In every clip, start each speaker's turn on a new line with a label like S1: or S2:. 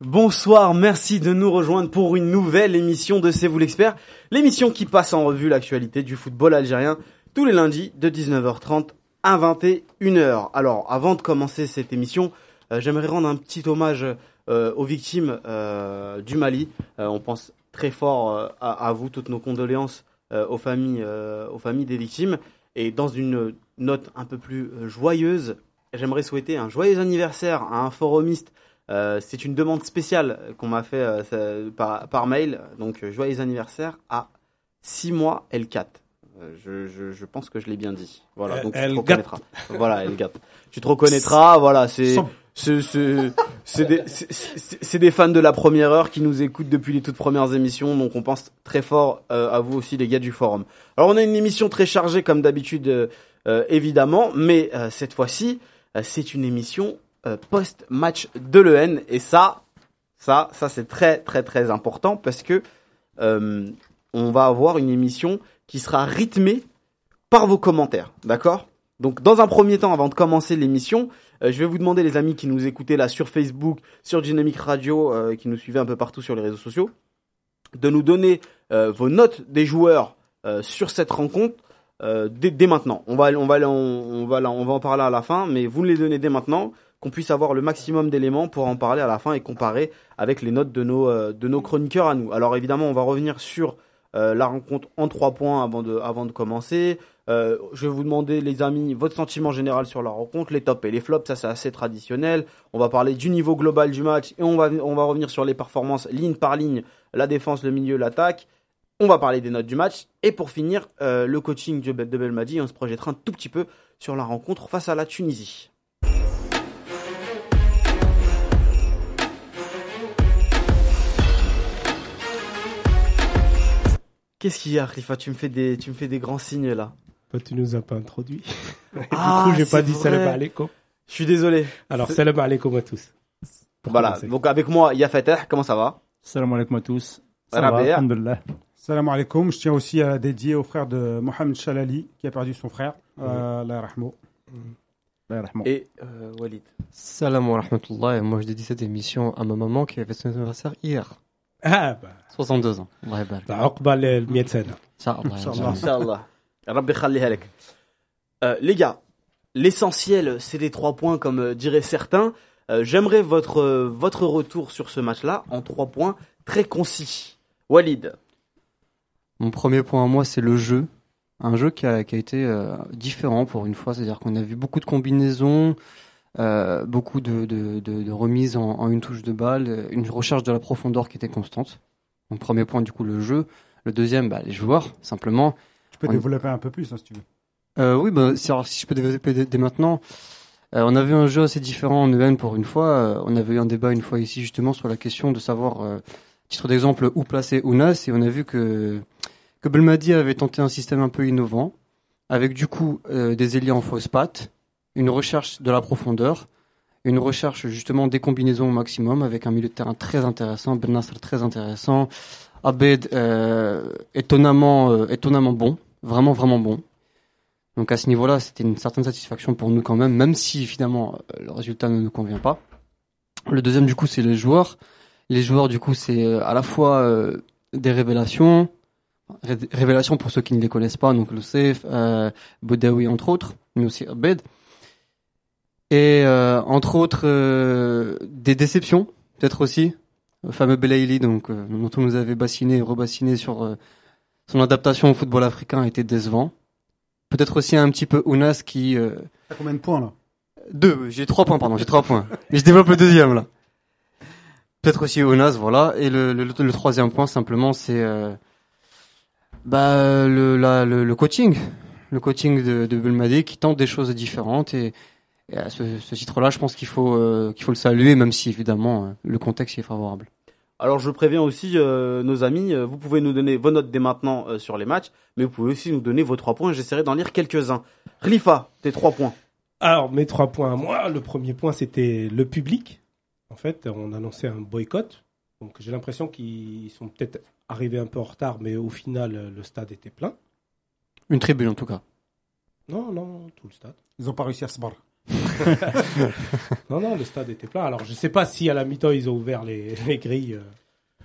S1: bonsoir, merci de nous rejoindre pour une nouvelle émission de C'est vous l'expert, l'émission qui passe en revue l'actualité du football algérien tous les lundis de 19h30 à 21h. Alors, avant de commencer cette émission, euh, j'aimerais rendre un petit hommage euh, aux victimes euh, du Mali. on pense très fort euh, à, à, vous, toutes nos condoléances euh, aux, familles, euh, aux familles des victimes. Et dans une note un peu plus euh, joyeuse, j'aimerais souhaiter un joyeux anniversaire à un forumiste. Euh, c'est une demande spéciale qu'on m'a fait euh, par, par, mail. Donc, euh, joyeux anniversaire à 6 mois L4. Euh, je, je, je, pense que je l'ai bien dit. Voilà, donc tu te reconnaîtras. Voilà, L4. Tu te reconnaîtras, voilà, c'est. C'est des, des, fans de la première heure qui nous écoutent depuis les toutes premières émissions, donc on pense très fort euh, à vous aussi les gars du forum. Alors on a une émission très chargée comme d'habitude euh, évidemment, mais euh, cette fois-ci euh, c'est une émission euh, post-match de l'EN. Et ça, ça, ça c'est très très très important parce que euh, on va avoir une émission qui sera rythmée par vos commentaires, d'accord Donc dans un premier temps, avant de commencer l'émission, euh, je vais vous demander les amis qui nous écoutez là sur Facebook, sur Dynamic Radio, euh, qui nous suivez un peu partout sur les réseaux sociaux, de nous donner euh, vos notes des joueurs euh, sur cette rencontre. euh, Dès, dès, maintenant, on va, on va, on, on, va, on va en parler à la fin, mais vous les donnez dès maintenant qu'on puisse avoir le maximum d'éléments pour en parler à la fin et comparer avec les notes de nos, euh, de nos chroniqueurs à nous. Alors évidemment, on va revenir sur euh, la rencontre en trois points avant de, avant de commencer. Euh, je vais vous demander, les amis, votre sentiment général sur la rencontre, les tops et les flops, ça c'est assez traditionnel. On va parler du niveau global du match et on va, on va revenir sur les performances ligne par ligne, la défense, le milieu, l'attaque. On va parler des notes du match et pour finir, euh, le coaching de, de Belmadi. On se projettera un tout petit peu sur la rencontre face à la Tunisie. Qu'est-ce qu'il y a, Rifa Tu me fais des, tu me fais des grands signes là.
S2: Bah, tu nous as pas introduit. Et ah, du coup, j'ai pas dit salam alaikum.
S1: Je suis désolé.
S2: Alors, salam alaikum à tous.
S1: Pour voilà. Commencer. Donc avec moi, Yafatah, comment ça va
S3: Salam alaikum à tous.
S1: Ça va,
S4: Bah, Salam alaikum. Je tiens aussi à dédier au frère de Mohamed Chalali qui a perdu son frère. Euh, la rahmo.
S2: Mm.
S1: Et euh, Walid.
S5: Salam wa rahmatullah. Moi, je dédie cette émission à ma maman qui avait son anniversaire hier. bah,
S2: Ah bah.
S5: 62 ans الله يبارك
S2: عقبال ال 100 سنه
S5: ان شاء الله ان شاء
S1: الله ان شاء الله ربي يخليها لك Euh, les gars l'essentiel c'est les trois points comme diraient certains euh, j'aimerais votre votre retour sur ce match là en trois points très concis Walid
S5: mon premier point à moi c'est le jeu un jeu qui a, qui a été euh, différent pour une fois c'est-à-dire qu'on a vu beaucoup de combinaisons euh, beaucoup de, de, de, de remises en, en, une touche de balle, euh, une recherche de la profondeur qui était constante. Donc premier point du coup le jeu, le deuxième bah, les joueurs simplement.
S4: Tu peux on... développer un peu plus hein, si tu veux.
S5: Euh, oui bah, alors, si je peux développer dès, dès maintenant. Euh, on avait un jeu assez différent en EN pour une fois. Euh, on avait eu un débat une fois ici justement sur la question de savoir euh, titre d'exemple où placer Ounas et on a vu que que Belmadi avait tenté un système un peu innovant avec du coup euh, des ailiers en fausse patte une recherche de la profondeur, une recherche justement des combinaisons au maximum avec un milieu de terrain très intéressant, Ben Nasser très intéressant, Abed euh, étonnamment, euh, étonnamment bon, vraiment vraiment bon. Donc à ce niveau-là, c'était une certaine satisfaction pour nous quand même, même si finalement euh, le résultat ne nous convient pas. Le deuxième du coup, c'est les joueurs. Les joueurs du coup, c'est à la fois euh, des révélations, ré révélations pour ceux qui ne les connaissent pas, donc Loussef, euh, Boudaoui entre autres, mais aussi Abed et euh, entre autres euh, des déceptions peut-être aussi le fameux Belaïli donc euh, dont on nous avait bassiné et rebassiné sur euh, son adaptation au football africain était décevant peut-être aussi un petit peu Ounas qui euh,
S4: à combien de points là
S5: deux j'ai trois points pardon j'ai trois points mais je développe le deuxième là peut-être aussi Ounas voilà et le, le, le troisième point simplement c'est euh, bah le, la, le, le, coaching le coaching de, de Belmadi qui tente des choses différentes et et à ce, ce titre-là, je pense qu'il faut, euh, qu'il faut le saluer, même si évidemment euh, le contexte y est favorable.
S1: Alors je préviens aussi euh, nos amis, vous pouvez nous donner vos notes dès maintenant euh, sur les matchs, mais vous pouvez aussi nous donner vos trois points, j'essaierai d'en lire quelques-uns. Rifa, tes trois points.
S2: Alors mes trois points à moi, le premier point c'était le public. En fait, on annonçait un boycott, donc j'ai l'impression qu'ils sont peut-être arrivés un peu en retard, mais au final le stade était plein.
S5: Une tribune en tout cas.
S2: Non, non, tout le stade.
S4: Ils n'ont pas réussi à se barrer.
S2: Non, non, le stade était plein. Alors, je sais pas si à la mi-temps, ils ont ouvert les, les grilles. euh,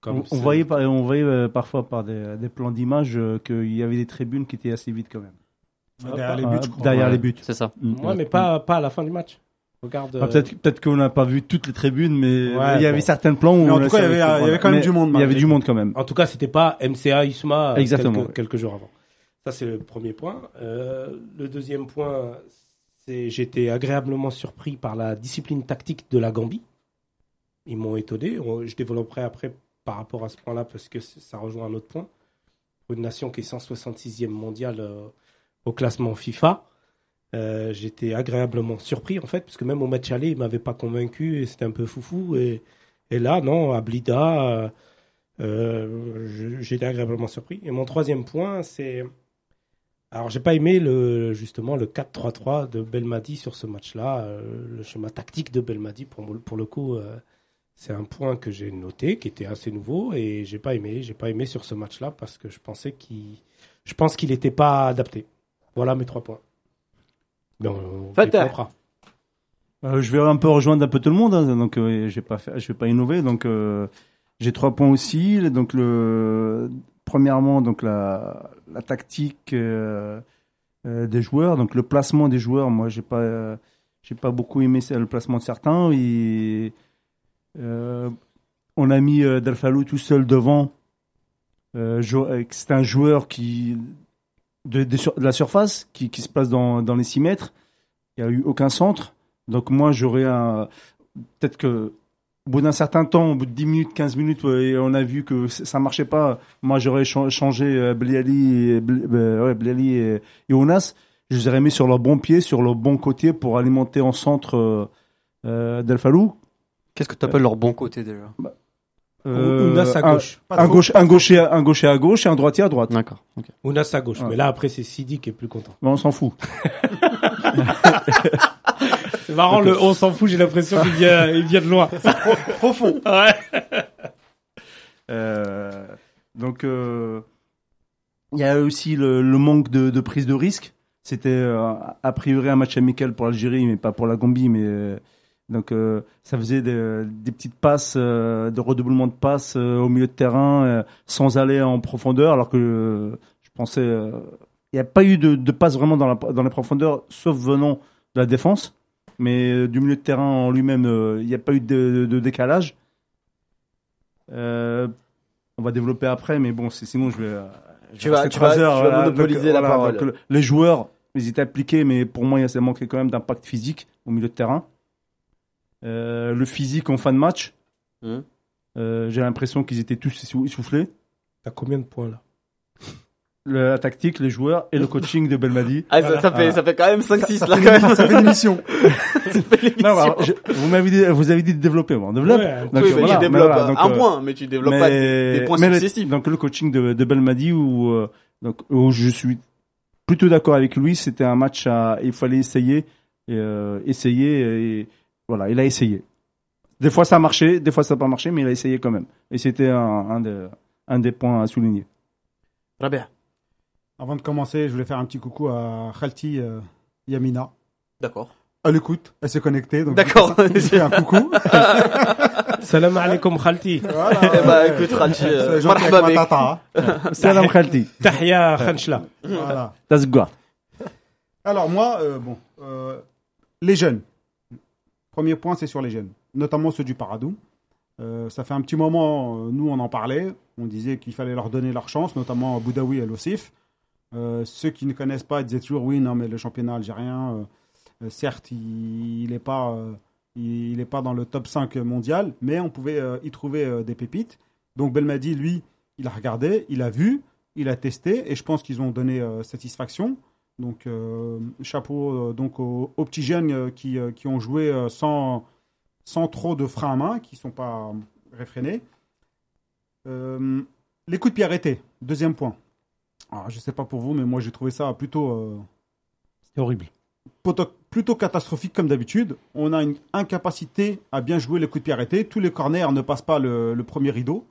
S2: comme
S3: On, on
S2: c'est-
S3: voyait, par- on voyait euh, parfois par des, des plans d'image euh, qu'il y avait des tribunes qui étaient assez vides quand même. Ah,
S4: Derrière les buts, je crois.
S3: Derrière
S5: Ouais,
S3: les buts.
S5: C'est ça.
S3: Mm.
S2: Ouais, mais pas, pas à la fin du match. Regarde.
S3: Ah,
S2: euh,
S3: peut-être peut-être qu'on n'a pas vu toutes les tribunes, mais
S2: Ouais,
S3: il y avait
S2: bon.
S3: certains plans où.
S4: Mais en
S3: on
S4: tout
S3: la
S4: cas, il y
S3: savait,
S4: avait- il y avait
S3: voilà.
S4: quand même
S3: Mais
S4: du monde,
S3: Il y
S4: malgré
S3: avait du
S4: tout.
S3: monde quand même.
S2: Euh, En tout cas, c'était pas MCA Isma euh,
S3: Exactement,
S2: quelques,
S3: ouais.
S2: quelques jours avant. Ça, c'est le premier point. Euh, le deuxième point, c'est j'étais agréablement surpris par la discipline tactique de la Gambie. Ils m'ont étonné. On- Je développerai après par rapport à ce point-là parce que c- ça rejoint un autre point. Pour une nation qui est 166e mondiale euh, au classement FIFA, euh, j'étais agréablement surpris en fait parce que même au match aller, ils m'avaient pas convaincu et c'était un peu foufou. Et, et là, non, à Blida. euh, euh, je- j'ai été agréablement surpris. Et mon troisième point, c'est. Alors, j'ai pas aimé le, justement le 4-3-3 de Belmadi sur ce match-là. euh, le schéma tactique de Belmadi, pour, mo- pour le coup, euh, c'est un point que j'ai noté, qui était assez nouveau, et j'ai pas aimé. J'ai pas aimé sur ce match-là parce que je pensais qu'il, je pense qu'il n'était pas adapté. Voilà mes trois points. Donc, on
S1: Fatah.
S2: développera.
S3: Euh, je vais un peu rejoindre un peu tout le monde, hein, donc euh, je vais pas faire- je vais pas innover. Donc euh, j'ai trois points aussi. Donc le premièrement donc la la tactique euh, euh, des joueurs, donc le placement des joueurs. Moi j'ai pas euh, j'ai pas beaucoup aimé ça, le placement de certains. Et, euh, on a mis euh, Dalfalou tout seul devant. Euh, jou- euh, que c'est un joueur qui de, de sur- de la surface qui, qui se place dans dans les 6 mètres. Il y a eu aucun centre. Donc moi, j'aurais un... Peut-être que au bout d'un certain temps, au bout de 10 minutes, 15 minutes, ouais, et on a vu que c- ça marchait pas. Moi, j'aurais cha- changé euh, Bliali et, Bl- euh, ouais, Bliali et, et Onas. Je les aurais mis sur leur bon pied, sur leur bon côté pour alimenter en centre euh, euh, Delphalou.
S5: Qu'est-ce que tu appelles leur bon côté déjà
S3: Euh,
S2: Ounas à
S3: un-
S2: gauche.
S3: Un, gauche, un, gaucher, à- un gaucher à gauche et un droitier à droite.
S5: D'accord. ok.
S2: Ounas à gauche.
S3: Ouais.
S2: Mais là, après, c'est Sidi qui est plus content.
S3: Mais on s'en fout.
S2: C'est marrant, le on s'en fout, j'ai l'impression qu'il vient, il vient de loin. profond. Ouais.
S3: Euh, donc, euh, il y a aussi le, le manque de, de prise de risque. C'était euh, a priori un match amical pour l'Algérie, mais pas pour la Gambie. Mais euh, donc, euh, ça faisait des, des petites passes, euh, de redoublement de passes euh, au milieu de terrain, euh, sans aller en profondeur. Alors que euh, je pensais, euh, il n'y a pas eu de, de passes vraiment dans la dans les profondeurs, sauf venant de la défense. Mais euh, du milieu de terrain en lui-même, euh, il n'y a pas eu de, de décalage. Euh, on va développer après, mais bon, c'est- sinon je vais. euh, je
S1: Tu
S3: vais
S1: vas-
S3: rester
S1: tu vas-
S3: Croiseur,
S1: tu vas monopoliser la parole.
S3: donc, le- les joueurs, ils étaient appliqués, mais pour moi, il y a- ça manquait quand même d'impact physique au milieu de terrain. Euh, le physique en fin de match,
S1: Mhm.
S3: euh, j'ai l'impression qu'ils étaient tous essou- essoufflés.
S2: T'as combien de points là
S3: Le- la tactique, les joueurs et le coaching de Belmadi.
S1: Ah, ça, ça fait,
S3: Voilà.
S1: ça fait quand même 5-6 là quand même.
S4: Ça fait l'émission.
S1: Ça fait l'émission.
S3: Non, bah, je- vous m'avez dit, vous avez dit de développer, bon, on développe.
S2: Ouais,
S3: Donc,
S1: oui, mais
S3: voilà,
S1: tu
S3: mais
S1: développes
S3: voilà, donc,
S1: un
S3: euh,
S1: point, mais tu développes pas des points
S3: le-
S1: successifs.
S3: donc le coaching de, de Belmadi où euh, donc où je suis plutôt d'accord avec lui, c'était un match à il fallait essayer et, euh, essayer et voilà, il a essayé. Des fois ça a marché, des fois ça n'a pas marché, mais il a essayé quand même. Et c'était un, un, de- un des points à souligner.
S1: Rabia.
S4: Avant de commencer, je voulais faire un petit coucou à Khalti euh, Yamina.
S1: D'accord.
S4: Elle écoute, elle s'est connectée. Donc
S1: D'accord.
S4: Je fais un coucou.
S2: Salam alaikum Khalti.
S4: Voilà.
S1: Eh bah, écoute, Khalti, euh,
S4: C'est gentil avec
S1: marhaba
S4: ma
S1: bek.
S4: tata.
S3: Salam Khalti,
S2: Tahia Khanchla.
S4: Voilà.
S3: Tazgua.
S4: Alors moi, euh, bon, euh, les jeunes. Premier point, c'est sur les jeunes, notamment ceux du Paradou. Euh, ça fait un petit moment, euh, nous on en parlait, on disait qu'il fallait leur donner leur chance, notamment à Boudaoui et Lossif. Euh, ceux qui ne connaissent pas disaient toujours oui, non mais le championnat algérien, euh, euh, certes, il n'est pas, euh, il, il est pas dans le top 5 mondial, mais on pouvait euh, y trouver euh, des pépites. Donc Belmadi, lui, il a regardé, il a vu, il a testé, et je pense qu'ils ont donné euh, satisfaction. Donc, euh, chapeau euh, donc aux, aux petits jeunes euh, qui, euh, qui ont joué euh, sans, sans trop de frein à main, qui ne sont pas euh, réfrénés. Euh, les coups de pied arrêtés, deuxième point. Alors, je ne sais pas pour vous, mais moi j'ai trouvé ça plutôt, euh,
S2: C'est horrible.
S4: plutôt, plutôt catastrophique comme d'habitude. On a une incapacité à bien jouer les coups de pied arrêtés. Tous les corners ne passent pas le, le premier rideau.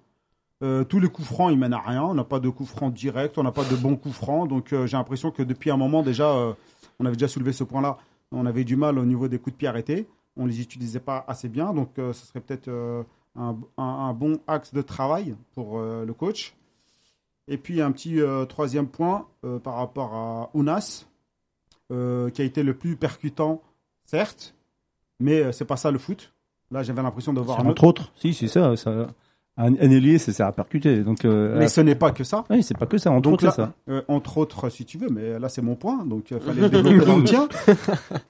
S4: Euh, tous les coups francs, ils mènent à rien. On n'a pas de coups francs directs, on n'a pas de bons coups francs. Donc euh, j'ai l'impression que depuis un moment déjà, euh, on avait déjà soulevé ce point-là. On avait du mal au niveau des coups de pied arrêtés. On les utilisait pas assez bien. Donc, euh, ce serait peut-être euh, un, un- un bon axe de travail pour euh, le coach. Et puis, un petit euh, troisième point euh, par rapport à Ounas, euh, qui a été le plus percutant, certes, mais euh, c'est pas ça le foot. Là, j'avais l'impression de voir un autre.
S3: Entre autres, si, c'est ça. ça un, un ailier, c'est ça à percuter. Donc, euh,
S4: Mais ce n'est pas que ça.
S3: oui, c'est pas que ça. Entre
S4: Donc
S3: autres,
S4: là-
S3: c'est ça.
S4: Euh, entre autres, si tu veux, mais là c'est mon point, donc il fallait le développer dans le tien.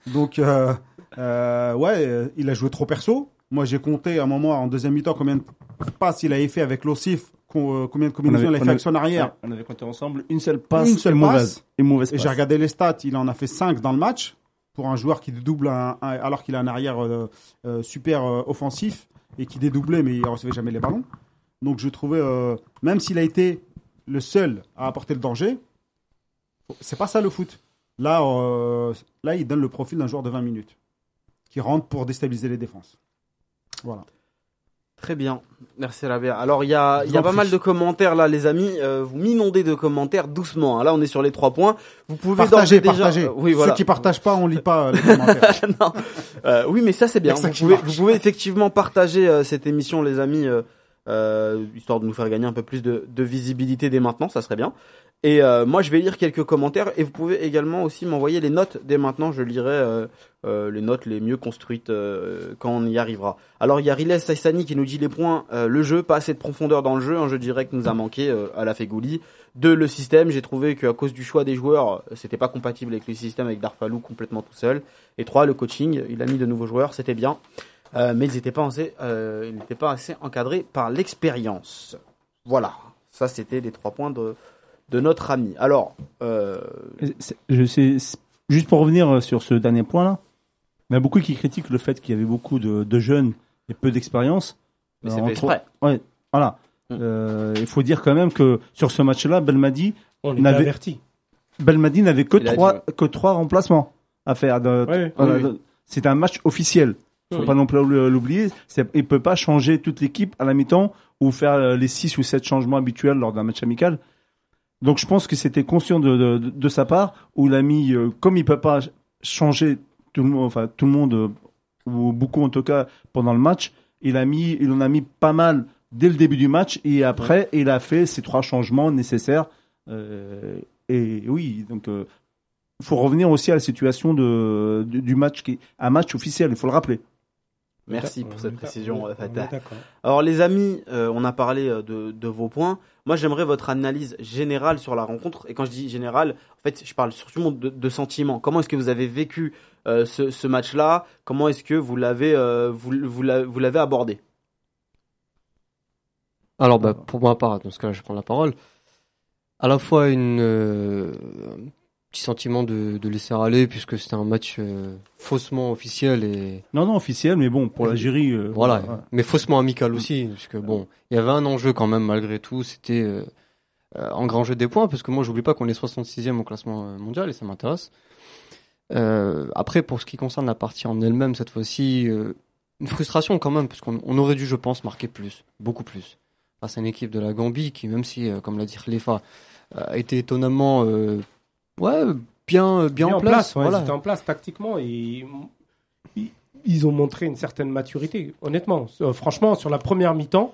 S4: Donc euh, euh, ouais, euh, il a joué trop perso. Moi j'ai compté à un moment en deuxième mi-temps combien de passes il avait fait avec l'ossif, con- euh, combien de combinaisons
S3: avait- on
S4: il avait fait
S3: avait-
S4: avec son arrière.
S3: on avait compté ensemble une seule passe,
S4: Une seule
S3: et mauvaise.
S4: passe.
S3: Et mauvaise
S4: Et j'ai
S3: passe.
S4: regardé les stats, il en a fait 5 dans le match pour un joueur qui double un- un- alors qu'il a un arrière euh, euh, super euh, offensif et qui dédoublait mais il recevait jamais les ballons. Donc je trouvais euh, même s'il a été le seul à apporter le danger, c'est pas ça le foot. Là euh, là il donne le profil d'un joueur de 20 minutes qui rentre pour déstabiliser les défenses. Voilà.
S1: Très bien, merci Rabia. Alors il y a,
S4: Je
S1: il
S4: vous
S1: y a
S4: en
S1: pas
S4: prie.
S1: mal de commentaires là, les amis. Euh, vous m'inondez de commentaires doucement. hein. Là, on est sur les trois points. Vous pouvez
S4: Partagez,
S1: d'ores et déjà-
S4: partagez.
S1: Euh, oui, voilà.
S4: Ceux qui partagent pas, on lit pas euh, les commentaires.
S1: Non. Euh, oui, mais ça c'est bien.
S4: C'est ça
S1: Vous
S4: qui
S1: pouvez,
S4: marche.
S1: vous pouvez effectivement partager euh, cette émission, les amis, euh, euh, histoire de nous faire gagner un peu plus de, de visibilité dès maintenant, ça serait bien. Et euh, moi, je vais lire quelques commentaires et vous pouvez également aussi m'envoyer les notes dès maintenant. Je lirai euh, euh, les notes les mieux construites euh, quand on y arrivera. Alors, il y a Riles Saissani qui nous dit les points, euh, le jeu, pas assez de profondeur dans le jeu, hein, un jeu direct nous a manqué euh, à la Fegouli. Deux, le système, j'ai trouvé qu'à cause du choix des joueurs, euh, c'était pas compatible avec le système avec Darfalou complètement tout seul. Et trois, le coaching, il a mis de nouveaux joueurs, c'était bien. Euh, mais ils n'étaient pas, assez, euh, ils n'étaient pas assez encadrés par l'expérience. Voilà, ça c'était les trois points de, de notre ami. Alors, euh,
S3: C'est- Je sais, c'est- juste pour revenir euh, sur ce dernier point-là, il y en a beaucoup qui critiquent le fait qu'il y avait beaucoup de, de jeunes et peu d'expérience.
S1: mais
S3: Euh,
S1: c'est fait
S3: entre-
S1: exprès.
S3: Voilà.
S1: Mm.
S3: Euh, il faut dire quand même que sur ce match-là, Belmadi,
S2: On
S3: On
S2: était
S3: avait-
S2: avertis.
S3: Belmadi n'avait que
S1: Il a dit,
S3: trois, que trois remplacements à faire. De-
S2: Ouais,
S3: voilà,
S2: oui, oui.
S3: de- C'est un match officiel. Faut
S2: Oui.
S3: pas non plus l'oublier. C'est- Il peut pas changer toute l'équipe à la mi-temps ou faire euh, les six ou sept changements habituels lors d'un match amical. Donc je pense que c'était conscient de, de, de sa part où il a mis, euh, comme il peut pas ch- changer tout le monde, enfin tout le monde euh, ou beaucoup en tout cas pendant le match, il a mis, il en a mis pas mal dès le début du match et après il a fait ces trois changements nécessaires. Euh, et oui, donc euh, il faut revenir aussi à la situation de, du- du match qui, un match officiel, il faut le rappeler.
S1: Merci pour
S2: On
S1: cette
S2: est-
S1: précision,
S2: Bah, on est-
S1: euh,
S2: on
S1: Fatah.
S2: est D'accord.
S1: Alors les amis, euh, on a parlé euh, de, de vos points. Moi j'aimerais votre analyse générale sur la rencontre. Et quand je dis générale, en fait je parle surtout de, de sentiments. Comment est-ce que vous avez vécu euh, ce, ce match-là Comment est-ce que vous l'avez euh, vous, vous l'a- vous l'avez abordé
S5: Alors, bah, pour ma part, dans ce cas-là, je prends la parole. À la fois, une, euh, un petit sentiment de, de laisser aller, puisque c'était un match euh, faussement officiel et
S3: Non, non, officiel, mais bon, pour l'Algérie. euh,
S5: voilà,
S3: ouais.
S5: mais faussement amical aussi, puisque bon, il y avait un enjeu quand même malgré tout, c'était euh, euh, engranger des points, parce que moi, j'oublie pas qu'on est 66e au classement euh, mondial et ça m'intéresse. Euh, après, pour ce qui concerne la partie en elle-même, cette fois-ci, euh, une frustration quand même, parce qu'on on aurait dû, je pense, marquer plus, beaucoup plus, face à une équipe de la Gambie qui, même si, euh, comme l'a dit Khalifa, euh, a été étonnamment, euh, ouais, bien, euh, bien,
S2: Mis
S5: en place,
S2: ouais,
S5: voilà.
S2: c'était en place tactiquement et ils- ils ont montré une certaine maturité, honnêtement. Euh, Franchement, sur la première mi-temps,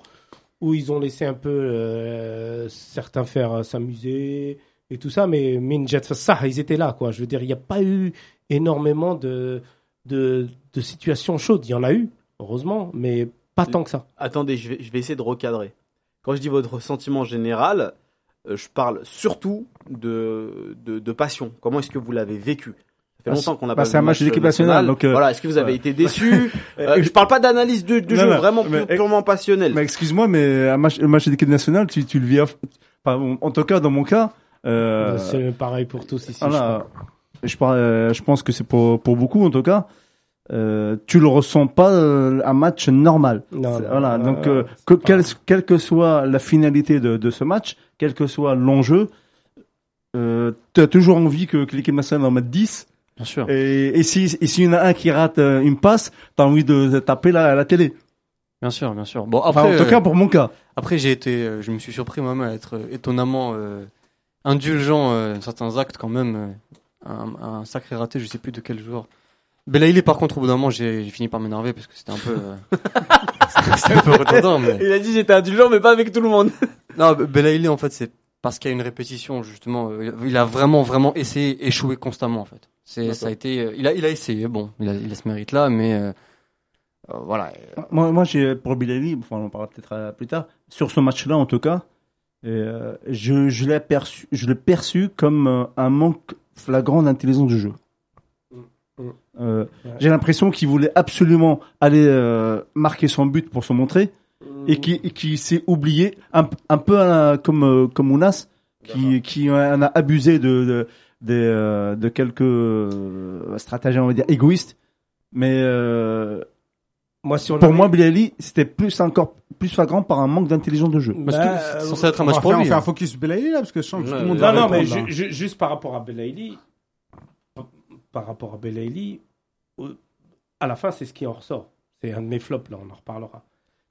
S2: où ils ont laissé un peu euh, certains faire euh, s'amuser et tout ça, mais Minjet ça, ils étaient là, quoi. Je veux dire, il n'y a pas eu énormément de, de, de situations chaudes. Il y en a eu, heureusement, mais pas tant que ça.
S1: Attendez, je vais, je vais essayer de recadrer. Quand je dis votre sentiment général, euh, je parle surtout de, de, de passion. Comment est-ce que vous l'avez vécu Ça fait
S3: Bah,
S1: longtemps qu'on a
S3: bah,
S1: pas
S3: c'est
S1: vu
S3: un
S1: de
S3: match d'équipe nationale, donc, euh,
S1: voilà, est-ce que vous avez
S3: ouais.
S1: été déçu
S3: Euh,
S1: Euh, Je parle pas d'analyse de, de
S3: Non,
S1: jeu,
S3: non,
S1: vraiment pure-
S3: mais- eh,
S1: purement passionnel.
S3: Mais excuse-moi, mais un match, un match d'équipe nationale, tu, tu le vis. à f- enfin, bon, en tout cas, dans mon cas, euh,
S2: Bah, C'est pareil pour tous ici. je crois.
S3: voilà, je, par- euh, je pense que c'est pour, pour beaucoup, en tout cas. Euh, tu le ressens pas euh, un match normal.
S2: Non, non,
S3: voilà,
S2: non,
S3: donc
S2: non,
S3: euh,
S2: c'est
S3: que,
S2: pas-
S3: quelle, quelle que soit la finalité de, de ce match, quel que soit l'enjeu, euh, tu as toujours envie que, que l'équipe nationale en mette 10.
S5: Bien sûr.
S3: Et, et s'il si, et s'il y en a un qui rate euh, une passe, tu as envie de, de taper la, la télé.
S5: Bien sûr, bien sûr. Bon,
S3: Enfin,
S5: après,
S3: en tout
S5: euh,
S3: cas, pour mon cas.
S5: Après, j'ai été, euh, je me suis surpris moi-même à être euh, étonnamment euh, indulgent euh, certains actes quand même. euh, un, un sacré raté, je sais plus de quel joueur. Belaïli, par contre, au bout d'un moment, j'ai j'ai fini par m'énerver parce que c'était un peu. euh, c'était un peu redondant, mais.
S1: Il a dit j'étais indulgent, mais pas avec tout le monde.
S5: Non, Be- Belaïli, en fait, c'est parce qu'il y a une répétition, justement. euh, Il a vraiment, vraiment essayé, échoué constamment, en fait. C'est, ça a été, euh, il a, il a essayé, bon, il a, il a ce mérite-là, mais euh, euh, voilà.
S3: Moi, moi j'ai pour Bilali, enfin, on en parlera peut-être euh, plus tard. Sur ce match-là, en tout cas, euh, je, je l'ai perçu, je l'ai perçu comme euh, un manque flagrant d'intelligence du jeu.
S2: Mm.
S3: Euh, J'ai l'impression qu'il voulait absolument aller euh, marquer son but pour se montrer et qui, et qui s'est oublié un, un peu euh, comme euh, comme Ounas qui qui euh, en a abusé de de, des, euh, de quelques euh, stratagèmes on va dire égoïstes mais euh,
S2: Moi, si on
S3: pour
S2: avait-
S3: moi Bilali c'était plus encore plus flagrant par un manque d'intelligence de jeu
S5: Parce que
S2: Bah,
S5: c'est
S2: euh,
S5: censé être un
S4: On va
S5: match pour
S4: faire, on
S5: lui. hein.
S4: fait un focus Belaïli là parce que je sens que tout
S1: hein. Ouais,
S4: le monde
S1: ouais.
S4: va
S2: Non, non, mais
S4: répondre,
S2: hein. ju- ju- juste par rapport à Belaïli, par rapport à Belaïli, euh, à la fin, c'est ce qui en ressort. C'est un de mes flops, là, on en reparlera.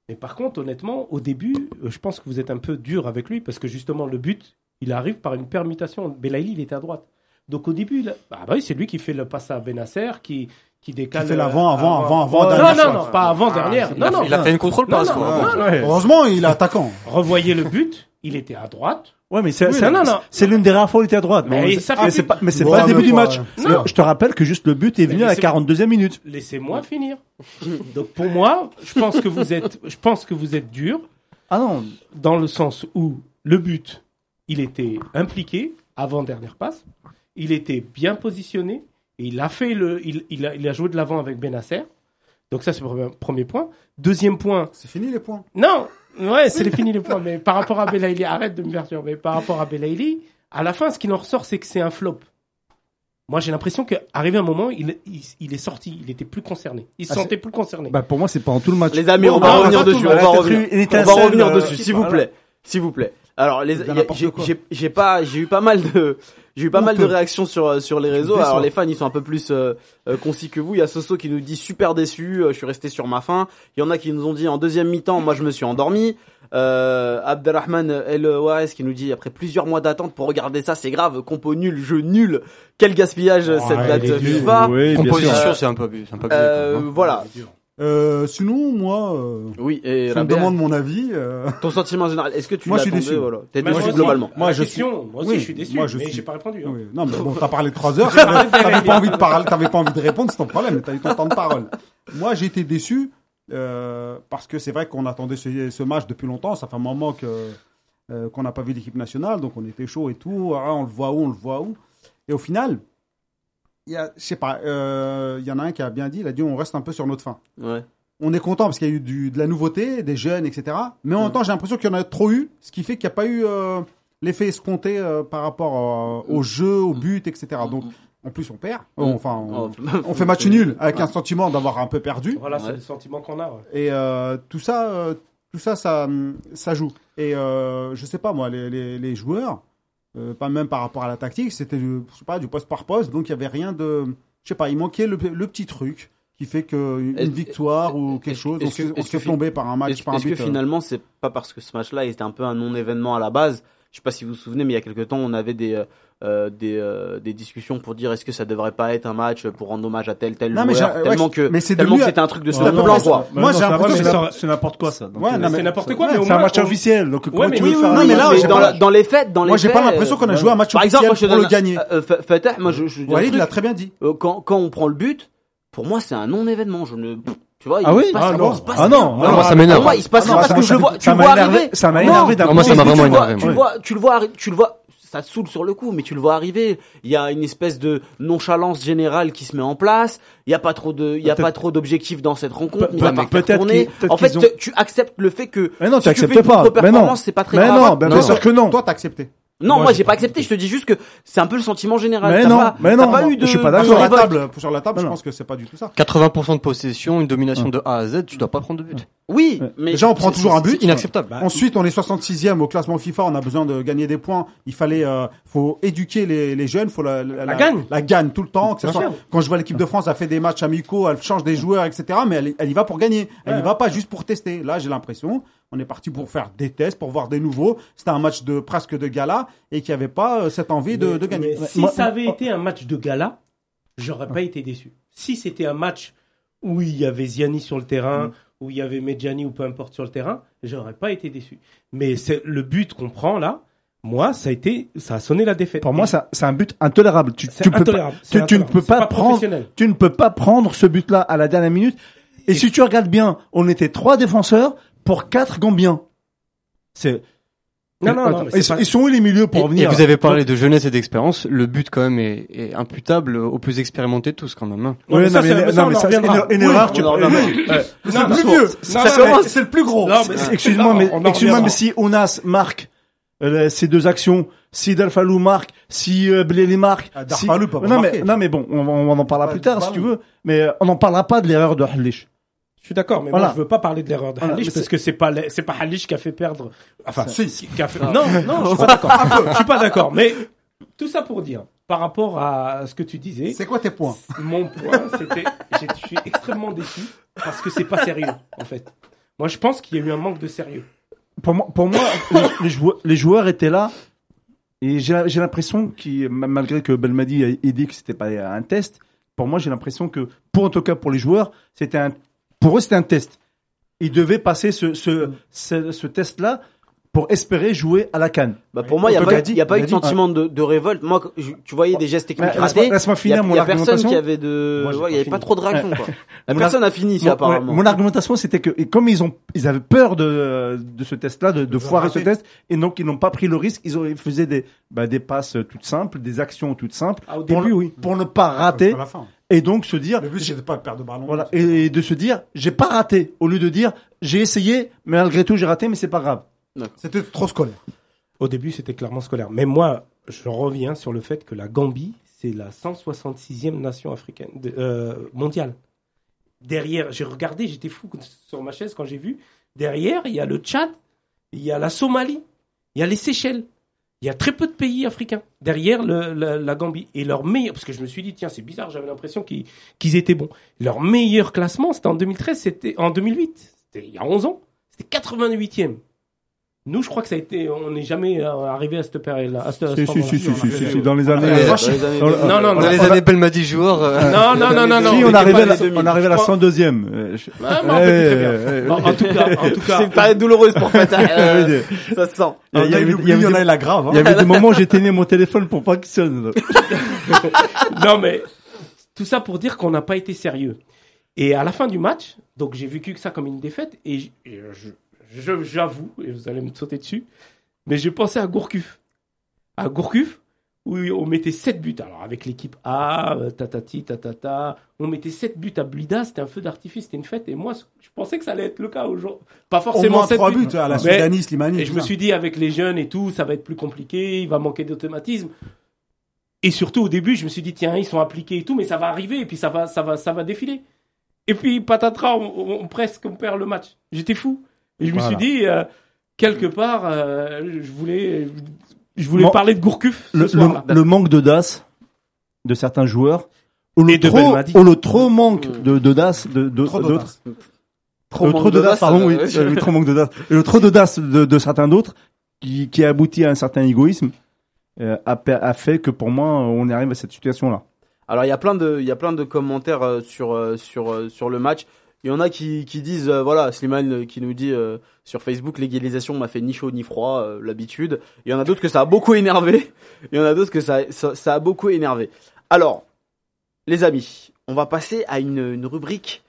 S2: Mais par contre, honnêtement, au début, euh, je pense que vous êtes un peu dur avec lui parce que justement, le but, il arrive par une permutation. Belaïli, il était à droite. Donc au début, là, bah, bah oui, c'est lui qui fait le passe à Benasser, qui, qui décale.
S4: Qui fait
S2: euh,
S4: l'avant, avant, avant, avant,
S2: Non,
S4: dernière
S2: non,
S4: fois.
S2: non, pas avant, dernière.
S5: Ah, Il a,
S2: non, non,
S5: il a fait une contrôle
S2: non,
S5: passe.
S2: non,
S5: quoi.
S2: non, non.
S4: là. Heureusement, il est attaquant.
S2: Revoyez le but, il était à droite.
S3: ouais mais c'est
S2: Oui,
S3: c'est-
S2: non, non.
S3: c'est l'une des rares fois où il était à droite
S2: Mais
S3: Bon,
S2: ça
S3: c'est-
S2: fait-
S3: c'est pas mais c'est
S4: Bon,
S3: pas le début
S4: mais
S3: du
S4: quoi,
S3: match
S4: ouais.
S2: Non.
S3: Le- je te rappelle que juste le but est venu
S2: Mais
S3: à la
S2: c'est-
S3: 42e minute
S2: Laissez-moi finir. Donc pour moi, je pense que vous êtes, je pense que vous êtes dur
S3: ah non
S2: dans le sens où le but, il était impliqué avant dernière passe, il était bien positionné et il a fait le, il, il a, il a joué de l'avant avec Benasser. Donc ça c'est le premier- premier point. Deuxième point,
S4: C'est fini les points.
S2: non, ouais, c'est fini les points. Mais par rapport à Belaïli, arrête de me perturber. Par rapport à Belaïli, à la fin, ce qu'il en ressort, c'est que c'est un flop. Moi, j'ai l'impression qu'arrivé un moment, il, il, il est sorti, il était plus concerné. Il se
S3: Ah,
S2: sentait plus concerné.
S3: bah pour moi c'est pendant tout le match
S1: Les amis, on
S2: Bon,
S1: va
S2: bah,
S1: revenir
S2: surtout,
S1: dessus. On
S2: voilà,
S1: va
S3: t'as
S1: revenir.
S3: cru une
S1: On va
S3: étincelle,
S1: revenir
S3: euh,
S1: dessus, s'il vous
S3: voilà.
S1: plaît, s'il vous plaît. Alors, les,
S4: C'est
S1: y
S4: bien
S1: a-
S4: n'importe
S1: j'ai-
S4: quoi.
S1: j'ai j'ai pas, j'ai eu pas mal de, j'ai eu pas
S4: On
S1: mal de
S4: peut.
S1: réactions sur euh, sur les réseaux.
S4: me
S1: Alors
S4: déçois.
S1: les fans, ils sont un peu plus euh, euh, concis que vous. Il y a Soso qui nous dit super déçu, euh, je suis resté sur ma faim. Il y en a qui nous ont dit en deuxième mi-temps, moi je me suis endormi. Euh, Abdelrahman El Wares qui nous dit après plusieurs mois d'attente pour regarder ça, c'est grave, compo nul, jeu nul, quel gaspillage euh,
S2: Oh,
S1: cette
S2: elle
S1: date
S2: est dure,
S1: FIFA.
S3: Oui, bien sûr.
S5: Composition,
S1: Euh,
S5: c'est un peu abusé. c'est un peu abusé,
S1: Euh,
S5: quand même, hein.
S1: voilà.
S4: Euh, sinon, moi, euh,
S1: Oui, et
S4: je
S1: la
S4: me
S1: BR.
S4: demande mon avis. euh,
S1: ton sentiment général, est-ce que tu
S4: Moi, je suis
S1: l'attendais,
S4: déçu.
S1: voilà T'es déçu
S2: Mais Bah, moi aussi,
S1: globalement.
S2: Moi,
S4: Moi,
S2: je
S4: je
S2: question, moi aussi,
S4: Oui,
S2: je suis déçu,
S4: moi, je
S2: mais
S4: suis-
S2: j'ai pas répondu. hein.
S4: oui. Non, mais bon, t'as parlé trois heures. T'avais t'avais pas envie de parler, t'avais pas envie de répondre, c'est ton problème. T'as eu ton temps de parole. Moi, j'ai été déçu euh, parce que c'est vrai qu'on attendait ce, ce match depuis longtemps. Ça fait un moment que euh, qu'on n'a pas vu l'équipe nationale, donc on était chaud et tout. Ah, on le voit où, on le voit où. Et au final, il y a, je sais pas, euh, il y en a un qui a bien dit, il a dit, on reste un peu sur notre fin.
S1: Ouais.
S4: on est content parce qu'il y a eu du- de la nouveauté, des jeunes, etc. Mais en même temps, j'ai l'impression qu'il y en a trop eu, ce qui fait qu'il n'y a pas eu euh, l'effet escompté euh, par rapport euh, au jeu, au but, etc. Donc, en plus, on perd. Mm, Oh, Enfin, on, on fait match nul avec un sentiment d'avoir un peu perdu.
S2: Voilà, c'est
S1: Ouais.
S2: le sentiment qu'on a. ouais.
S4: Et euh, tout ça, euh, tout ça, ça, hum, ça joue. Et euh, je sais pas moi, les, les, les joueurs, euh, pas même par rapport à la tactique, c'était du- je sais pas du poste par poste, donc il y avait rien de, je sais pas, il manquait le, le petit truc qui fait que une
S1: Est-ce-
S4: victoire ou quelque
S1: est-ce-
S4: chose, on
S1: est-ce
S4: se,
S1: que-
S4: on
S1: est-ce
S4: se fait
S1: que-
S4: tomber par un match,
S1: Est-ce
S4: par un
S1: est-ce que
S4: but. euh,
S1: finalement, c'est pas parce que ce match-là était un peu un non-événement à la base Je sais pas si vous vous souvenez, mais il y a quelques temps, on avait des, euh, euh, des, euh, des discussions pour dire est-ce que ça devrait pas être un match pour rendre hommage à tel, tel
S4: Non, mais
S1: joueur,
S4: j'ai- ouais,
S1: tellement
S4: c'est-
S1: que
S4: mais c'est
S1: tellement que
S4: devenu-
S1: c'était un truc de
S4: c'est
S1: second
S4: à peu
S1: plan,
S4: près ça.
S2: Bah,
S1: quoi.
S4: Moi, j'ai
S3: ça va,
S4: l'impression
S3: mais
S4: que
S3: c'est- c'est n'importe quoi ça. Donc,
S4: Ouais,
S3: euh,
S4: non,
S2: Mais
S4: mais
S2: c'est n'importe quoi.
S4: ouais,
S2: mais au
S3: c'est un
S2: moins,
S3: match
S2: on-
S3: officiel. Donc comment
S2: mais
S3: tu
S2: oui,
S3: veux
S2: oui,
S3: faire
S4: oui,
S3: un
S4: non, mais
S3: match
S4: là,
S1: mais
S4: j'ai
S1: dans,
S4: pas-
S1: la- dans les faits, dans les
S4: Moi, j'ai pas
S1: faits,
S4: l'impression qu'on a
S1: euh,
S4: joué un match
S1: Par exemple,
S4: officiel
S1: moi, je te
S4: pour le
S1: donne un-
S4: gagner.
S1: euh, euh, Fatah, moi, je, je vous dis un
S4: Walid
S1: truc,
S4: l'a très bien dit.
S1: euh, quand, quand on prend le but, pour moi, c'est un non-événement. Je ne, tu vois, il
S3: Ah oui
S1: se passe-
S3: Ah
S1: il
S3: non.
S1: se passe
S3: Ah
S1: rien.
S3: non.
S5: Ah, moi, ça
S1: Pour
S5: m'énerve.
S1: moi, il se passe
S4: Ah
S1: rien
S4: non,
S1: parce
S4: ça
S1: que
S4: m'a-
S1: je le vois, tu
S3: ça
S1: le
S3: m'a
S1: vois
S3: énervé-
S1: arriver.
S3: ça m'a
S1: Non,
S3: énervé d'un
S1: tu
S5: coup. Moi, ça m'a
S1: vois-
S5: vraiment
S1: tu vois-
S5: énervé,
S1: Tu
S5: moi.
S1: le vois, tu le vois, arri- tu le vois, ça te saoule sur le coup, mais tu le vois arriver. Il y a une espèce de nonchalance générale qui se met en place. Il y a pas trop de, il y a
S3: Peut-être-
S1: pas trop d'objectifs dans cette rencontre.
S3: Pe-
S1: mis à part
S3: peut-être
S1: faire tourner.
S3: qu'ils- peut-être
S1: En fait,
S3: qu'ils ont-
S1: te- tu acceptes le fait que
S3: Mais non,
S1: si
S3: tu
S1: fais
S3: acceptes
S1: une
S3: pas. Mais non.
S1: contre-performance, c'est pas très
S3: Mais
S1: grave.
S3: non, ben, bien
S1: Non.
S3: sûr que non.
S4: Toi, t'as accepté.
S1: Non,
S3: Moi,
S1: moi
S3: j'ai
S1: j'ai
S3: pas
S1: pas accepté. Je te dis juste que c'est un peu le sentiment général.
S3: Mais
S1: T'as
S3: non,
S1: pas-
S3: mais
S1: t'as
S3: non,
S1: pas
S3: moi,
S1: eu de.
S3: je suis pas
S1: de
S4: Sur la
S3: d'accord.
S1: révolte.
S4: table, sur la table, je
S3: Non.
S4: pense que c'est pas du tout ça.
S5: 80% de possession, une domination de A à Z, tu dois pas prendre de but.
S1: Oui,
S3: Ouais.
S1: mais
S4: Déjà, on prend
S5: C'est-
S4: toujours un but. Bah,
S5: C'est inacceptable.
S4: Ah, Ensuite, on est 66e au classement FIFA, on a besoin de gagner des points. Il fallait, euh, faut éduquer les, les jeunes, faut la, la,
S2: La gagne.
S4: la gagne tout le temps. Que ce
S2: Bien
S4: soit,
S2: sûr.
S4: quand je vois l'équipe de France, elle fait des matchs amicaux, elle change des joueurs, etc. Mais elle, elle y va pour gagner. Elle
S2: Ouais.
S4: y va pas juste pour tester. Là, j'ai l'impression, on est parti pour faire des tests, pour voir des nouveaux. C'était un match de presque de gala et qu'il n'y avait pas euh, cette envie de, de gagner.
S2: Mais si
S3: Moi-
S2: ça avait été un match de gala, j'aurais pas été déçu. Si c'était un match où il y avait Ziani sur le
S3: Mm.
S2: terrain, où il y avait Medjani ou peu importe sur le terrain, j'aurais pas été déçu. Mais c'est le but qu'on prend là. Moi, ça a été, ça a sonné la défaite.
S3: Pour moi, ça- c'est un but intolérable. Tu,
S2: c'est
S3: tu peux pas,
S2: intolérable. C'est
S3: tu- tu ne
S2: intolérable.
S3: peux
S2: C'est
S3: pas prendre-
S2: professionnel.
S3: tu ne peux pas prendre ce but-là à la dernière minute. Et si tu regardes bien, on était trois défenseurs pour quatre Gambiens. C'est.
S2: Non, non, non,
S3: Attends,
S2: mais
S3: ils,
S2: c'est pas-
S3: ils sont où les milieux pour
S5: Et-
S3: revenir
S5: et vous avez parlé de jeunesse et d'expérience. Le but, quand même, est, est imputable au plus expérimenté de tous, quand même. hein.
S2: Non,
S3: Ouais,
S2: mais ça,
S3: non, mais-
S2: c'est-
S3: non,
S2: ça, on
S3: mais
S2: en
S3: ça, c'est
S2: reviendra.
S3: une- une erreur, tu-
S1: on en reviendra.
S3: Ouais.
S2: Non,
S3: le plus
S2: non,
S3: vieux.
S2: non,
S3: Ça,
S2: non,
S3: c'est-
S2: mais-
S3: c'est le plus gros.
S2: Non, mais
S3: C'est-
S4: Ah.
S2: c'est-
S3: Excuse-moi,
S2: non,
S3: mais,
S2: on en
S3: excuse-moi,
S2: reviendra.
S3: mais si Onas marque euh, ces deux actions, si Dalfalou marque, si euh, Blélé marque,
S4: Ah,
S3: si...
S4: Darfalou peut pas
S3: non mais
S4: marquer.
S3: non mais bon, on, va- on en parlera
S4: Pas
S3: plus tard si tu
S4: Darfalou.
S3: veux, mais euh, on n'en parlera pas de l'erreur de Halish.
S2: Je suis d'accord, mais
S3: Voilà.
S2: moi je veux pas parler de l'erreur de
S3: Voilà,
S2: Halish
S3: mais
S2: parce que c'est pas le- c'est pas Halish qui a fait perdre. Enfin,
S4: Si, si.
S2: qui a fait- non, non, je suis pas d'accord. je suis pas d'accord, mais tout ça pour dire, par rapport à ce que tu disais,
S4: C'est quoi tes points
S2: mon point, c'était, j'ai- je suis extrêmement déçu parce que c'est pas sérieux en fait. Moi, je pense qu'il y a eu un manque de sérieux.
S3: Pour moi, pour moi les, les joueurs, les joueurs étaient là et j'ai j'ai l'impression qu'ils, ma- malgré que Belmadi ait ait dit que c'était pas un test, pour moi j'ai l'impression que pour en tout cas pour les joueurs c'était un pour eux c'était un test. Ils devaient passer ce ce ce, test là pour espérer jouer à la canne.
S1: Bah, pour moi, il n'y a,
S3: Donc,
S1: pas
S3: t'as
S1: eu-
S3: dit-
S1: y a pas eu de
S3: t'as dit- Bah,
S1: sentiment de, de révolte. Moi, que- je- tu voyais des gestes techniques
S3: Laisse-moi-
S1: ratés.
S3: laisse-moi
S1: Il y a,
S3: finir mon
S1: y a personne
S3: argumentation.
S1: qui avait de,
S2: Moi, j'ai
S1: voilà, il
S2: pas
S1: y avait pas
S2: fini.
S1: trop de réaction, quoi. La
S3: Mon
S1: personne a fini, si,
S3: Mon-
S1: apparemment.
S3: ouais, mon argumentation, c'était que et comme ils ont, ils avaient peur de de ce test-là, de, de
S4: Ils ont
S3: foirer ce
S4: raté.
S3: test, et donc ils n'ont pas pris le risque. Ils, ont, ils faisaient des bah, des passes toutes simples, des actions toutes simples
S2: Ah, au
S3: pour,
S2: début,
S3: ne-
S2: oui.
S3: pour ne pas
S4: Raté.
S3: rater,
S4: la fin.
S3: et donc se dire
S4: Le but, c'est de pas perdre de ballon.
S3: Ah, voilà, et, et de se dire j'ai pas raté, au lieu de dire j'ai essayé, mais malgré tout j'ai raté, mais c'est pas grave.
S4: C'était trop scolaire.
S2: Au début, c'était clairement scolaire. Mais moi, je reviens sur le fait que la Gambie, c'est la 166e nation africaine de- euh, mondiale. Derrière, j'ai regardé, j'étais fou sur ma chaise quand j'ai vu. Derrière, il y a le Tchad, il y a la Somalie, il y a les Seychelles. Il y a très peu de pays africains derrière le- la, la Gambie. Et leur meilleur, parce que je me suis dit, tiens, c'est bizarre, j'avais l'impression qu'ils qu'ils étaient bons. Leur meilleur classement, c'était en 2013, c'était en 2008, c'était il y a 11 ans, c'était 88e. Nous, je crois que ça a été, on n'est jamais euh, arrivé à cette période-là. à ce- à ce moment-là.
S4: si, si, si, si,
S3: dans les
S1: Ouais,
S3: années.
S1: dans
S5: vache.
S1: les années
S3: Non,
S1: 2000.
S2: non, non,
S5: Dans les années Belmadi joueur, euh,
S2: Non, non, non, non, non.
S3: Si, on
S2: était
S3: arrivait
S2: pas
S3: à la,
S2: les 2000.
S3: on arrivait à la
S2: Je crois-
S3: 102e. euh, je-
S2: Ah, mais on peut très bien.
S3: Ouais, ouais, ouais.
S2: Bon, en tout cas, en tout cas,
S1: C'est une période douloureuse pour Fatah. Euh, ça se sent.
S3: Il y a-
S2: Ah,
S3: il y a- il y a- il y a-
S4: la grave.
S2: hein.
S3: Il y avait des moments où j'éteignais mon téléphone pour pas qu'il sonne.
S2: non mais tout ça pour dire qu'on n'a pas été sérieux. Et à la fin du match, donc j'ai vécu que ça comme une défaite et j- et je- je- j'avoue et vous allez me sauter dessus, mais j'ai pensé à Gourcuff. À Gourcuff où on mettait 7 buts. Alors avec l'équipe A, euh, tatati tatata, on mettait 7 buts à Blida, c'était un feu d'artifice, c'était une fête et moi je pensais que ça allait être le cas aujourd'hui. Pas
S4: Au
S2: forcément
S4: moins
S2: 7
S4: trois
S2: buts.
S4: buts à la
S2: Mais-
S4: Soudanie, Slimani.
S2: Et je me suis dit, avec les jeunes et tout, ça va être plus compliqué, il va manquer d'automatisme. Et surtout, au début, je me suis dit, tiens, ils sont appliqués et tout, mais ça va arriver, et puis ça va, ça va, ça va défiler. Et puis, patatras, on, on- presque, on perd le match. J'étais fou. Et je
S3: Voilà.
S2: me suis dit, euh, quelque part, euh, je voulais, je voulais
S3: Bon.
S2: parler de Gourcuff ce
S3: Le,
S2: soir-là.
S3: le- le manque d'audace de certains joueurs. Ou
S2: Et
S3: le,
S2: de
S3: trop,
S2: Belmadi. Mm.
S3: ou le trop manque de- d'audace de, de,
S4: Trop
S3: d'autres.
S4: d'autres.
S3: Euh, trop
S1: manque
S3: d'audace,
S1: d'audace,
S3: pardon,
S1: euh,
S3: oui.
S1: ouais.
S3: Euh, le trop manque d'audace. Et Le trop d'audace de, de certains d'autres qui, qui a abouti à un certain égoïsme euh, a, per- a fait que pour moi on arrive à cette situation-là.
S1: Alors il y a plein de il y a plein de commentaires euh, sur euh, sur euh, sur le match. Il y en a qui qui disent euh, voilà Slimane euh, qui nous dit euh, sur Facebook l'égalisation m'a fait ni chaud ni froid euh, l'habitude. Il y en a d'autres que ça a beaucoup énervé. Il y en a d'autres que ça, ça ça a beaucoup énervé. Alors les amis, on va passer à une, une rubrique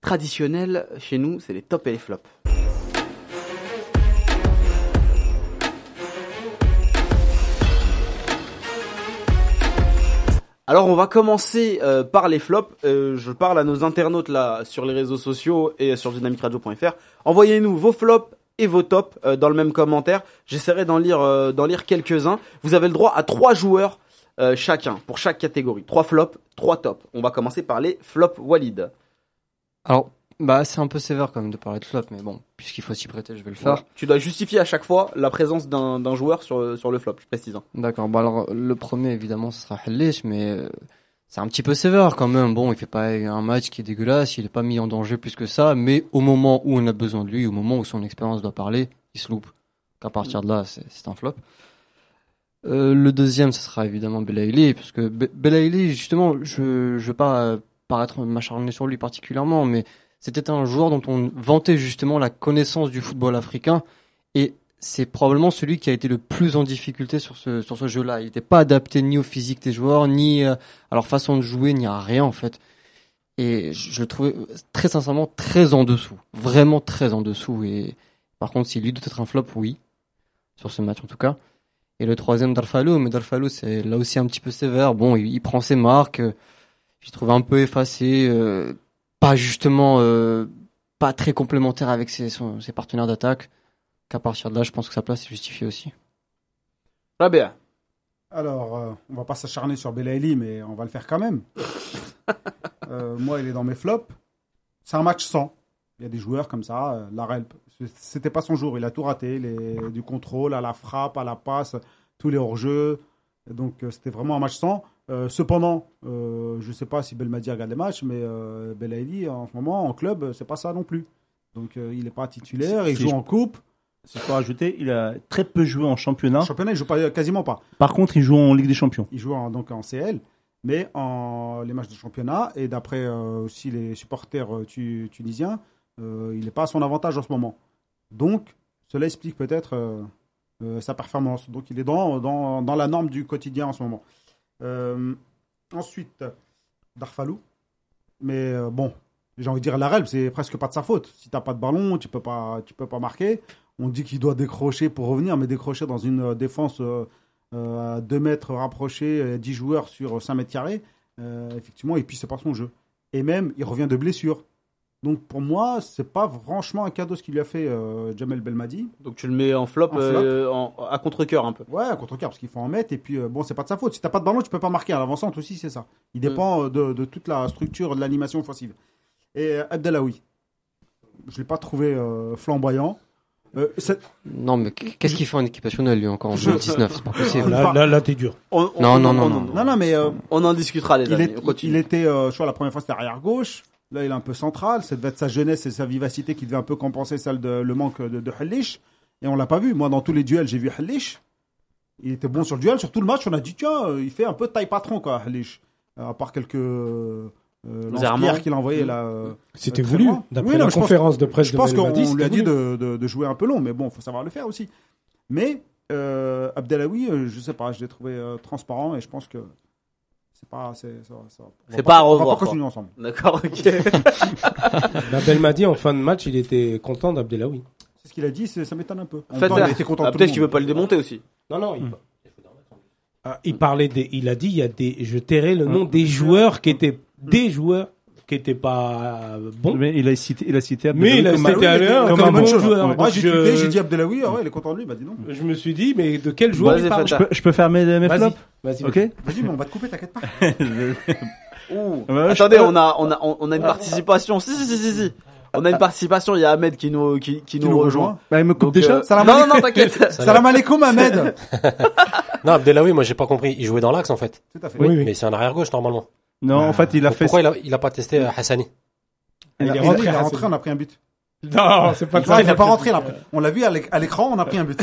S1: traditionnelle chez nous, c'est les tops et les flops. Alors on va commencer euh, par les flops. Euh, je parle à nos internautes là sur les réseaux sociaux et sur dynamicradio.fr. Envoyez-nous vos flops et vos tops euh, dans le même commentaire. J'essaierai d'en lire euh, d'en lire quelques-uns. Vous avez le droit à trois joueurs euh, chacun pour chaque catégorie. Trois flops, trois tops. On va commencer par les flops Walid.
S5: alors, bah, c'est un peu sévère quand même de parler de flop, mais bon, puisqu'il faut s'y prêter, je vais le faire.
S1: Tu dois justifier à chaque fois la présence d'un d'un joueur sur sur le flop. Je précise. hein.
S5: D'accord. Bah alors le premier évidemment ce sera Hellish, mais euh, c'est un petit peu sévère quand même. Bon, il fait pas un match qui est dégueulasse, il est pas mis en danger plus que ça, mais au moment où on a besoin de lui, au moment où son expérience doit parler, il se loupe. Qu'à partir de là, c'est c'est un flop. Euh, le deuxième, ce sera évidemment Belaïli, parce que Be- Belaïli, justement, je je veux pas euh, paraître m'acharner sur lui particulièrement, mais c'était un joueur dont on vantait justement la connaissance du football africain, et c'est probablement celui qui a été le plus en difficulté sur ce sur ce jeu-là. Il n'était pas adapté ni au physique des joueurs, ni euh, à leur façon de jouer, ni à rien en fait. Et je, je le trouvais euh, très sincèrement très en dessous, vraiment très en dessous. Et par contre, s'il lui doit être un flop, oui, sur ce match en tout cas. Et le troisième, Darfalou. Mais Darfalou, c'est là aussi un petit peu sévère. Bon, il, il prend ses marques. euh, Je le trouve un peu effacé. euh, pas justement, euh, pas très complémentaire avec ses, son- ses partenaires d'attaque. Qu'à partir de là, je pense que sa place est justifiée aussi.
S1: Rabia.
S4: Alors, euh, on va pas s'acharner sur Belaïli, mais on va le faire quand même. Euh, moi, il est dans mes flops. C'est un match sans. Il y a des joueurs comme ça. euh, la Relp, c'était pas son jour. Il a tout raté. Les, du contrôle à la frappe, à la passe, tous les hors-jeux. Donc, euh, c'était vraiment un match sans. Euh, cependant, euh, je sais pas si Belmadi regarde les matchs, mais euh, Belaïli, en ce moment, en club, euh, c'est pas ça non plus. Donc, euh, il est pas titulaire. Il
S3: Si
S4: joue
S3: je-
S4: en coupe.
S3: Si je peux rajouter, il a très peu joué en championnat.
S4: En championnat, il joue pas, euh, quasiment pas.
S3: Par contre, il joue en Ligue des Champions.
S4: Il joue en- donc en CL, mais en les matchs de championnat, et d'après euh, aussi les supporters euh, tu- tunisiens, euh, il n'est pas à son avantage en ce moment. Donc, cela explique peut-être euh, euh, sa performance. Donc, il est dans, dans, dans la norme du quotidien en ce moment. Euh, ensuite, Darfalou. Mais euh, bon, j'ai envie de dire, la règle, c'est presque pas de sa faute. Si t'as pas de ballon, tu peux pas, tu peux pas marquer. On dit qu'il doit décrocher pour revenir, mais décrocher dans une euh, défense euh, euh, à 2 mètres rapprochés, euh, 10 joueurs sur 5 mètres carrés, euh, effectivement, et puis c'est pas son jeu. Et même, il revient de blessure. Donc pour moi, c'est pas franchement un cadeau ce qu'il lui a fait euh, Jamel Belmadi.
S1: Donc tu le mets en flop,
S4: En
S1: euh, en- à contre-coeur un peu.
S4: Ouais, à contre-cœur, parce qu'il faut en mettre. Et puis, euh, bon, c'est pas de sa faute. Si t'as pas de ballon, tu peux pas marquer. À l'avancante aussi, c'est ça. Il
S5: Mm.
S4: dépend euh, de, de toute la structure de l'animation offensive. Et euh, Abdelawi, je l'ai pas trouvé euh, flamboyant. Euh, c'est-
S5: Non, mais qu'est-ce qu'il fait en équipe nationale, lui, encore en
S4: Je-
S5: 2019 C'est pas possible.
S2: Là, là, là, t'es dur.
S1: On, on-
S5: Non,
S1: on-
S5: non,
S1: on-
S5: non,
S1: on-
S5: non,
S1: on-
S4: non, non, mais euh,
S1: On en discutera les
S4: il,
S1: amis.
S4: est-
S1: on continue.
S4: il était, euh, je crois, la première fois c'était arrière gauche. Là, il est un peu central. C'est devait être sa jeunesse et sa vivacité qui devait un peu compenser celle de, le manque de, de Halish. Et on l'a pas vu. Moi, dans tous les duels, j'ai vu Halish. Il était bon sur le duel. Sur tout le match, on a dit tiens, euh, il fait un peu taille patron, quoi, Halish. À part quelques euh,
S1: Zarmans.
S4: lance-pierres qu'il a envoyé là. euh,
S2: C'était
S4: Très
S2: voulu.
S4: loin.
S2: D'après
S4: Oui, non,
S2: la
S4: je pense-
S2: conférence de presse
S4: je
S2: de
S4: pense qu'on
S2: Belmadi,
S4: lui a
S2: c'était
S4: dit
S2: voulu.
S4: de, de- de jouer un peu long, mais bon, faut savoir le faire aussi. Mais euh, Abdelawi, euh, je sais pas, je l'ai trouvé euh, transparent et je pense que c'est pas, c'est, ça, ça- on va
S1: C'est pas à
S4: on va
S1: revoir,
S4: pas continuer ensemble.
S1: D'accord, ok.
S2: Bah, Belmadi, en fin de match, il était content d'Abdelawi.
S4: C'est ce qu'il a dit, c'est- ça m'étonne un peu. En même
S1: Faites
S4: temps,
S1: faire.
S4: il était content de
S1: Ah,
S4: tout
S1: Peut-être
S4: le
S1: qu'il
S4: monde.
S1: veut pas le démonter aussi.
S2: Non, non,
S4: Hmm.
S2: il... Ah, il parlait des, il a dit, il y a des, je tairai le nom des joueurs qui étaient, des joueurs qui étaient pas euh, bons.
S3: Mais il a cité, il a cité
S2: Mais
S3: Abdelhamid
S2: il a
S3: comme
S2: cité
S3: un-
S2: à l'heure
S3: comme
S2: comme
S3: un
S2: un
S3: bon
S2: joueur.
S3: joueur.
S2: Ouais.
S4: Moi, j'ai
S2: Je-
S4: tweeté, j'ai dit Abdelawi, ah ouais, il est content de lui, bah dis donc.
S2: Je me suis dit, mais de quel joueur
S1: Vas-y,
S2: il parle
S3: Je peux, je peux faire mes, mes
S2: Vas-y,
S3: flops
S2: vas-y.
S3: Ok
S4: Vas-y, mais on va te couper, t'inquiète pas.
S1: Ouh.
S3: Ouais, je
S1: Attendez,
S3: peux-
S1: on a, on a, on on
S4: Ah.
S1: a une participation. Si, si, si, si, si. On a une participation. Il y a Ahmed qui nous, qui, qui nous rejoint.
S3: Bah, il me coupe
S1: Donc,
S3: déjà.
S1: euh,
S4: Salam
S1: non, non, non, t'inquiète.
S4: Salam alaikum, Ahmed.
S6: Non, Abdelawi, moi j'ai pas compris. Il jouait dans l'axe en fait.
S4: Tout à fait.
S2: Oui, oui.
S6: Mais c'est un arrière gauche normalement.
S3: Non, en fait, il a
S6: Donc,
S3: fait.
S6: pourquoi il a, il a pas testé euh, Hassani
S4: Il,
S2: Il est
S4: a-
S2: rentré,
S4: il est
S2: Hassan.
S4: rentré, on a pris un but.
S2: Non, c'est pas de
S4: Ah, il
S2: ça.
S4: n'est pas rentré, il a pris- on l'a vu à l'éc- à l'écran, on a pris un but.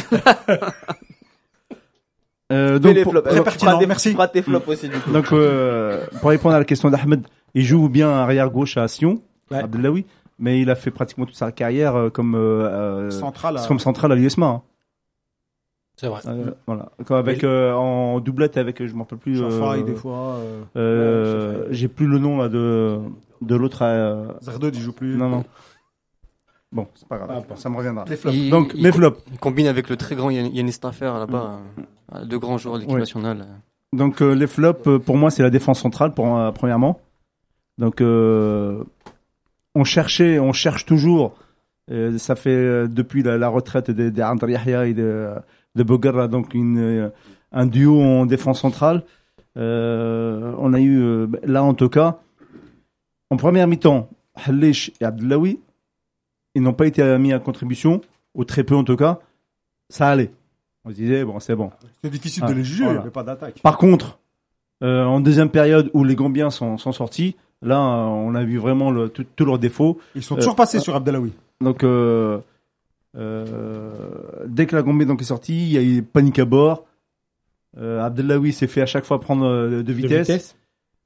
S3: euh,
S1: Fais
S3: donc,
S1: les
S3: pour-
S1: flops.
S4: très
S1: Tu
S4: pertinent,
S1: feras des-
S4: merci.
S1: tu feras tes flops aussi, du coup.
S3: donc, euh, pour répondre à la question d'Ahmed, il joue bien arrière gauche à Sion,
S2: Ouais.
S3: Abdelawi, mais il a fait pratiquement toute sa carrière euh, comme euh, euh,
S4: Central. à-
S3: comme central à l'USMA. hein.
S6: C'est vrai.
S3: Euh, voilà. Quand avec euh, en doublette avec, je m'en rappelle plus. euh,
S4: Chafaï, des fois. euh,
S3: euh,
S4: Ouais, Chafaï.
S3: J'ai plus le nom là de de l'autre. euh,
S4: Zardo, il joue plus.
S3: non non. Bon, c'est pas grave. ça me reviendra.
S4: Les flops.
S5: Il-
S3: Donc
S5: il-
S3: mes flops.
S5: Il combine avec le très grand Yan- Yanis Taffer là-bas, euh, deux grands joueurs de l'équipe
S3: Ouais.
S5: nationale.
S3: Donc euh, les flops euh, pour moi c'est la défense centrale pour euh, premièrement. Donc euh, on cherchait, on cherche toujours. Euh, ça fait euh, depuis la, la retraite de, de André Yahya et de, de Bogarra, donc une, euh, un duo en défense centrale. Euh, on a eu euh, là en tout cas en première mi-temps Halish et Abdelawi ils n'ont pas été euh, mis à contribution ou très peu en tout cas. Ça allait. On se disait bon c'est bon.
S4: C'est difficile
S3: Ah,
S4: de les juger, il n'y
S3: voilà.
S4: avait pas d'attaque.
S3: Par contre, euh, en deuxième période où les Gambiens sont, sont sortis, là, euh, on a vu vraiment le- tout- tous leurs défauts.
S4: Ils sont
S3: Euh,
S4: toujours passés sur Abdelawi.
S3: Donc, euh, euh, dès que la Gambie donc, est sortie, il y a eu panique à bord. Euh, Abdellaoui s'est fait à chaque fois prendre euh, de, vitesse.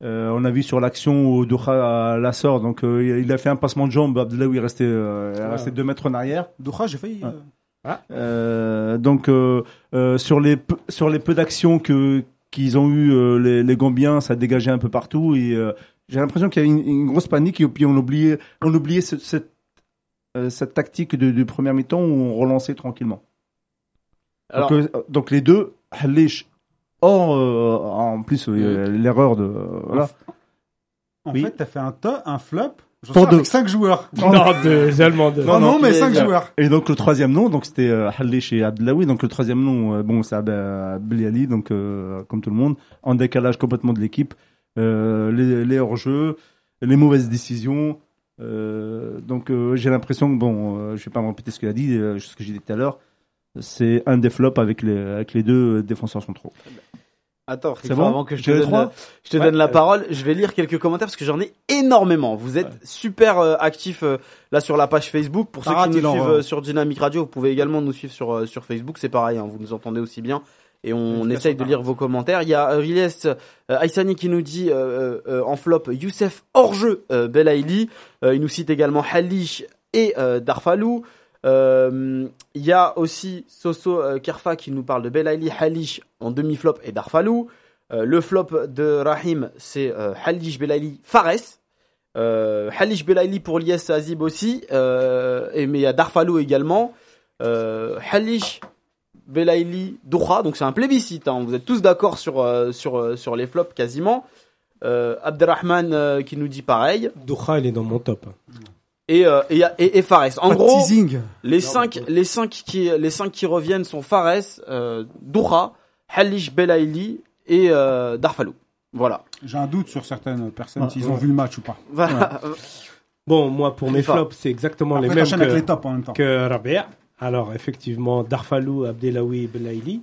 S3: Euh, on a vu sur l'action où Doha l'assort, donc euh, il a fait un passement de jambe. Abdellaoui est resté, euh, est
S2: Ouais.
S3: resté deux mètres en arrière.
S4: Doha, j'ai failli.
S3: Ouais.
S4: euh,
S3: Euh, donc euh, euh, sur les peu- sur les peu d'actions que qu'ils ont eu euh, les, les Gambiens, ça dégageait un peu partout et euh, j'ai l'impression qu'il y a une, une grosse panique et puis on oubliait on oubliait ce- cette euh, cette tactique de, de première mi-temps où on relançait tranquillement.
S1: Alors-
S3: donc, euh, donc les deux Halish hors euh, en plus euh, l'erreur de euh, voilà.
S4: En
S3: Oui.
S4: fait, t'as fait un, to- un flop. J'en
S3: Pour
S4: sors
S3: deux.
S4: avec 5 joueurs.
S2: Non, deux, seulement deux.
S4: Non, non,
S1: non,
S4: mais
S1: mais
S4: 5
S1: il y a-
S4: joueurs.
S3: Et donc le troisième nom, donc c'était euh, Halish et Abdelawi. Donc le troisième nom, euh, bon, c'est Ab- Abdelali, donc euh, comme tout le monde, en décalage complètement de l'équipe, Euh, les, les hors-jeux, les mauvaises décisions. Euh, donc euh, j'ai l'impression que bon, euh, je vais pas me répéter ce qu'il a dit, euh, ce que j'ai dit tout à l'heure. C'est un des flops avec les avec les deux euh, défenseurs centraux.
S1: Attends,
S3: C'est
S1: Christophe,
S3: bon
S1: avant que je te
S3: J'ai les
S1: donne,
S3: trois
S1: la- je te
S3: Ouais,
S1: donne la
S3: euh,
S1: parole, je vais lire quelques commentaires parce que j'en ai énormément. Vous êtes super euh, actifs euh, là sur la page Facebook. Pour ceux
S4: Tarat,
S1: qui
S4: il
S1: nous
S4: en
S1: suivent
S4: revient.
S1: euh, sur Dynamic Radio, vous pouvez également nous suivre sur, euh, sur Facebook. C'est pareil, hein, vous nous entendez aussi bien. Et on
S4: Félicitations,
S1: essaye de
S4: Tarat.
S1: lire vos commentaires. Il y a euh, Riles euh, Aïsani qui nous dit euh, euh, en flop Youssef hors-jeu euh, Belaïli. Euh, il nous cite également Halish et euh, Darfalou. Euh, il y a aussi Soso euh, Kerfa qui nous parle de Belaïli, Halish en demi-flop et Darfalou. Euh, le flop de Rahim, c'est euh, Halish Belaïli, Fares. Euh, Halish Belaïli pour Lies Azib aussi. Euh, et, mais il y a Darfalou également. Euh, Halish Belaïli, Doha. Donc c'est un plébiscite. hein. Vous êtes tous d'accord sur, euh, sur, euh, sur les flops quasiment. Euh, Abderrahman euh, qui nous dit pareil.
S2: Doha, il est dans mon top.
S1: Et, euh, et, et- et Fares. En
S4: Pas de
S1: gros.
S4: teasing.
S1: Les cinq, les cinq qui, les cinq qui reviennent sont Fares, euh, Doura, Halish Belaïli et euh, Darfalou. Voilà.
S4: J'ai un doute sur certaines personnes
S3: Ouais,
S4: s'ils ont
S2: ouais.
S4: vu le match ou pas.
S1: Voilà.
S2: Bon, moi, pour mes
S1: Clifford.
S2: flops, c'est exactement
S4: Après,
S2: les mêmes
S4: t'enchaînes avec les
S2: que,
S4: tops en même temps.
S2: que Rabia. Alors, effectivement, Darfalou, Abdelawi et Belaïli.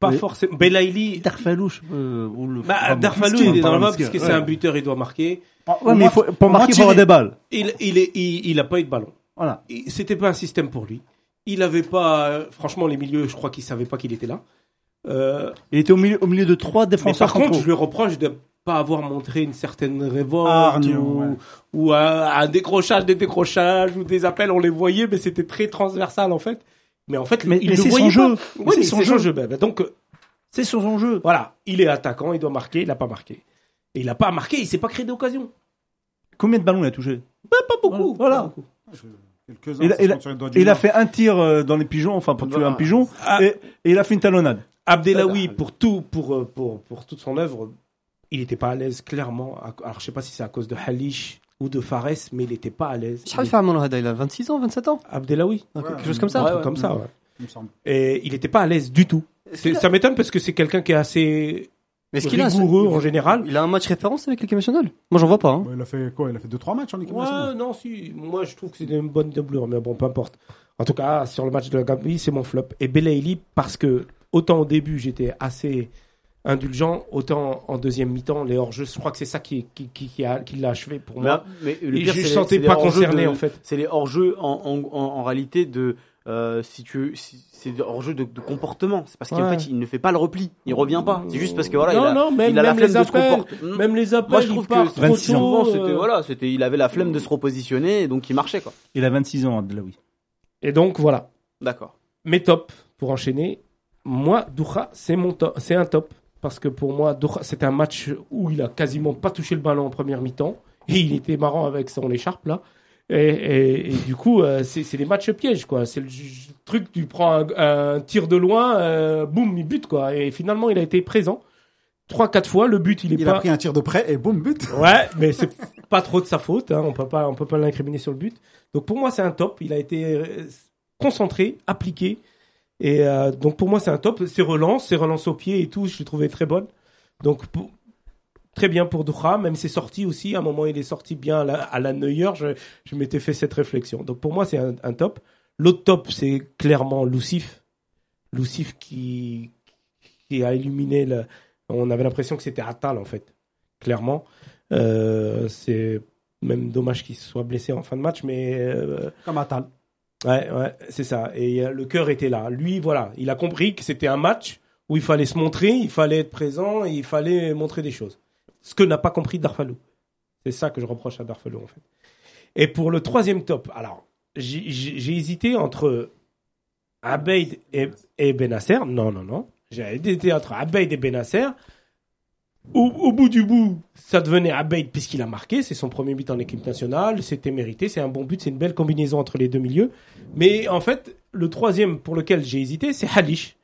S2: Pas
S3: Oui.
S2: forcément. Belaïli.
S3: Darfalou, euh, ou le.
S2: Bah, Darfalou, il est dans le vent parce que c'est un buteur, il doit marquer.
S4: Ah,
S3: Ouais, mais
S4: moi,
S3: il faut, pour
S4: moi,
S3: marquer, il faut
S4: tirer.
S3: avoir des balles.
S2: Il, il, est, il, il a pas eu de ballon.
S3: Voilà.
S2: Il- C'était pas un système pour lui. Il avait pas. euh, Franchement, les milieux, je crois qu'ils savaient pas qu'il était là. Euh,
S3: Il était au milieu, au milieu de trois
S2: mais
S3: défenseurs
S2: par contre,
S3: centraux.
S2: je lui reproche de pas avoir montré une certaine révolte
S4: Hargne,
S2: ou,
S4: ouais.
S2: ou un, un décrochage des décrochages ou des appels. On les voyait, mais c'était très transversal en fait. Mais en fait,
S3: Mais-
S2: il
S3: mais
S2: le
S3: c'est
S2: voyait pas.
S3: son jeu.
S2: Oui,
S3: Mais c'est
S2: mais
S3: son
S2: c'est son
S3: jeu.
S2: jeu. Ben, ben, donc euh,
S3: C'est sur son jeu.
S2: voilà, il est attaquant, il doit marquer, il n'a pas marqué. Et il n'a pas marqué, il s'est pas créé d'occasion.
S3: Combien de ballons il a touché
S2: Pas beaucoup.
S3: Voilà.
S2: pas beaucoup.
S4: Quelques-uns,
S3: Il a-
S4: ça se
S3: il a-
S4: compte sur les doigts
S3: Et
S4: d'une
S3: il a
S4: main.
S3: fait un tir euh, dans les pigeons, enfin pour tuer
S1: Voilà.
S3: un pigeon,
S2: Ah.
S3: et, et il a fait une talonnade.
S2: Abdelawi, pour tout, pour, euh, pour, pour toute son œuvre, il n'était pas à l'aise, clairement. À- Alors, je sais pas si c'est à cause de Halish ou de Fares, mais il n'était pas à l'aise.
S5: Je sais pas, Amon Hada, il a 26 ans, 27 ans.
S2: Abdelawi,
S5: Quelque chose comme ça.
S2: un
S1: Ouais,
S2: truc
S1: ouais.
S2: comme ça. ouais.
S4: Il me semble.
S2: Et il n'était pas à l'aise du tout. C'est- Ça m'étonne parce que c'est quelqu'un qui est assez
S5: Mais est-ce qu'il a un-
S2: rigoureux en général.
S5: Il a un match référence avec l'équipe nationale Moi, j'en vois pas. hein.
S4: Ouais, Il a fait quoi Il a fait 2-3 matchs en équipe
S2: Ouais,
S4: nationale.
S2: non, si. Moi, je trouve que c'est une bonne doublure, mais bon, peu importe. En tout cas, sur le match de la Gambie, c'est mon flop. Et Belaïli, parce que autant au début, j'étais assez indulgent, autant en deuxième mi-temps, les hors-jeux, je crois que c'est ça qui, qui, qui, qui a- qui l'a achevé pour moi.
S1: Là, mais le
S2: Et
S1: pire,
S2: je
S1: c'est les-
S2: sentais
S1: c'est les
S2: pas
S1: hors-jeux
S2: concerné,
S1: de-
S2: en fait.
S1: C'est les hors-jeux en, en, en, en réalité de euh, si tu si- c'est des hors-jeux de, de comportement. C'est parce qu'en
S2: Ouais.
S1: fait il ne fait pas le repli, il revient pas. C'est juste parce que voilà
S2: non,
S1: il a,
S2: non, même,
S1: il a la
S2: même
S1: flemme
S2: les
S1: de se
S2: appels,
S1: comporter. Mm.
S2: même les appels,
S1: Moi je trouve
S2: ils partent
S1: que
S2: trop
S3: 26 ans,
S2: tôt,
S1: souvent c'était
S2: euh,
S1: voilà c'était il avait la flemme de se repositionner et donc il marchait quoi.
S3: Il a 26 ans, Abdelawi.
S2: Et donc, voilà.
S1: D'accord.
S2: Mes tops, pour enchaîner. Moi, Doha, c'est mon top, c'est un top. Parce que pour moi, Doha, c'est un match où il a quasiment pas touché le ballon en première mi-temps. Et il était marrant avec son écharpe, là. Et, et- et du coup, euh, c'est c'est des matchs pièges, quoi. C'est le j- truc, tu prends un, un tir de loin, euh, boum, il bute, quoi. Et finalement, il a été présent. Trois, quatre fois, le but, il est
S4: Il
S2: pas...
S4: a pris un tir de près et boum, but.
S2: Ouais, mais c'est pas trop de sa faute. hein. On peut pas, on peut pas l'incriminer sur le but. Donc pour moi, c'est un top. Il a été euh, concentré, appliqué. Et euh, donc pour moi, c'est un top. Ses relances, ses relances au pied et tout, je les trouvais très bonnes. Donc pour- très bien pour Doha. Même ses sorties aussi. À un moment, il est sorti bien à la, à la Neuer. Je, je m'étais fait cette réflexion. Donc pour moi, c'est un, un top. L'autre top, c'est clairement Lucif. Lucif qui, qui a illuminé le. On avait l'impression que c'était Attal en fait, clairement. Euh, c'est même dommage qu'il soit blessé en fin de match, mais euh,
S4: Comme Atal.
S2: ouais, ouais, c'est ça. Et euh, le cœur était là. Lui, voilà, il a compris que c'était un match où il fallait se montrer, il fallait être présent et il fallait montrer des choses. Ce que n'a pas compris Darfalou. C'est ça que je reproche à Darfalou, en fait. Et pour le troisième top, alors, j'ai- j'ai j'ai hésité entre Abeid et, et Benasser. Non, non, non. J'ai hésité entre Abeid et Benasser. Au, au bout du bout, ça devenait Abeid puisqu'il a marqué. C'est son premier but en équipe nationale. C'était mérité. C'est un bon but. C'est une belle combinaison entre les deux milieux. Mais en fait, le troisième pour lequel j'ai hésité, c'est Halish.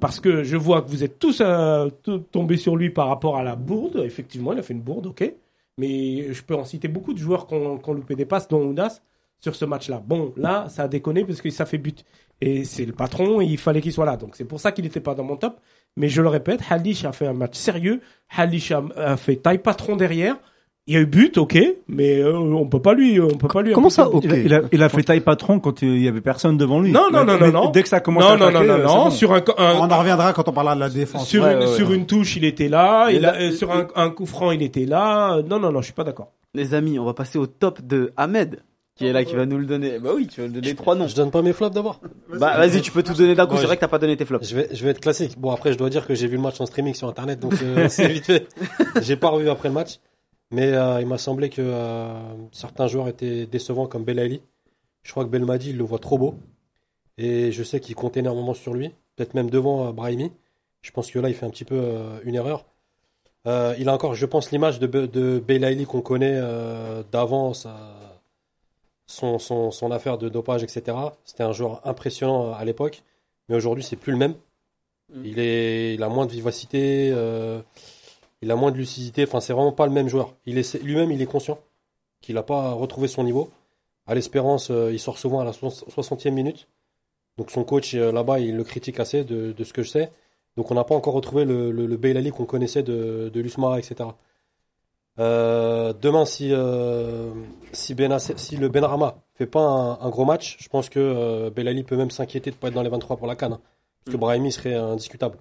S2: Parce que je vois que vous êtes tous euh, t- tombés sur lui par rapport à la bourde. Effectivement, il a fait une bourde, ok. Mais je peux en citer beaucoup de joueurs qui ont qui ont loupé des passes, dont Ounas, sur ce match-là. Bon, là, ça a déconné parce que ça fait but. Et c'est le patron, et il fallait qu'il soit là. Donc c'est pour ça qu'il n'était pas dans mon top. Mais je le répète, Halish a fait un match sérieux. Halish a, a fait taille patron derrière. Il y a eu but, ok, mais euh, on peut pas lui, on peut pas lui.
S5: Comment ça, ok
S3: Il a, il a- il a fait taille patron quand il y avait personne devant lui.
S2: Non, non,
S3: Mais-
S2: non, non,
S3: mais
S2: non.
S3: Dès que ça commence à
S2: Non, non,
S3: attaquer,
S2: non, non,
S3: euh,
S2: non.
S3: c'est bon.
S2: Sur un, co- un-
S4: On en reviendra quand on parlera de la défense.
S2: sur,
S1: Ouais,
S2: une,
S1: ouais,
S2: sur
S1: ouais.
S2: une touche, il était là.
S1: Mais
S2: Il a-
S1: là-
S2: euh, sur un, un coup franc, il était là. Non, non, non, je suis pas d'accord.
S1: Les amis, on va passer au top de Ahmed, qui est là, qui va nous le donner. Bah oui, tu vas nous donner trois noms.
S6: Je donne pas mes flops d'abord.
S1: Bah vas-y, tu peux tout donner d'un coup.
S6: Ouais,
S1: C'est vrai que t'as pas donné tes flops.
S6: Je vais, je vais être classique. Bon, après, je dois dire que j'ai vu le match en streaming sur Internet, donc euh, c'est vite fait. J'ai pas revu après le match. Mais euh, il m'a semblé que euh, certains joueurs étaient décevants, comme Belali. Je crois que Belmadi, il le voit trop beau. Et je sais qu'il compte énormément sur lui, peut-être même devant euh, Brahimi. Je pense que là, il fait un petit peu euh, une erreur. Euh, il a encore, je pense, l'image de, Be- de Belali qu'on connaît euh, d'avant sa- son, son, son affaire de dopage, etc. C'était un joueur impressionnant euh, à l'époque mais aujourd'hui c'est plus le même.
S1: Mm.
S6: Il, est, il a moins de vivacité, euh, il a moins de lucidité, enfin c'est vraiment pas le même joueur. Il est, lui-même il est conscient qu'il n'a pas retrouvé son niveau. À l'espérance, euh, il sort souvent à la 60e minute. Donc son coach euh, là-bas, il le critique assez de, de ce que je sais. Donc on n'a pas encore retrouvé le, le, le Beylali qu'on connaissait de, de l'Usmara, etc. Euh, demain, si, euh, si, Benasser- si le Benrama fait pas un, un gros match, je pense que euh, Belali peut même s'inquiéter de pas être dans les 23 pour la canne. parce que Brahimi serait indiscutable.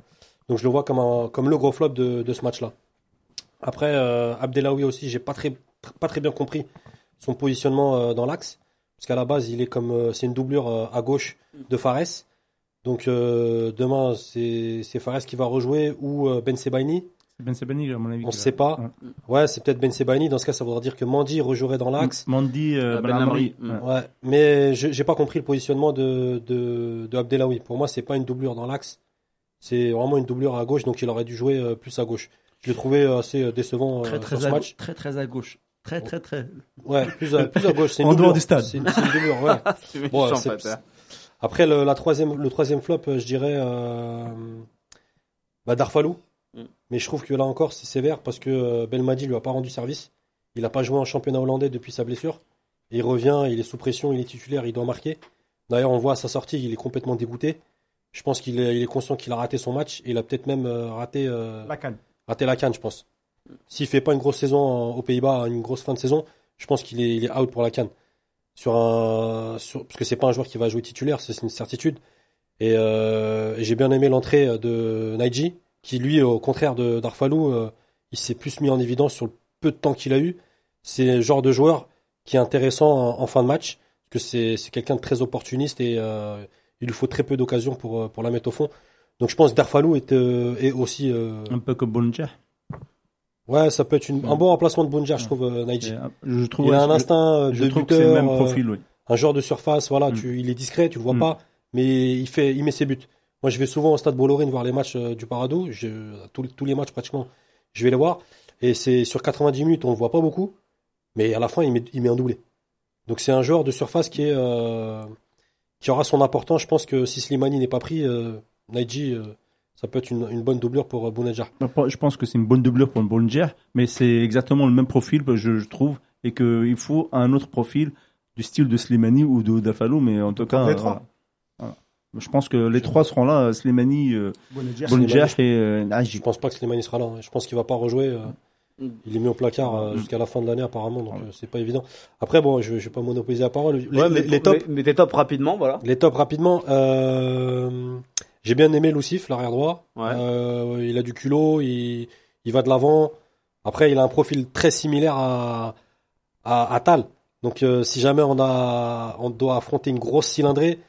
S6: Donc je le vois comme, un- comme le gros flop de, de ce match-là. Après, euh, Abdelawi aussi, j'ai pas très, tr- pas très bien compris son positionnement euh, dans l'axe. Parce qu'à la base, il est comme euh, c'est une doublure euh, à gauche de Fares. Donc euh, demain, c'est c'est Fares qui va rejouer ou euh, Ben Sebaini.
S3: Ben Sebaini, à mon avis.
S6: On
S3: qui va-
S6: sait pas.
S3: Ouais.
S6: Ouais, c'est peut-être Ben Sebaini. Dans ce cas, ça voudra dire que Mandy rejouerait dans l'axe.
S3: Mandy, euh,
S1: Euh,
S3: Ben
S1: Ben
S3: Amri.
S1: Amri.
S3: Ouais.
S6: Ouais, mais je- j'ai pas compris le positionnement de, de, de Abdelawi. Pour moi, c'est pas une doublure dans l'axe. C'est vraiment une doublure à gauche, donc il aurait dû jouer euh, plus à gauche. Je l'ai trouvé assez euh, décevant euh,
S7: Très,
S6: sur
S7: très
S6: ce
S7: à,
S6: match.
S7: très, très à gauche. Très, très, très.
S6: Ouais, plus à, plus à gauche. c'est une
S3: En dehors
S6: doublure.
S3: du stade.
S6: C'est une, c'est une doublure, ouais.
S1: Ah,
S6: Bon, ouais, c'est-
S1: hein.
S6: Après, le, la troisième, le troisième flop, euh, je dirais euh, bah, Darfalou.
S1: Mm.
S6: Mais je trouve que là encore, c'est sévère parce que euh, Belmadi lui a pas rendu service. Il n'a pas joué en championnat hollandais depuis sa blessure. Il revient, il est sous pression, il est titulaire, il doit marquer. D'ailleurs, on voit à sa sortie, il est complètement dégoûté. Je pense qu'il est, il est conscient qu'il a raté son match et il a peut-être même euh, raté euh,
S4: La canne.
S6: raté la canne, je pense. S'il fait pas une grosse saison en- aux Pays-Bas, une grosse fin de saison, je pense qu'il est, il est out pour la canne. Sur un, sur- parce que c'est pas un joueur qui va jouer titulaire, c'est une certitude. Et, euh, et j'ai bien aimé l'entrée de Naiji, qui lui, au contraire de d'Arfalou, euh, il s'est plus mis en évidence sur le peu de temps qu'il a eu. C'est le genre de joueur qui est intéressant en, en fin de match, parce que c'est c'est quelqu'un de très opportuniste et euh, il lui faut très peu d'occasions pour, euh, pour la mettre au fond. Donc je pense que Darfalou est, euh, est aussi euh,
S3: Un peu comme Bonja.
S6: Ouais, ça peut être une- un bon remplacement de Bunja, je
S3: Ouais.
S6: trouve, euh, Naiji.
S3: Et, euh, Je trouve.
S6: Il a un
S3: je-
S6: instinct euh,
S3: Je
S6: de
S3: trouve que c'est le
S6: buteur,
S3: même
S6: euh,
S3: profil, oui.
S6: un joueur de surface, voilà,
S3: Mm.
S6: tu, il est discret, tu le vois
S3: Mm.
S6: pas, mais il fait, il met ses buts. Moi, je vais souvent au stade Bollorine voir les matchs euh, du Paradou, je- tous, tous les matchs pratiquement, je vais les voir, et c'est sur 90 minutes, on le voit pas beaucoup, mais à la fin, il met, il met un doublé. Donc c'est un joueur de surface qui est, euh, qui aura son importance. Je pense que si Slimani n'est pas pris, euh, Naiji, euh, ça peut être une, une bonne doublure pour euh, Bounedjah.
S3: Je pense que c'est une bonne doublure pour Bonja, mais c'est exactement le même profil, je, je trouve, et qu'il faut un autre profil du style de Slimani ou de Dafalo, mais en tout cas.
S4: les
S3: euh,
S4: trois.
S3: voilà. Je pense que les trois seront là, euh, Slimani, euh, Bonja et euh,
S6: Je
S3: Naji.
S6: pense pas que Slimani sera là. hein. Je pense qu'il va pas rejouer. euh,
S1: Mm.
S6: Il est mis au placard euh,
S3: Mm.
S6: jusqu'à la fin de l'année apparemment, donc
S3: Voilà.
S6: euh, c'est pas évident. Après bon, je, je vais pas monopoliser la parole. Les,
S1: Ouais, mais
S6: les- les tops,
S1: mais- mais t'es top rapidement, voilà.
S6: les tops rapidement. euh, J'ai bien aimé Loussif, l'arrière droit.
S1: Ouais.
S6: Euh, il a du culot, il, il va de l'avant. Après, il a un profil très similaire à à, à Tal. Donc euh, si jamais on a on doit affronter une grosse cylindrée,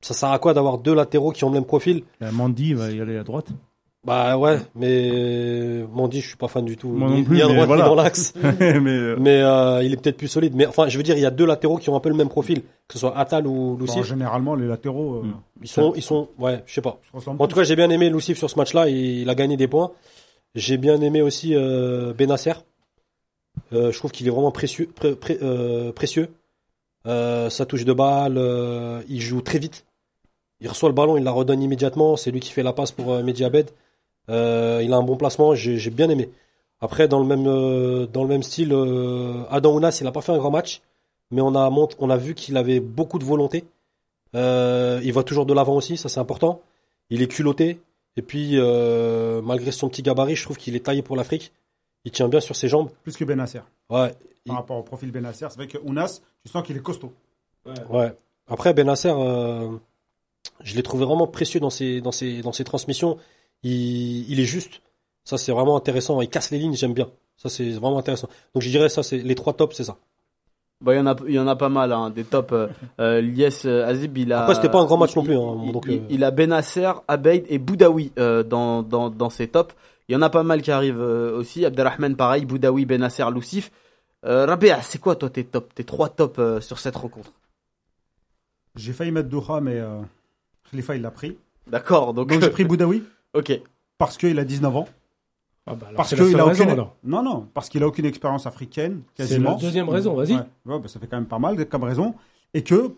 S6: ça sert à quoi d'avoir deux latéraux qui ont le même profil
S3: Mandy va y aller à droite.
S6: Bah ouais, mais Mandy, je suis pas fan du tout.
S3: Moi
S6: ni,
S3: non plus,
S6: ni à
S3: mais
S6: droite
S3: voilà.
S6: ni dans l'axe.
S3: mais euh,
S6: mais euh, il est peut-être plus solide. Mais enfin, je veux dire, il y a deux latéraux qui ont un peu le même profil, que ce soit Atal ou
S4: Bon,
S6: Lucif.
S4: généralement, les latéraux euh,
S3: Hmm.
S6: ils sont, ils sont, ouais, je sais pas.
S4: se ressemblent.
S6: En tout cas, j'ai bien aimé Lucif sur ce match-là. Il, il a gagné des points. J'ai bien aimé aussi euh, Benasser. Euh, je trouve qu'il est vraiment précieux. pré- pré- euh, précieux. Euh, sa touche de balle, euh, il joue très vite. Il reçoit le ballon, il la redonne immédiatement. C'est lui qui fait la passe pour euh, Mehdi Abed. Euh, il a un bon placement. J'ai j'ai bien aimé. Après, dans le même euh, dans le même style, euh, Adam Ounas, il n'a pas fait un grand match, mais on a mont- on a vu qu'il avait beaucoup de volonté. Euh, il va toujours de l'avant aussi, ça c'est important il est culotté. Et puis, euh, malgré son petit gabarit, je trouve qu'il est taillé pour l'Afrique. Il tient bien sur ses jambes.
S4: Plus que Benasser.
S6: Ouais, Il-
S4: Par rapport au profil Benasser, c'est vrai que Ounas, tu sens qu'il est costaud.
S6: ouais. Après, Benasser, euh, je l'ai trouvé vraiment précieux dans ses, dans ses, dans ses transmissions. Il, il est juste. Ça, c'est vraiment intéressant. Il casse les lignes, j'aime bien. Ça, c'est vraiment intéressant. Donc, je dirais, ça, c'est les trois tops, c'est ça.
S1: Bah, il y, en a- il y en a pas mal, hein, des tops. Euh, euh, Lies euh, Azib, il a.
S6: Après, c'était pas un grand match non
S1: il-
S6: plus, hein,
S1: il,
S6: donc,
S1: il-
S6: euh.
S1: il a Benasser, Abeid et Boudaoui euh, dans, dans, dans ses tops. Il y en a pas mal qui arrivent euh, aussi. Abdelrahman, pareil, Boudaoui, Benasser, Loussif. Euh, Rabea, c'est quoi toi tes tops, tes trois tops euh, sur cette rencontre
S4: J'ai failli mettre Doha, mais euh, Khalifa, il l'a pris.
S1: D'accord, donc. euh,
S4: Donc j'ai pris Boudaoui
S1: ok.
S4: parce qu'il a 19 ans.
S2: Ah bah alors,
S4: Parce
S2: c'est la
S4: qu'il
S2: seule
S4: a
S2: raison,
S4: aucune.
S2: alors.
S4: Non, non, parce qu'il a aucune expérience africaine,
S2: C'est
S4: quasiment.
S2: la deuxième raison, vas-y.
S4: Ouais, ouais, bah, ça fait quand même pas mal comme raison. Et que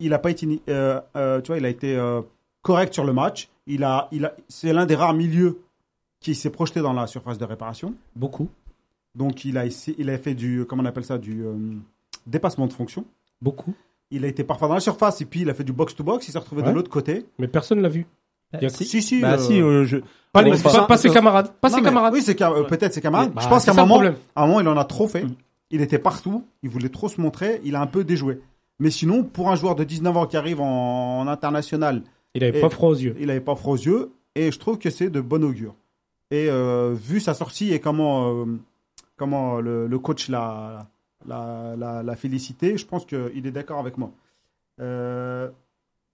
S4: il a pas été, ni- euh, euh, tu vois, il a été euh, correct sur le match. Il a, il a, c'est l'un des rares milieux qui s'est projeté dans la surface de réparation.
S2: Beaucoup,
S4: Donc il a, essayé- il a fait du, comment on appelle ça, du euh, dépassement de fonction.
S2: beaucoup.
S4: Il a été parfois dans la surface et puis il a fait du box to box. Il s'est retrouvé
S2: Ouais.
S4: de l'autre côté.
S2: Mais personne l'a vu. Il y a-
S4: Si, si.
S3: bah
S4: euh,
S3: si, euh, je-
S2: Pas, les-
S3: Ouais,
S2: pas-
S3: ça-
S2: pas ses
S3: ça-
S2: camarades. Pas
S4: non,
S2: ses
S4: mais-
S2: camarades.
S4: Oui, c'est ca- euh, peut-être ses camarades.
S2: Bah,
S4: Je pense
S2: c'est
S4: qu'à un
S2: ça le
S4: moment,
S2: problème.
S4: À un moment, il en a trop fait. Il était partout. Il voulait trop se montrer. Il a un peu déjoué. Mais sinon, pour un joueur de 19 ans qui arrive en, en international,
S2: Il avait
S4: Et-
S2: pas froid aux yeux.
S4: il n'avait pas froid aux yeux. Et je trouve que c'est de bon augure. Et euh, vu sa sortie et comment, euh, comment le, le coach l'a, l'a, l'a- l'a félicité, je pense qu'il est d'accord avec moi. Euh,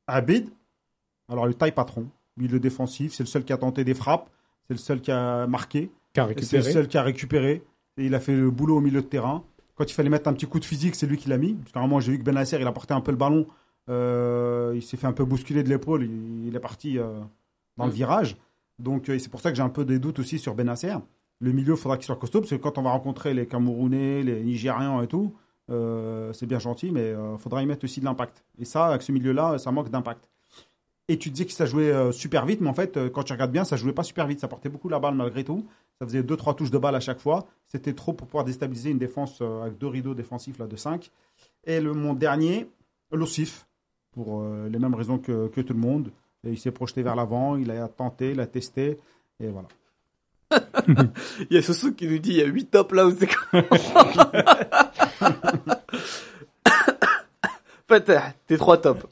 S4: Abid, alors le taille patron, milieu défensif, c'est le seul qui a tenté des frappes, c'est le seul qui a marqué.
S2: Qui a
S4: C'est le
S2: récupéré.
S4: seul qui a récupéré. Et il a fait le boulot au milieu de terrain. Quand il fallait mettre un petit coup de physique, c'est lui qui l'a mis. Parce qu'à un moment, j'ai vu que Benasser, il a porté un peu le ballon. Euh, il s'est fait un peu bousculer de l'épaule. Il, il est parti euh, dans
S2: Mm.
S4: le virage. Donc, euh, c'est pour ça que j'ai un peu des doutes aussi sur Benasser. Le milieu, il faudra qu'il soit costaud. Parce que quand on va rencontrer les Camerounais, les Nigériens et tout, euh, c'est bien gentil, mais il faudra y mettre aussi de l'impact. Et ça, avec ce milieu-là, ça manque d'impact. Et tu disais que ça jouait euh, super vite, mais en fait, euh, quand tu regardes bien, ça jouait pas super vite. Ça portait beaucoup la balle malgré tout. Ça faisait 2-3 touches de balle à chaque fois. C'était trop pour pouvoir déstabiliser une défense euh, avec deux rideaux défensifs là, de 5. Et le, mon dernier, Loussif, pour euh, les mêmes raisons que, que tout le monde. Et il s'est projeté vers l'avant, il a tenté, il a testé. Et voilà.
S1: Il y a Sousou qui nous dit il y a 8 tops là où c'est quoi Pater, tes trois tops.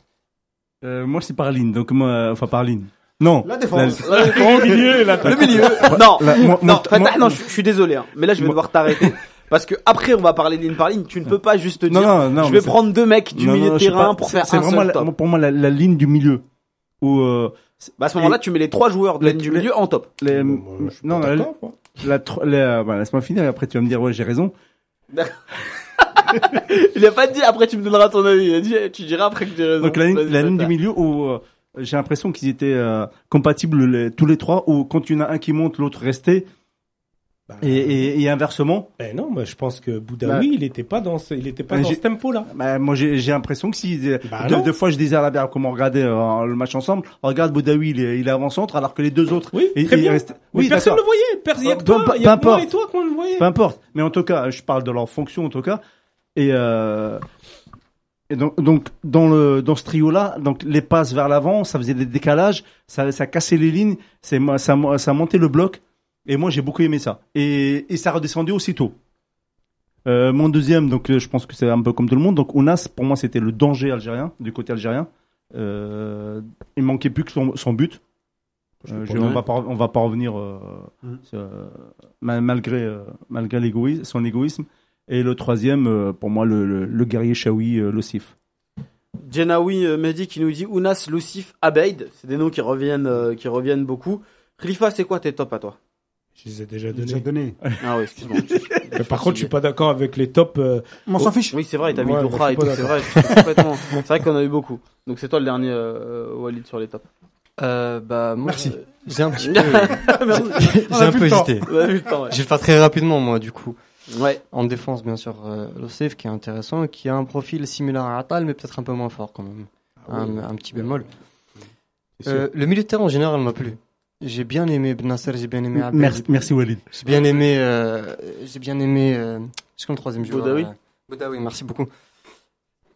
S3: euh, moi c'est par ligne, donc moi, enfin par ligne. Non.
S4: La défense.
S3: La-
S1: Le
S2: milieu, là, t'as-
S1: milieu. Non,
S3: la- moi-
S1: non,
S3: moi-
S1: Fatah,
S3: moi-
S1: non, je je suis désolé, hein, mais là je vais
S3: Moi-
S1: devoir t'arrêter parce que après on va parler ligne par ligne. Tu ne peux pas juste te dire
S3: Non, non, non,
S1: je
S3: mais
S1: vais
S3: c'est-
S1: prendre deux mecs du
S3: non,
S1: milieu
S3: non,
S1: de
S3: je sais
S1: terrain
S3: pas,
S1: pour
S3: c'est-
S1: faire
S3: C'est
S1: un
S3: vraiment
S1: seul
S3: la-
S1: top.
S3: pour moi la, la ligne du milieu. Où, euh,
S1: Bah, à ce moment-là, tu mets les trois joueurs de la
S3: Les-
S1: ligne du milieu en top.
S3: les-
S2: Bon, moi, je suis
S3: non,
S2: pas
S3: la,
S2: d'accord, moi.
S3: la tro- la- bah, laisse-moi finir, et après tu vas me dire, ouais, j'ai raison.
S1: Il a pas dit après tu me donneras ton avis. Il a dit eh, tu diras après que j'ai raison.
S3: Donc la ligne,
S1: Vas-y,
S3: la ligne du
S1: Fatah.
S3: milieu où euh, j'ai l'impression qu'ils étaient euh, compatibles les- tous les trois, où quand il y en a un qui monte, l'autre restait,
S2: Bah,
S3: et, et- et inversement.
S2: Ben non, mais je pense que Boudaoui, il était pas dans ce, il était pas
S3: Bah,
S2: dans
S3: j'ai-
S2: ce tempo là.
S3: Bah, moi j'ai j'ai l'impression que si euh,
S2: Bah,
S3: deux,
S2: non.
S3: deux fois je disais à la Berbe comment regarder euh, le match ensemble, on regarde Boudaoui il est, il est avant centre alors que les deux autres
S2: Oui,
S3: Et-
S2: très
S3: et
S2: bien.
S3: reste-
S2: Mais
S3: Oui,
S2: personne le
S3: d'accord.
S2: voyait. Personne. Il y a que
S3: Peu-
S2: toi,
S3: peu-
S2: il y a
S3: peu
S2: que moi et
S3: importe.
S2: toi qu'on le voyait.
S3: peu importe. Mais en tout cas, je parle de leur fonction en tout cas et euh, et donc, donc dans le dans ce trio là, donc les passes vers l'avant, ça faisait des décalages, ça ça cassait les lignes, c'est moi- ça mo- ça montait le bloc et moi j'ai beaucoup aimé ça. Et et ça redescendait aussitôt. Euh, mon deuxième, donc euh, je pense que c'est un peu comme tout le monde. Donc Ounas, pour moi, c'était le danger algérien, du côté algérien. Euh, il manquait plus que son, son but. Euh, je- on, va pas, on va pas revenir euh,
S4: Mhm.
S3: sur- euh, ma- malgré, euh, malgré l'égoïsme, son égoïsme. Et le troisième, euh, pour moi, le, le- le guerrier Shawi euh, Lossif.
S1: Jenawi euh, Mehdi qui nous dit Ounas, Lucif, Abeid. C'est des noms qui reviennent, euh, qui reviennent beaucoup. Rifa, c'est quoi tes tops à toi
S2: Je les ai déjà
S4: Déjà
S2: donnés.
S4: donné.
S1: Ah oui, excuse-moi.
S2: Mais par contre, je suis pas d'accord avec les tops. euh,
S4: On s'en fiche.
S1: Oui, c'est vrai, t'as mis
S2: Ouais,
S1: le
S2: moi, je
S1: et
S2: suis
S1: tout,
S2: pas
S1: c'est vrai. c'est complètement. C'est vrai qu'on a eu beaucoup. Donc c'est toi le dernier euh, Walid sur les tops.
S5: Euh, bah, moi,
S4: Merci.
S5: euh, J'ai un petit peu,
S4: On
S5: j'ai
S4: a
S5: un
S4: plus
S5: peu
S4: le temps.
S5: hésité.
S1: On a eu le temps, ouais.
S5: Je vais le faire très rapidement, moi, du coup.
S1: Ouais,
S5: En défense, bien sûr, euh, Losef, qui est intéressant, qui a un profil similaire à Atal, mais peut-être un peu moins fort quand même. un, un petit bémol. Euh, le militaire en général m'a plu. J'ai bien aimé Benasser, j'ai bien aimé Abel,
S7: Merci, merci Walid.
S5: j'ai bien aimé, euh, j'ai bien aimé, euh, c'est quoi le troisième joueur
S1: Boudaoui
S5: euh, Boudaoui, merci beaucoup.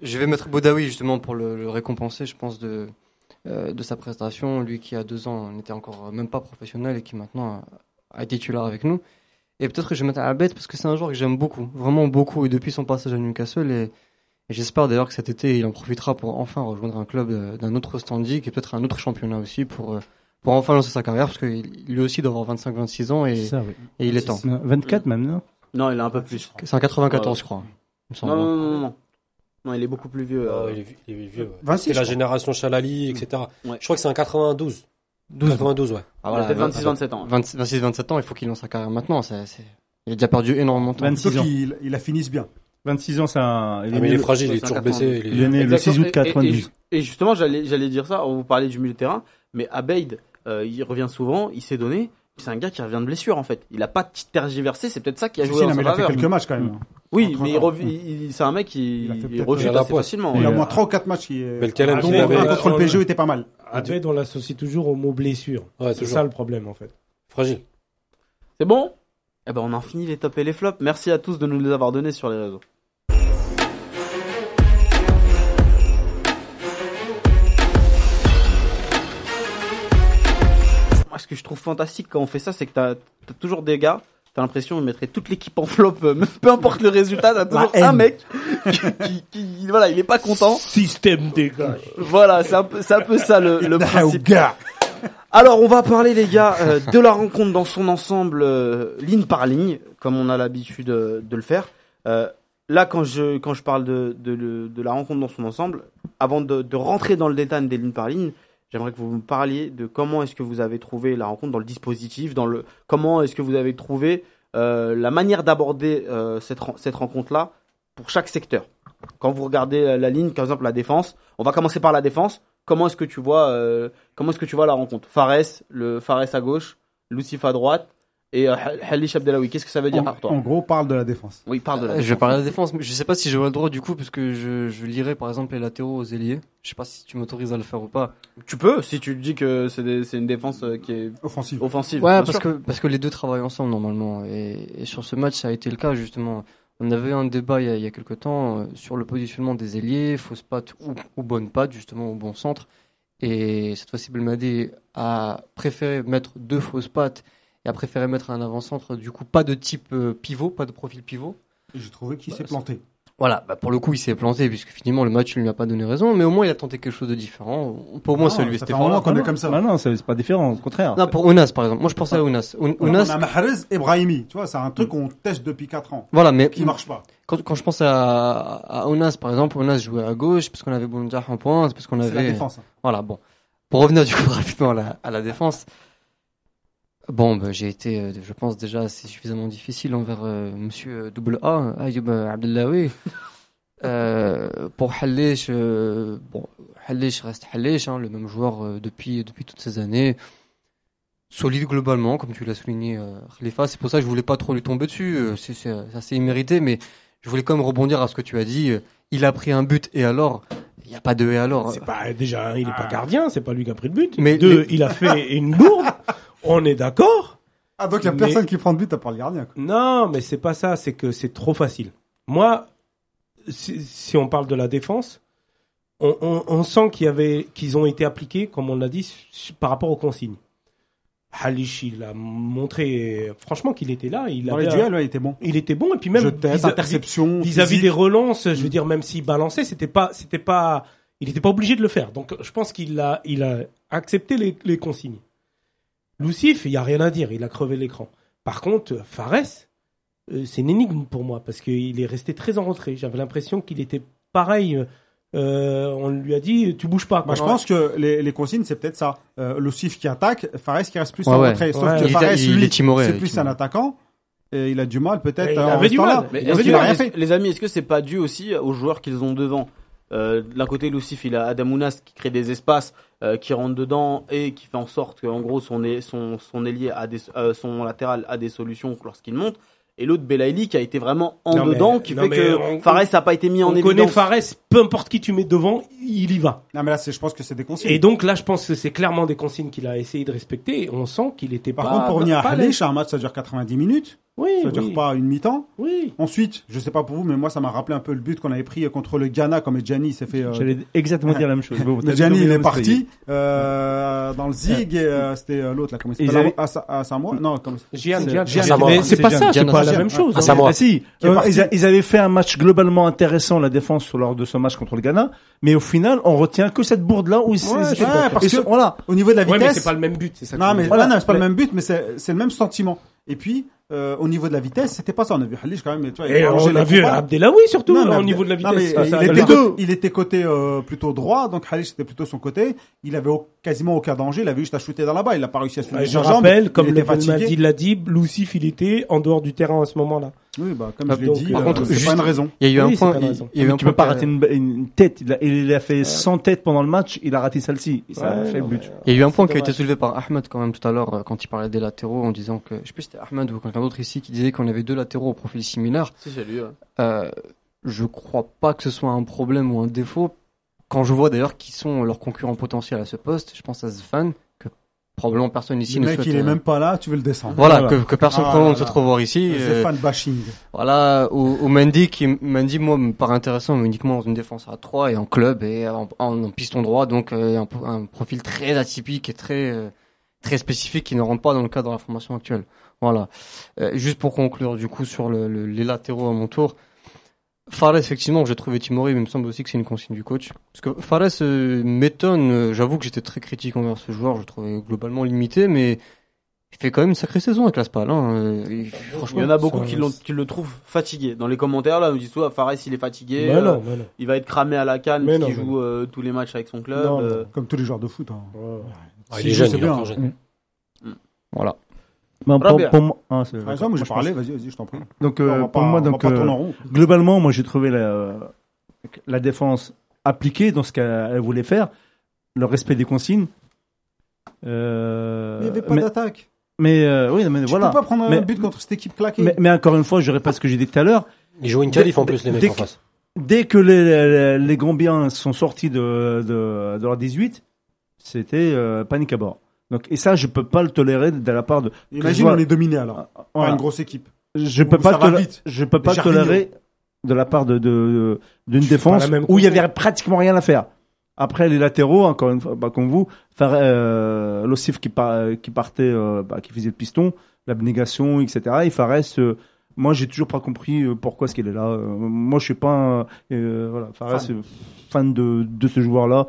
S5: Je vais mettre Boudaoui justement pour le, le récompenser, je pense, de, euh, de sa prestation. Lui qui, il y a deux ans, n'était encore même pas professionnel et qui maintenant a- a titulaire avec nous. Et peut-être que je vais mettre Abed parce que c'est un joueur que j'aime beaucoup, vraiment beaucoup, et depuis son passage à Newcastle. Et, et j'espère d'ailleurs que cet été, il en profitera pour enfin rejoindre un club euh, d'un autre standing et peut-être un autre championnat aussi pour, euh, pour enfin lancer sa carrière parce que il- lui aussi doit avoir 25-26 ans et,
S7: Ça, oui.
S5: et il est temps.
S7: Non, 24 même, non
S1: non, il a un peu plus.
S5: C'est en 94, je crois. Il me semble.
S1: Euh,
S5: hein.
S1: Non, non, non, non, non. Non, il est beaucoup plus vieux. euh,
S6: il, est, vieux- il est vieux. ouais.
S4: 26,
S6: C'est
S4: je
S6: la
S4: crois.
S6: génération Chalali, etc.
S1: Ouais.
S6: Je crois que c'est un 92.
S5: 12 ans.
S6: 92, ouais.
S1: il
S5: Ah,
S1: a
S5: voilà,
S1: peut-être 26-27 ans.
S5: 26, 26, 27 ans, il faut qu'il lance sa carrière maintenant. c'est- c'est- Il a déjà perdu énormément de temps.
S7: 26
S4: Sauf
S7: ans.
S4: qu'il il la finisse bien.
S3: 26 ans, c'est un.
S6: Ah, mais il est
S3: le-
S6: fragile,
S1: ouais,
S6: il est
S1: c'est un
S6: toujours
S1: 92.
S6: blessé. il
S3: il
S6: est-
S3: est né le
S1: Exactement.
S3: 6 août
S1: Et- et-
S3: 92.
S1: Et, justement, j'allais j'allais dire ça, on vous parlait du milieu de terrain, mais Abeid, euh, il revient souvent, il s'est donné. C'est un gars qui revient de blessure en fait. Il a pas tergiversé, c'est peut-être ça qui a
S4: Si,
S1: joué
S4: non,
S1: en sa
S4: mais il a fait
S1: faveur.
S4: quelques matchs quand même. hein.
S1: Oui,
S4: Entre-
S1: mais il rev- il- il- c'est un mec qui
S4: Il a fait
S1: il
S4: peut-être
S1: rejute
S6: à la
S1: assez
S6: poisse.
S1: facilement.
S4: Il
S1: ouais.
S4: a au
S7: euh,
S4: moins 3 ou 4 matchs qui. euh,
S6: Belkalem,
S2: Ah,
S4: dont,
S2: mais-
S4: euh,
S2: mais-
S4: contre le PSG était pas mal.
S2: Abed, on l'associe toujours au mot blessure.
S6: Ouais,
S2: C'est
S6: toujours.
S2: ça le problème, en fait.
S6: Fragile.
S1: C'est bon Eh ben on en finit les tops et les flops. Merci à tous de nous les avoir donnés sur les réseaux. Moi ce que je trouve fantastique quand on fait ça c'est que t'as t'as toujours des gars, t'as l'impression ils mettraient toute l'équipe en flop, euh, même peu importe le résultat, t'as toujours un mec qui, qui- qui- voilà il est pas content.
S2: Système dégage.
S1: Voilà c'est un peu c'est un peu ça le, le
S4: Ah, au
S1: principe.
S4: gars.
S1: Alors, on va parler, les gars, euh, de la rencontre dans son ensemble, euh, ligne par ligne, comme on a l'habitude euh, de le faire. Euh, là, quand je, quand je parle de, de, le- de la rencontre dans son ensemble, avant de, de rentrer dans le détail des lignes par ligne, j'aimerais que vous me parliez de comment est-ce que vous avez trouvé la rencontre dans le dispositif, dans le, comment est-ce que vous avez trouvé euh, la manière d'aborder euh, cette, ren- cette rencontre-là pour chaque secteur. Quand vous regardez euh, la ligne, par exemple la défense, on va commencer par la défense. Comment est-ce que tu vois euh, Comment est-ce que tu vois la rencontre Fares, le Fares à gauche, Lucif à droite et euh, Hal- Halish Abdelawi. Qu'est-ce que ça veut dire
S4: En,
S1: pour toi
S4: en gros, parle de la défense.
S1: Oui, parle de la.
S5: Euh, Je vais parler de la défense, mais je sais pas si j'aurai le droit du coup, parce que je, je lirai par exemple les latéraux aux ailiers. Je sais pas si tu m'autorises à le faire ou pas.
S1: Tu peux si tu dis que c'est des- c'est une défense euh, qui est
S4: Offensive.
S1: offensive.
S5: Ouais,
S1: bien
S5: parce
S1: sûr.
S5: que, parce que les deux travaillent ensemble normalement. Et, et sur ce match, ça a été le cas justement. On avait eu un débat il y a, il y a quelques temps euh, sur le positionnement des ailiers, fausse patte ou, ou bonne patte, justement au bon centre. Et cette fois-ci, Belmadi a préféré mettre deux fausses pattes et a préféré mettre un avant-centre, du coup, pas de type euh, pivot, pas de profil pivot.
S4: Et J'ai trouvé qu'il
S5: Bah,
S4: s'est
S5: c'est-
S4: planté.
S5: Voilà, bah pour le coup, il s'est planté, puisque finalement, le match ne lui a pas donné raison, mais au moins, il a tenté quelque chose de différent. Pour moi,
S4: Non,
S5: celui
S4: ça
S5: c'était
S4: fait un moment qu'on
S3: Ah
S4: est
S3: non,
S4: comme ça.
S3: bah non, c'est c'est pas différent, au contraire.
S5: Non, pour Ounas, par exemple. Moi, je pensais à Ounas. Ou-
S4: On
S5: Ounas,
S4: a Mahrez et Brahimi. Tu vois, c'est un truc qu'on teste depuis 4 ans.
S5: voilà, mais
S4: Qui marche pas.
S5: quand, quand je pense à, à Ounas, par exemple, Ounas jouait à gauche, parce qu'on avait Bounjah en pointe, parce qu'on
S4: C'est la
S5: avait...
S4: défense.
S5: Voilà, bon. Pour revenir du coup rapidement à la, à la défense, bon, ben, j'ai été, euh, je pense, déjà assez suffisamment difficile envers euh, monsieur euh, double A, Ayoub euh, Abdellaoui. Euh, pour Hallish, euh, bon, Hallish reste Hallish, hein, le même joueur euh, depuis, depuis toutes ces années. Solide globalement, comme tu l'as souligné, euh, Khalifa. C'est pour ça que je voulais pas trop lui tomber dessus. euh, c'est c'est- c'est assez immérité, mais je voulais quand même rebondir à ce que tu as dit. euh, Il a pris un but et alors Il n'y a pas de et alors. euh,
S2: C'est pas, déjà, il est pas gardien, c'est pas lui qui a pris le but.
S5: Mais-
S2: Deux,
S5: mais-
S2: il a fait une bourde. On est d'accord.
S4: Ah, donc il y a
S2: Mais-
S4: personne qui prend le but à part le gardien. quoi.
S2: Non, mais c'est pas ça, c'est que c'est trop facile. Moi, si, si on parle de la défense, on, on- on sent qu'il y avait, qu'ils ont été appliqués, comme on l'a dit, su- par rapport aux consignes. Halish, il a montré, franchement, qu'il était là. Il,
S4: Dans
S2: avait
S4: les
S2: un-
S4: duels, ouais, il était bon.
S2: il était bon, et puis même
S4: Je teste,
S2: vis-à-
S4: interception.
S2: vis-à-vis
S4: physique.
S2: des relances, je veux dire, même s'il balançait, c'était pas, c'était pas, il n'était pas obligé de le faire. Donc, je pense qu'il a, il a accepté les, les consignes. Lucif, il y a rien à dire, il a crevé l'écran. Par contre, Fares, euh, c'est une énigme pour moi parce qu'il est resté très en retrait. J'avais l'impression qu'il était pareil, euh, euh, on lui a dit tu bouges pas. quoi.
S4: Bah, je pense que les, les consignes, c'est peut-être ça. Euh, le Sif qui attaque, Fares qui reste plus en
S5: Ouais, ouais.
S4: retrait. Sauf
S2: Ouais.
S4: que
S5: Il est-
S4: Fares,
S5: il est
S4: lui,
S5: timoré,
S4: c'est
S5: il est
S4: plus un
S5: timoré.
S4: attaquant. Et il a du mal peut-être.
S2: Il
S4: en
S2: avait du
S4: restant
S2: mal.
S4: là.
S2: Mais
S1: Mais
S4: Parce
S1: est-ce
S4: qu'il
S1: que-
S4: a rien
S1: les-
S4: fait.
S1: Les amis, est-ce que c'est pas dû aussi aux joueurs qu'ils ont devant Euh, D'un côté, Lucif, il a Adamounas qui crée des espaces, euh, qui rentre dedans et qui fait en sorte qu'en gros, son, é- son, son ailier a des, euh, son latéral a des solutions lorsqu'il monte. Et l'autre, Belaïli, qui a été vraiment en
S2: Non, mais-
S1: dedans, qui
S2: non,
S1: fait
S2: mais
S1: que
S2: on-
S1: Fares n'a pas été mis
S2: on
S1: en
S2: connaît
S1: évidence.
S2: Fares, peu importe qui tu mets devant, il y va.
S4: Non, mais là, c'est- je pense que c'est des consignes.
S2: Et donc là, je pense que c'est clairement des consignes qu'il a essayé de respecter. et On sent qu'il était
S4: Par
S2: pas.
S4: contre, pour revenir à
S2: Bah, pas l'aise.
S4: Khalid, un match, ça dure 90 minutes.
S2: oui,
S4: Ça dure
S2: oui,
S4: pas une mi-temps.
S2: oui.
S4: Ensuite, je sais pas pour vous, mais moi, ça m'a rappelé un peu le but qu'on avait pris euh, contre le Ghana quand Medjani s'est fait. euh,
S3: J'allais exactement dire la même chose. Bon,
S4: Mais
S3: t'as
S4: Gianni,
S3: bien
S4: il est
S3: compris.
S4: parti euh, dans le zig et euh, c'était euh, l'autre là comment il
S3: Ils
S4: s'appelle
S3: avaient-
S4: Assa-
S2: Mm.
S4: Assamoah ah, non comment
S2: Gian, Gian,
S6: Gian.
S2: Gian.
S3: Mais c'est pas ça,
S5: c'est
S2: pas
S5: Gian.
S2: la même chose.
S6: Ah,
S2: hein.
S6: ça moi.
S3: Ah si,
S4: Qui est
S3: euh,
S4: parti.
S3: ils, a- ils avaient fait un match globalement intéressant la défense sur- lors de ce match contre le Ghana, mais au final on retient que cette bourde là où ils
S4: Ouais,
S3: ils-
S4: je- ouais, parce
S3: ils sont-
S4: que-
S3: voilà.
S4: au niveau de la
S2: Ouais, mais
S4: vitesse
S2: c'est pas le même but, c'est ça.
S4: non
S2: que-
S4: mais
S3: Voilà.
S4: non, non, c'est pas le
S3: Mais-
S4: même but mais c'est c'est le même sentiment et puis euh, au niveau de la vitesse c'était pas ça on a vu Halish quand même tu vois, il
S2: Et
S4: arrangeait
S2: on a
S4: les
S2: vu
S4: combats.
S2: Abdelawi surtout hein,
S4: Non, mais
S2: au
S4: Abdel-
S2: niveau de la
S4: non, mais
S2: vitesse. ça, ça
S4: il,
S2: appelle
S4: était
S2: les deux.
S4: côté, il était côté euh, plutôt droit donc Halish était plutôt son côté il avait au- quasiment aucun danger il avait juste à shooter dans la balle il a pas réussi à soulever
S2: Ouais, Bah, je
S4: sa jambe
S2: rappelle,
S4: il
S2: comme
S4: était
S2: le
S4: fatigué.
S2: Madi l'a dit, Lucif il était en dehors du terrain à ce moment-là.
S4: oui bah comme
S5: Ah,
S4: je l'ai
S2: donc,
S4: dit
S2: par
S4: euh,
S5: contre,
S4: c'est
S5: juste-
S4: pas une raison
S5: Il y a eu
S2: Oui,
S5: un
S2: c'est
S5: point.
S2: pas la raison.
S5: Il y a eu un
S3: tu peux
S5: point.
S3: pas rater une, une tête. Il a, il a fait 100 têtes pendant le match. Il a raté celle-ci. Et Ça
S2: Ouais,
S3: a fait
S2: non,
S3: but.
S5: Il y a eu un point qui a
S2: dommage.
S5: été soulevé par Ahmed quand même tout à l'heure euh, quand il parlait des latéraux en disant que je sais plus si c'était Ahmed ou quelqu'un d'autre ici qui disait qu'on avait deux latéraux au profil similaire.
S1: Si, c'est lui, ouais.
S5: Euh, je crois pas que ce soit un problème ou un défaut. Quand je vois d'ailleurs qui sont leurs concurrents potentiels à ce poste, je pense à Zfan que probablement personne ici
S4: le
S5: ne
S4: mec
S5: souhaite.
S4: il
S5: euh,
S4: est même pas là tu veux le descendre
S5: Voilà,
S3: Voilà.
S5: que, que personne
S4: Ah
S5: probablement ne
S4: là
S5: souhaite
S4: là.
S5: revoir ici.
S4: c'est
S5: euh,
S4: fan bashing
S5: Voilà, au, au Mendy, qui, Mendy, moi, me paraît intéressant, mais uniquement dans une défense à 3 et en club et en, en- en piston droit, donc euh, un, po- un profil très atypique et très, euh, très spécifique qui ne rentre pas dans le cadre de la formation actuelle. Voilà. Euh, juste pour conclure, du coup, sur le, le- les latéraux à mon tour. Fares, effectivement, j'ai trouvé Timoré, mais il me semble aussi que c'est une consigne du coach. Parce que Fares euh, m'étonne, euh, j'avoue que j'étais très critique envers ce joueur, je le trouvais globalement limité, mais il fait quand même une sacrée saison avec la SPAL. Hein. euh, il- franchement,
S1: Il y en a beaucoup
S2: ça-
S1: qui, l'ont- qui le trouvent fatigué. Dans les commentaires, là, on dit soit Fares, il est fatigué,
S2: Bah
S1: euh,
S2: non, bah non.
S1: il va être cramé à la canne,
S2: Mais
S1: parce
S2: non,
S1: qu'il
S2: mais
S1: joue euh, tous les matchs avec son club.
S2: Non,
S1: euh,
S4: comme tous les joueurs de foot hein.
S6: Ah,
S4: Si,
S6: il est jeune,
S4: c'est
S6: il est
S4: bien.
S6: encore jeune.
S5: Voilà.
S3: Ben, pour,
S1: Robert.
S3: pour moi, ah, c'est-
S4: Par exemple, j'ai
S3: je pense-
S4: parlé, vas-y, vas-y, je t'en prie.
S3: Donc
S4: On
S3: euh,
S4: va
S3: pour
S4: pas-
S3: moi,
S4: on va
S3: donc
S4: pas tourner
S3: euh,
S4: en rond.
S3: globalement, moi j'ai trouvé la, la défense appliquée dans ce qu'elle elle voulait faire, le respect des consignes. Euh,
S4: Il n'y avait pas
S3: mais,
S4: d'attaque.
S3: mais, euh, oui, mais
S4: Tu
S3: voilà.
S4: peux pas prendre un
S3: Mais-
S4: but contre cette équipe claquée.
S3: Mais, mais encore une fois, je répète ce que j'ai dit tout à l'heure.
S6: Ils jouent une
S3: Dès-
S6: qualif en plus, les
S3: dès
S6: mecs en
S3: que-
S6: face.
S3: Dès que les, les, les Gambiens sont sortis de, de, de leur 18, c'était euh, panique à bord. Donc, et ça, je peux pas le tolérer de la part de. je
S4: Imagine,
S3: vois-
S4: on est dominé alors. Par
S3: Voilà.
S4: une grosse équipe.
S3: je
S4: Ou
S3: peux pas
S4: ça va
S3: tolé-
S4: vite.
S3: je peux pas
S4: Jardineau.
S3: tolérer de la part de de- d'une
S2: pas
S3: défense
S2: la même
S3: où il y
S2: consigne.
S3: avait pratiquement rien à faire. Après les latéraux, encore une fois, bah, comme vous, faire euh, l'ossif qui, par- qui partait, euh, bah, qui faisait le piston, l'abnégation, etc. Et Fares, euh, moi j'ai toujours pas compris euh, pourquoi est-ce qu'il est là. Euh, moi je suis pas un, euh, voilà, Fares
S4: Fan.
S3: euh, fan de de ce joueur-là.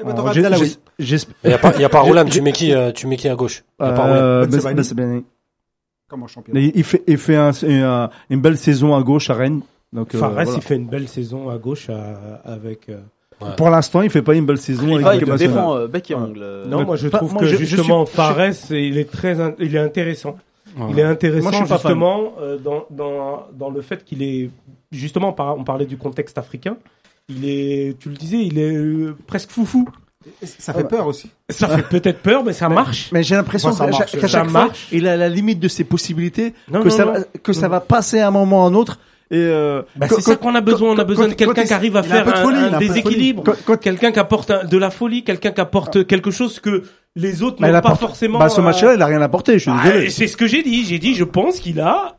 S4: Eh ben,
S3: Alors,
S4: t'auras
S3: j'ai-
S4: Abdelawi.
S3: j'ai- j'espère-
S6: Il n'y a pas, il y a pas Roulam, tu mets qui, euh, tu mets qui à gauche? Il y a pas Roulam.
S3: euh,
S4: Ben
S3: Ben-
S4: Sebaini.
S3: Ben Sebaini.
S4: Comme en championnat.
S3: il il fait, il fait un- un- une belle saison à gauche à Rennes. Donc, euh,
S2: Fares,
S3: voilà.
S2: il fait une belle saison à gauche à- avec. euh,
S6: Ouais.
S3: Pour l'instant, il fait pas une belle saison.
S1: il
S3: avec
S1: va, il
S3: l'équipe
S1: te
S3: nationale.
S1: défend euh, bec et
S3: Ouais.
S1: ongle. euh,
S2: Non, moi je
S3: pas-
S2: trouve
S3: moi,
S2: que
S3: je- je suis-
S2: justement
S3: je-
S2: Fares, il est très, in- il est intéressant. Il est intéressant
S3: Moi, je suis pas fan.
S2: justement euh, dans, dans, dans le fait qu'il est justement par- on parlait du contexte africain. Il est, tu le disais, il est euh, presque foufou.
S4: Ça fait peur aussi.
S2: Ça fait peut-être peur, mais ça marche.
S3: Mais j'ai l'impression
S4: Moi, ça
S3: qu'à
S4: marche,
S3: chaque-
S4: ça
S3: qu'à chaque fois,
S2: marche.
S3: il est à la limite de ses possibilités,
S2: Non,
S3: que,
S2: non,
S3: ça,
S2: non.
S3: va- que
S2: Non.
S3: ça va passer à un moment ou à un autre. Et euh,
S2: Bah,
S3: quand-
S2: c'est ça
S3: quand-
S2: qu'on a besoin. On a
S3: quand-
S2: besoin de
S3: quand-
S2: quelqu'un
S3: quand-
S2: qui arrive à
S4: il a un
S2: faire
S4: peu de
S2: un,
S4: folie,
S2: un
S4: il a un peu de
S2: déséquilibre,
S3: folie. Quand- quand- Ah.
S2: quelqu'un qui apporte un- de la folie, quelqu'un qui apporte quelque chose que les autres
S3: Bah,
S2: n'ont
S3: il
S2: pas
S3: apporte-
S2: forcément.
S3: bah, ce
S2: euh,
S3: match-là, il a rien apporté. Je suis
S2: Ah,
S3: désolé.
S2: c'est ce que j'ai dit. J'ai dit, je pense qu'il a.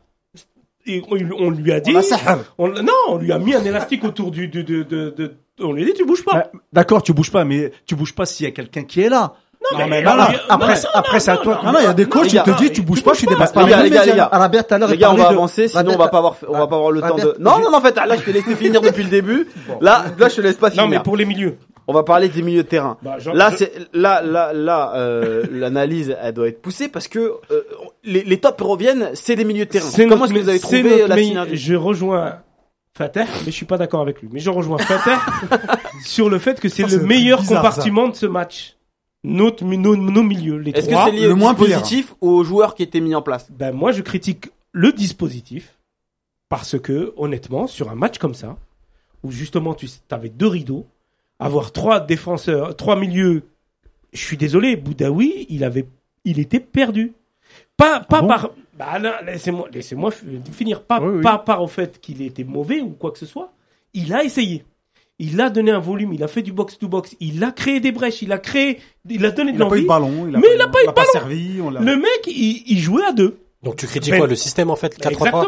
S2: Et on, on lui a dit.
S4: On a Sahar.
S2: on- non, on lui a mis un élastique autour du. du- du- de- de- on lui a dit, tu bouges pas.
S3: Bah, D'accord, tu bouges pas, mais tu bouges pas s'il y a quelqu'un qui est là.
S2: non,
S4: mais
S2: on
S4: voilà.
S2: lui a-
S3: Après,
S2: non,
S3: après, c'est à toi.
S4: Ah non, il y a des coachs,
S1: les
S4: ils
S1: gars,
S4: te disent, tu bouges pas, tu dépasses pas.
S1: Les gars, les gars, les gars.
S3: Robert, tout à l'heure,
S1: Les
S3: il
S1: gars, on
S3: parlait
S1: va
S3: de-
S1: avancer, sinon on va pas avoir, on va pas avoir le temps de.
S3: Robert,
S1: Non,
S3: je-
S1: non, non, en fait, là, je t'ai laissé finir depuis le début. Là, là, je te laisse pas
S2: Non, mais
S1: finir.
S2: pour les milieux.
S1: On va parler des milieux de terrain.
S2: Bah, genre,
S1: Là,
S2: je-
S1: c'est là, là, là, euh, l'analyse, elle doit être poussée parce que euh, les, les tops reviennent, c'est des milieux de terrain.
S2: c'est
S1: Comment est-ce que
S2: notre
S1: vous
S2: me-
S1: avez
S2: c'est
S1: trouvé
S2: notre
S1: la
S2: meille-
S1: synergie
S2: Je rejoins Fater, mais je suis pas d'accord avec lui. Mais je rejoins Fater sur le fait que c'est
S4: Ah, c'est
S2: le
S4: un truc
S2: meilleur
S4: bizarre,
S2: compartiment de ce match. Notre, mi- nos, nos milieux, les
S1: Est-ce que
S2: trois.
S1: c'est lié
S4: le
S1: au
S4: moins pire.
S1: dispositif ou aux joueurs qui étaient mis en place
S2: Ben moi, je critique le dispositif parce que honnêtement, sur un match comme ça, où justement tu avais deux rideaux, avoir trois défenseurs, trois milieux, je suis désolé, Boudaoui, il avait, il était perdu. Pas, pas
S4: Ah
S3: bon
S2: par. Bah non, laissez-moi, laissez-moi f- finir. Pas,
S3: Oui, oui.
S2: pas par au fait qu'il était mauvais ou quoi que ce soit. Il a essayé. Il a donné un volume. Il a fait du box to box. Il a créé des brèches. Il a créé. Il a donné de
S4: Il a pas
S2: l'envie.
S4: eu de ballon.
S2: Mais il a pas eu de
S4: pas
S2: ballon.
S4: servi. On l'a.
S2: Le mec, il, il jouait à deux.
S6: Donc tu critiques
S2: Ben-
S6: quoi Le système en fait 4-3-3
S2: Exactement.
S6: Ouais,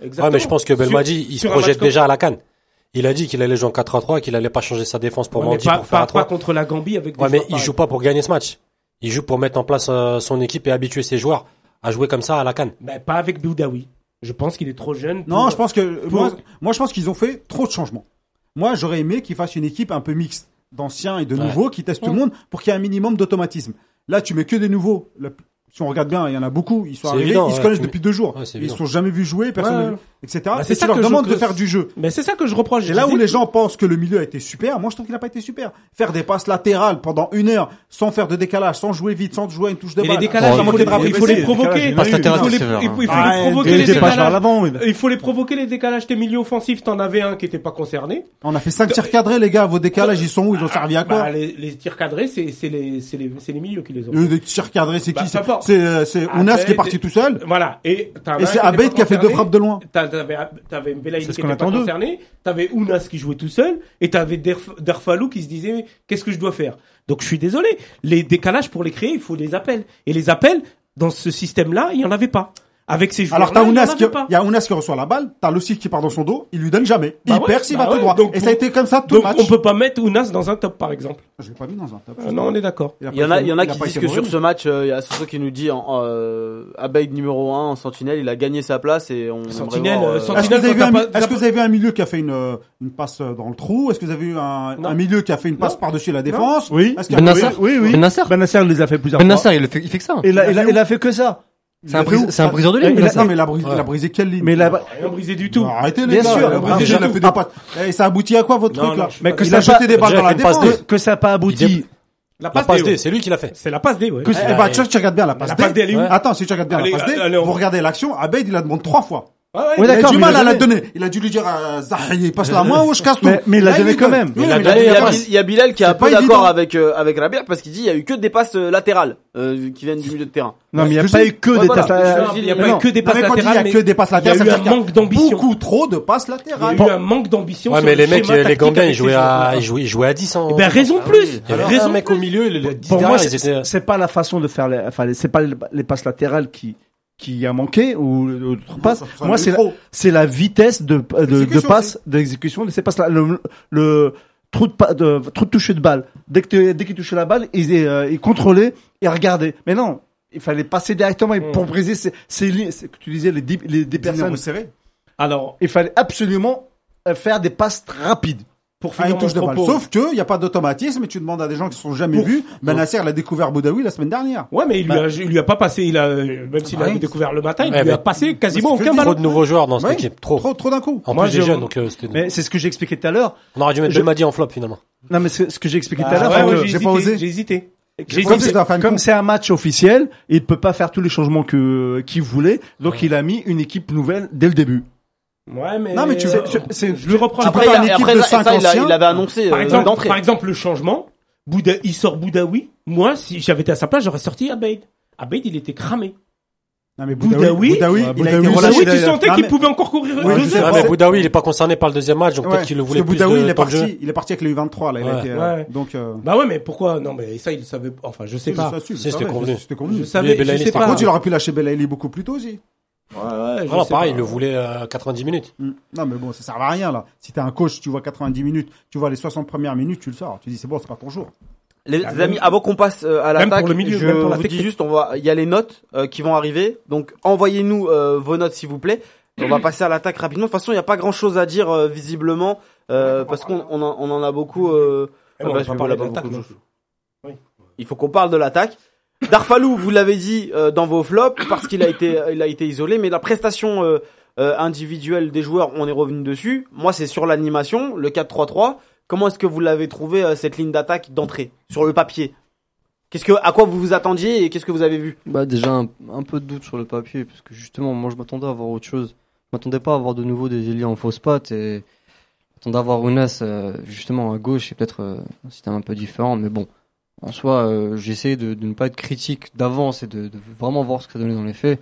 S2: Exactement.
S6: mais je pense que
S2: Sur-
S6: Belmadi, il se
S2: sur un
S6: projette
S2: match comme-
S6: déjà à la canne. Il a dit qu'il allait jouer en 4-3-3, qu'il allait pas changer sa défense pour
S2: Ouais, mais
S6: Mandy
S2: pas,
S6: pour faire
S2: pas-
S6: à 3.
S2: pas contre la Gambie avec des
S6: Ouais, mais
S2: joueurs
S6: il
S2: pareils.
S6: joue pas pour gagner ce match. Il joue pour mettre en place euh, son équipe et habituer ses joueurs à jouer comme ça à la canne.
S2: Mais pas avec Boudaoui. Je pense qu'il est trop jeune.
S4: Non,
S2: pour-
S4: je pense que euh,
S2: pour-
S4: moi, moi, je pense qu'ils ont fait trop de changements. Moi, j'aurais aimé qu'ils fassent une équipe un peu mixte d'anciens et de
S6: Ouais.
S4: nouveaux qui testent tout le monde pour qu'il y ait un minimum d'automatisme. Là, tu mets que des nouveaux. La- si on regarde bien, il y en a beaucoup. Ils sont
S6: C'est
S4: arrivés,
S6: évident,
S4: ils se
S6: ouais.
S4: connaissent
S6: Mais-
S4: depuis deux jours.
S6: Ouais, c'est
S4: ils
S6: évident.
S4: se sont jamais vus jouer, personne
S2: Ouais.
S4: n'a vu, etc.
S2: Bah, c'est
S4: c'est
S2: ça
S4: ça leur
S2: que je
S4: demande de
S2: creuse.
S4: faire du jeu.
S2: Mais c'est ça que je reproche.
S4: Et
S2: Je
S4: là où
S2: dis-
S4: les gens pensent que le milieu a été super, moi je trouve qu'il n'a pas été super. Faire des passes latérales pendant une heure, sans faire de décalage, sans jouer vite, sans jouer à une touche de
S2: Mais les
S4: balle. Oh,
S2: décalages,
S4: ça
S2: Oh, il faut
S4: manquait
S2: les,
S4: de rapidité.
S2: il faut les
S3: décalages,
S2: provoquer.
S3: il y en a eu.
S2: Il faut les,
S5: Passe latéral,
S2: il faut- il faut
S3: Ah,
S2: les provoquer
S3: des-
S2: les
S3: des passes vers
S2: décalages.
S3: l'avant. oui.
S2: Il faut les provoquer les décalages. Tes milieux offensifs, t'en avais un qui était pas concerné.
S4: On a fait 5 tirs cadrés, les gars. Vos décalages, ils sont où Ils ont servi à quoi
S2: Bah, les, les tirs cadrés, c'est c'est les, c'est les, c'est les milieux qui les ont.
S4: Le des tirs cadrés, c'est
S2: Bah,
S4: qui
S2: peu
S4: C'est-
S2: importe.
S4: C'est euh, c'est Ounas
S2: Après,
S4: qui est parti
S2: t'es-
S4: tout seul.
S2: Voilà. Et, t'as un
S4: Et
S2: mec
S4: c'est
S2: était
S4: Abed
S2: pas
S4: qui a fait deux
S2: concerné.
S4: frappes de loin.
S2: T'as- T'avais t'avais Mbelaïd
S3: C'est
S2: qui
S3: ce qu'on
S2: était pas
S3: attendait.
S2: concerné, t'avais Ounas qui jouait tout seul, et t'avais Derf- Derfalou qui se disait qu'est-ce que je dois faire. Donc je suis désolé, les décalages pour les créer, il faut des appels. Et les appels, dans ce système-là, il n'y en avait pas. Avec ces joueurs
S4: Alors t'as
S2: il n'y en
S4: Ounas qui,
S2: avait pas.
S4: il y a Ounas qui reçoit la balle, t'as Lossy qui part dans son dos, il lui donne jamais.
S2: Bah
S4: il
S2: ouais,
S4: perd s'il
S2: bah
S4: va tout
S2: ouais,
S4: droit.
S2: donc
S4: et
S2: pour-
S4: ça a été comme ça tout
S2: Donc
S4: le match.
S2: on peut pas mettre Ounas dans un top, par exemple.
S4: Je l'ai pas mis dans un top.
S2: Euh, non, on est d'accord.
S4: Il a
S1: Il y en
S4: pas
S1: a,
S4: été-
S1: il y en a
S4: il
S1: qui
S4: pas
S1: disent
S4: été
S1: que sur
S4: mauvais.
S1: ce match, euh, il y a Soso qui nous dit en, euh, Abeille numéro 1 en sentinelle, il a gagné sa place et on aimerait
S2: Sentinelle,
S1: voir,
S2: euh,
S4: Est-ce que, vous avez vu
S2: Quand
S4: un,
S2: t'as
S4: mi-
S2: pas-
S4: est-ce que vous avez vu un milieu qui a fait une, euh, une passe euh, dans le trou Est-ce que vous avez vu un,
S2: Non.
S4: un milieu qui a fait une passe
S2: Non.
S4: par-dessus la défense
S3: Oui.
S4: Est-ce qu'il y a-
S5: Ben Nasser,
S3: Oui, oui.
S5: Ben Nasser.
S3: Ben Nasser les a fait plusieurs
S5: Ben
S3: fois.
S5: Nasser, il, le fait, il fait que ça.
S3: Et là, il a- il a fait que ça.
S5: C'est un,
S4: il a fait
S5: brise-
S4: où
S5: c'est un briseur de
S3: Il
S5: ligne.
S3: a-
S5: Nasser.
S4: Non mais il a brisé,
S6: Ouais.
S4: il a brisé quelle ligne
S3: Mais là,
S2: Rien brisé du tout.
S4: Bah, Arrêtez les
S3: Bien
S4: gars,
S3: sûr,
S4: il a
S3: bah,
S4: brisé,
S3: déjà
S4: il a fait des pattes. Et ça aboutit à quoi votre
S2: Non,
S4: truc hein.
S2: non,
S4: là
S2: je suis
S3: Mais
S2: pas
S3: que
S4: Il
S3: ça
S4: a
S3: a
S4: jeté
S3: pas-
S4: des balles
S6: déjà,
S4: dans la
S6: il fait une passe
S4: défense.
S6: de-
S3: que, que ça n'a pas abouti.
S2: La
S6: La
S2: passe,
S6: passe
S2: D,
S6: D,
S2: ouais.
S6: c'est lui qui l'a fait.
S2: C'est la passe D, E ouais.
S4: E Que-
S2: Ouais.
S4: eh ben, tu vois, tu regardes bien la passe
S2: La passe D, E elle est où
S6: Ouais.
S4: Attends, si tu regardes bien
S2: Allez,
S4: la passe D,
S2: allez, on-
S4: vous regardez l'action, Abed il la demande trois fois.
S2: Ouais, ouais,
S3: Ouais,
S4: Il a
S3: d'accord,
S4: du
S3: mais
S4: mal
S3: il a
S4: à la
S3: donné.
S4: donner. Il a dû lui dire à Zahri, passe la moi ou je casse tout.
S3: Mais- mais il l'a
S4: Là,
S3: donné
S4: lui
S3: quand
S4: donne.
S3: même.
S4: Oui,
S6: Il
S4: mais
S6: l'a
S4: il
S1: Il
S4: a
S1: y,
S6: donné,
S4: donné
S1: a,
S4: la
S1: Bil-
S4: passe.
S1: il y a Bilal qui est
S4: C'est
S1: un peu
S4: pas
S1: d'accord
S4: évident.
S1: avec euh, avec Rabier parce qu'il dit il y a eu que des passes euh, latérales euh, qui viennent du milieu de terrain.
S3: Non, mais il n'y
S4: Ouais,
S3: a
S4: je
S3: pas
S4: sais.
S3: eu que
S1: Ouais,
S3: des
S1: voilà.
S3: tasses.
S2: Il n'y a
S3: Mais
S2: pas eu
S3: non.
S2: que des
S4: Non,
S2: passes
S4: mais quand il
S2: latérales.
S4: y a que
S2: mais
S4: des passes
S2: Il y a
S4: latérales,
S2: eu
S4: c'est-à-dire
S2: un
S4: qu'il y a
S2: manque d'ambition.
S4: beaucoup trop de passes
S2: Il y a
S4: latérales.
S2: eu un manque d'ambition.
S6: Ouais,
S2: sur
S6: mais
S2: le
S6: les mecs, euh,
S2: schéma
S6: les
S2: tactique
S6: Gambiens, ils
S2: avec
S6: jouaient
S2: ces
S6: à,
S2: joueurs-là.
S6: ils jouaient, ils jouaient à 10 en.
S2: Eh ben, raison de plus.
S4: Ah
S6: Il y avait
S2: raison
S6: un mec
S2: de
S6: au
S2: plus.
S6: milieu, les 10
S3: Pour
S6: derrière,
S3: moi,
S6: ils étaient.
S3: c'est c'est pas la façon de faire. les- Enfin, les- c'est pas les- les passes latérales qui qui a manqué ou l'autre passe.
S4: Ça- ça
S3: Moi,
S4: me
S3: c'est la,
S4: trop.
S3: c'est la vitesse de de, de
S4: Exécution
S3: passe d'exécution de ces passes là. Le, le trou de, pa- de trou de toucher de balle. Dès que tu- dès qu'il touchait la balle, il euh, il contrôlait et regardait. Mais non, il fallait passer directement et
S6: Mm.
S3: pour briser ces ces lignes c'est que tu disais les dix les dix personnes.
S4: Dinero serré.
S2: Alors,
S3: Il fallait absolument euh, faire des passes rapides.
S2: pour
S4: Ah,
S2: finir
S4: une touche de
S2: mon
S4: balle.
S2: propos-
S4: Sauf que, il n'y a pas d'automatisme et tu demandes à des gens qui sont jamais
S2: Pour-
S4: vus. Ben Nasser, il a découvert Boudaoui la semaine dernière.
S2: Ouais, mais il
S4: Bah.
S2: lui, a, il lui a pas passé, il a, euh, même s'il a
S4: Ouais.
S2: découvert le matin, il
S6: Ouais,
S2: lui a
S6: mais-
S2: passé quasiment
S4: Eh ben, Mais c'est ce
S2: aucun
S4: que je
S6: Trop
S2: ballon.
S6: de nouveaux joueurs dans cette
S4: Ouais.
S6: équipe, trop.
S4: Trop, trop d'un coup.
S6: En
S3: Moi,
S6: plus des
S3: je-
S6: jeunes, donc euh, c'était.
S3: Mais c'est ce que j'expliquais tout à l'heure.
S6: On aurait dû mettre
S3: je-
S6: Belmadi en flop finalement.
S3: Non, mais c'est ce que j'ai expliqué tout à
S2: Ah
S3: l'heure.
S2: ouais,
S3: enfin,
S2: ouais,
S3: que-
S2: j'ai
S4: j'ai
S2: hésité,
S4: pas osé.
S2: J'ai hésité.
S4: J'ai
S2: J'ai
S4: pas
S3: Comme
S4: osé.
S2: hésité.
S4: c'est la fin
S3: c'est
S4: de
S3: comme
S4: compte.
S3: c'est un match officiel, il peut pas faire tous les changements que qu'il voulait, donc il a mis une équipe nouvelle dès le début.
S2: Ouais, mais.
S4: Non, mais tu-
S2: euh,
S4: c'est-
S2: je lui reprends.
S1: Après,
S4: Après, il y a
S1: il
S4: une
S1: a-
S4: équipe
S1: après
S4: de
S1: ça,
S4: cinq
S1: ça, il, a-
S4: anciens.
S1: il avait annoncé
S2: Par
S1: euh,
S2: exemple,
S1: d'entrée.
S2: par exemple, le changement, Bouda, il sort Boudaoui. Moi, si j'avais été à sa place, j'aurais sorti Abeid. Abeid, il était cramé.
S4: Non, mais
S2: Boudaoui-
S4: Boudaoui, il a été
S2: Boudaoui,
S4: relâché.
S2: tu sentais
S4: Non,
S2: qu'il
S4: mais-
S2: pouvait encore courir
S4: Ouais,
S2: deux
S4: je sais
S2: heures.
S4: pas.
S6: Ouais, mais
S4: c'est-
S6: Boudaoui, il est pas concerné par le deuxième match, donc peut-être
S4: Ouais,
S6: qu'il le
S4: parce
S6: voulait
S4: que
S6: plus
S4: Boudaoui, il
S6: de
S4: est
S6: temps de jeu.
S4: parti, il est parti avec les U23, là, il a
S6: Ouais.
S4: été,
S2: Ouais,
S4: euh,
S2: ouais.
S4: donc, euh,
S2: Bah ouais, mais pourquoi? Non, mais ça, il le savait. Enfin, je sais
S4: ça,
S2: pas.
S4: ça, ça,
S6: Si,
S4: ça,
S6: c'était
S4: ça,
S6: convenu.
S2: Je
S4: c'était convenu.
S2: savais, je
S6: Bellamy,
S2: sais
S6: c'était
S4: Par
S2: pas.
S4: contre, il aurait pu lâcher Belaïli beaucoup plus tôt aussi.
S2: Ouais, ouais, je
S6: Non, non,
S2: sais
S6: pareil,
S2: pas.
S6: il le voulait euh, 90 minutes.
S4: Mm. Non, mais bon, ça sert à rien, là. Si t'es un coach, tu vois 90 minutes, tu vois les 60 premières minutes, tu le sors. Tu dis, c'est bon, c'est pas ton jour.
S1: Les
S2: Ah,
S1: amis,
S2: même-
S1: avant qu'on passe euh, à
S2: Même
S1: l'attaque,
S2: pour le milieu,
S1: je
S2: même pour la
S1: vous dis
S2: technique.
S1: juste, on va, il y a les notes euh, qui vont arriver, donc envoyez-nous euh, vos notes s'il vous plaît. On va passer à l'attaque rapidement. De toute façon, il n'y a pas grand-chose à dire euh, visiblement euh, parce qu'on on en, on en a beaucoup. euh,
S2: Eh ben,
S1: Ah
S2: on
S1: bah,
S2: va
S1: je
S2: pas
S1: vais pas
S2: parler de l'attaque,
S1: beaucoup
S2: non.
S1: de- Il faut qu'on parle de l'attaque. Darfalou, vous l'avez dit euh, dans vos flops parce qu'il a été, il a été isolé, mais la prestation euh, euh, individuel des joueurs, on est revenu dessus. Moi, c'est sur l'animation, le 4-3-3. Comment est-ce que vous l'avez trouvé euh, cette ligne d'attaque d'entrée sur le papier Qu'est-ce que, à quoi vous vous attendiez et qu'est-ce que vous avez vu
S5: Bah déjà un, un peu de doute sur le papier parce que justement moi je m'attendais à avoir autre chose. Je m'attendais pas à avoir de nouveau des ailiers en fausse patte et je m'attendais à avoir Ounas euh, justement à gauche et peut-être euh, un système un peu différent mais bon en soi euh, j'ai essayé de, de ne pas être critique d'avance et de, de vraiment voir ce que ça donnait dans les faits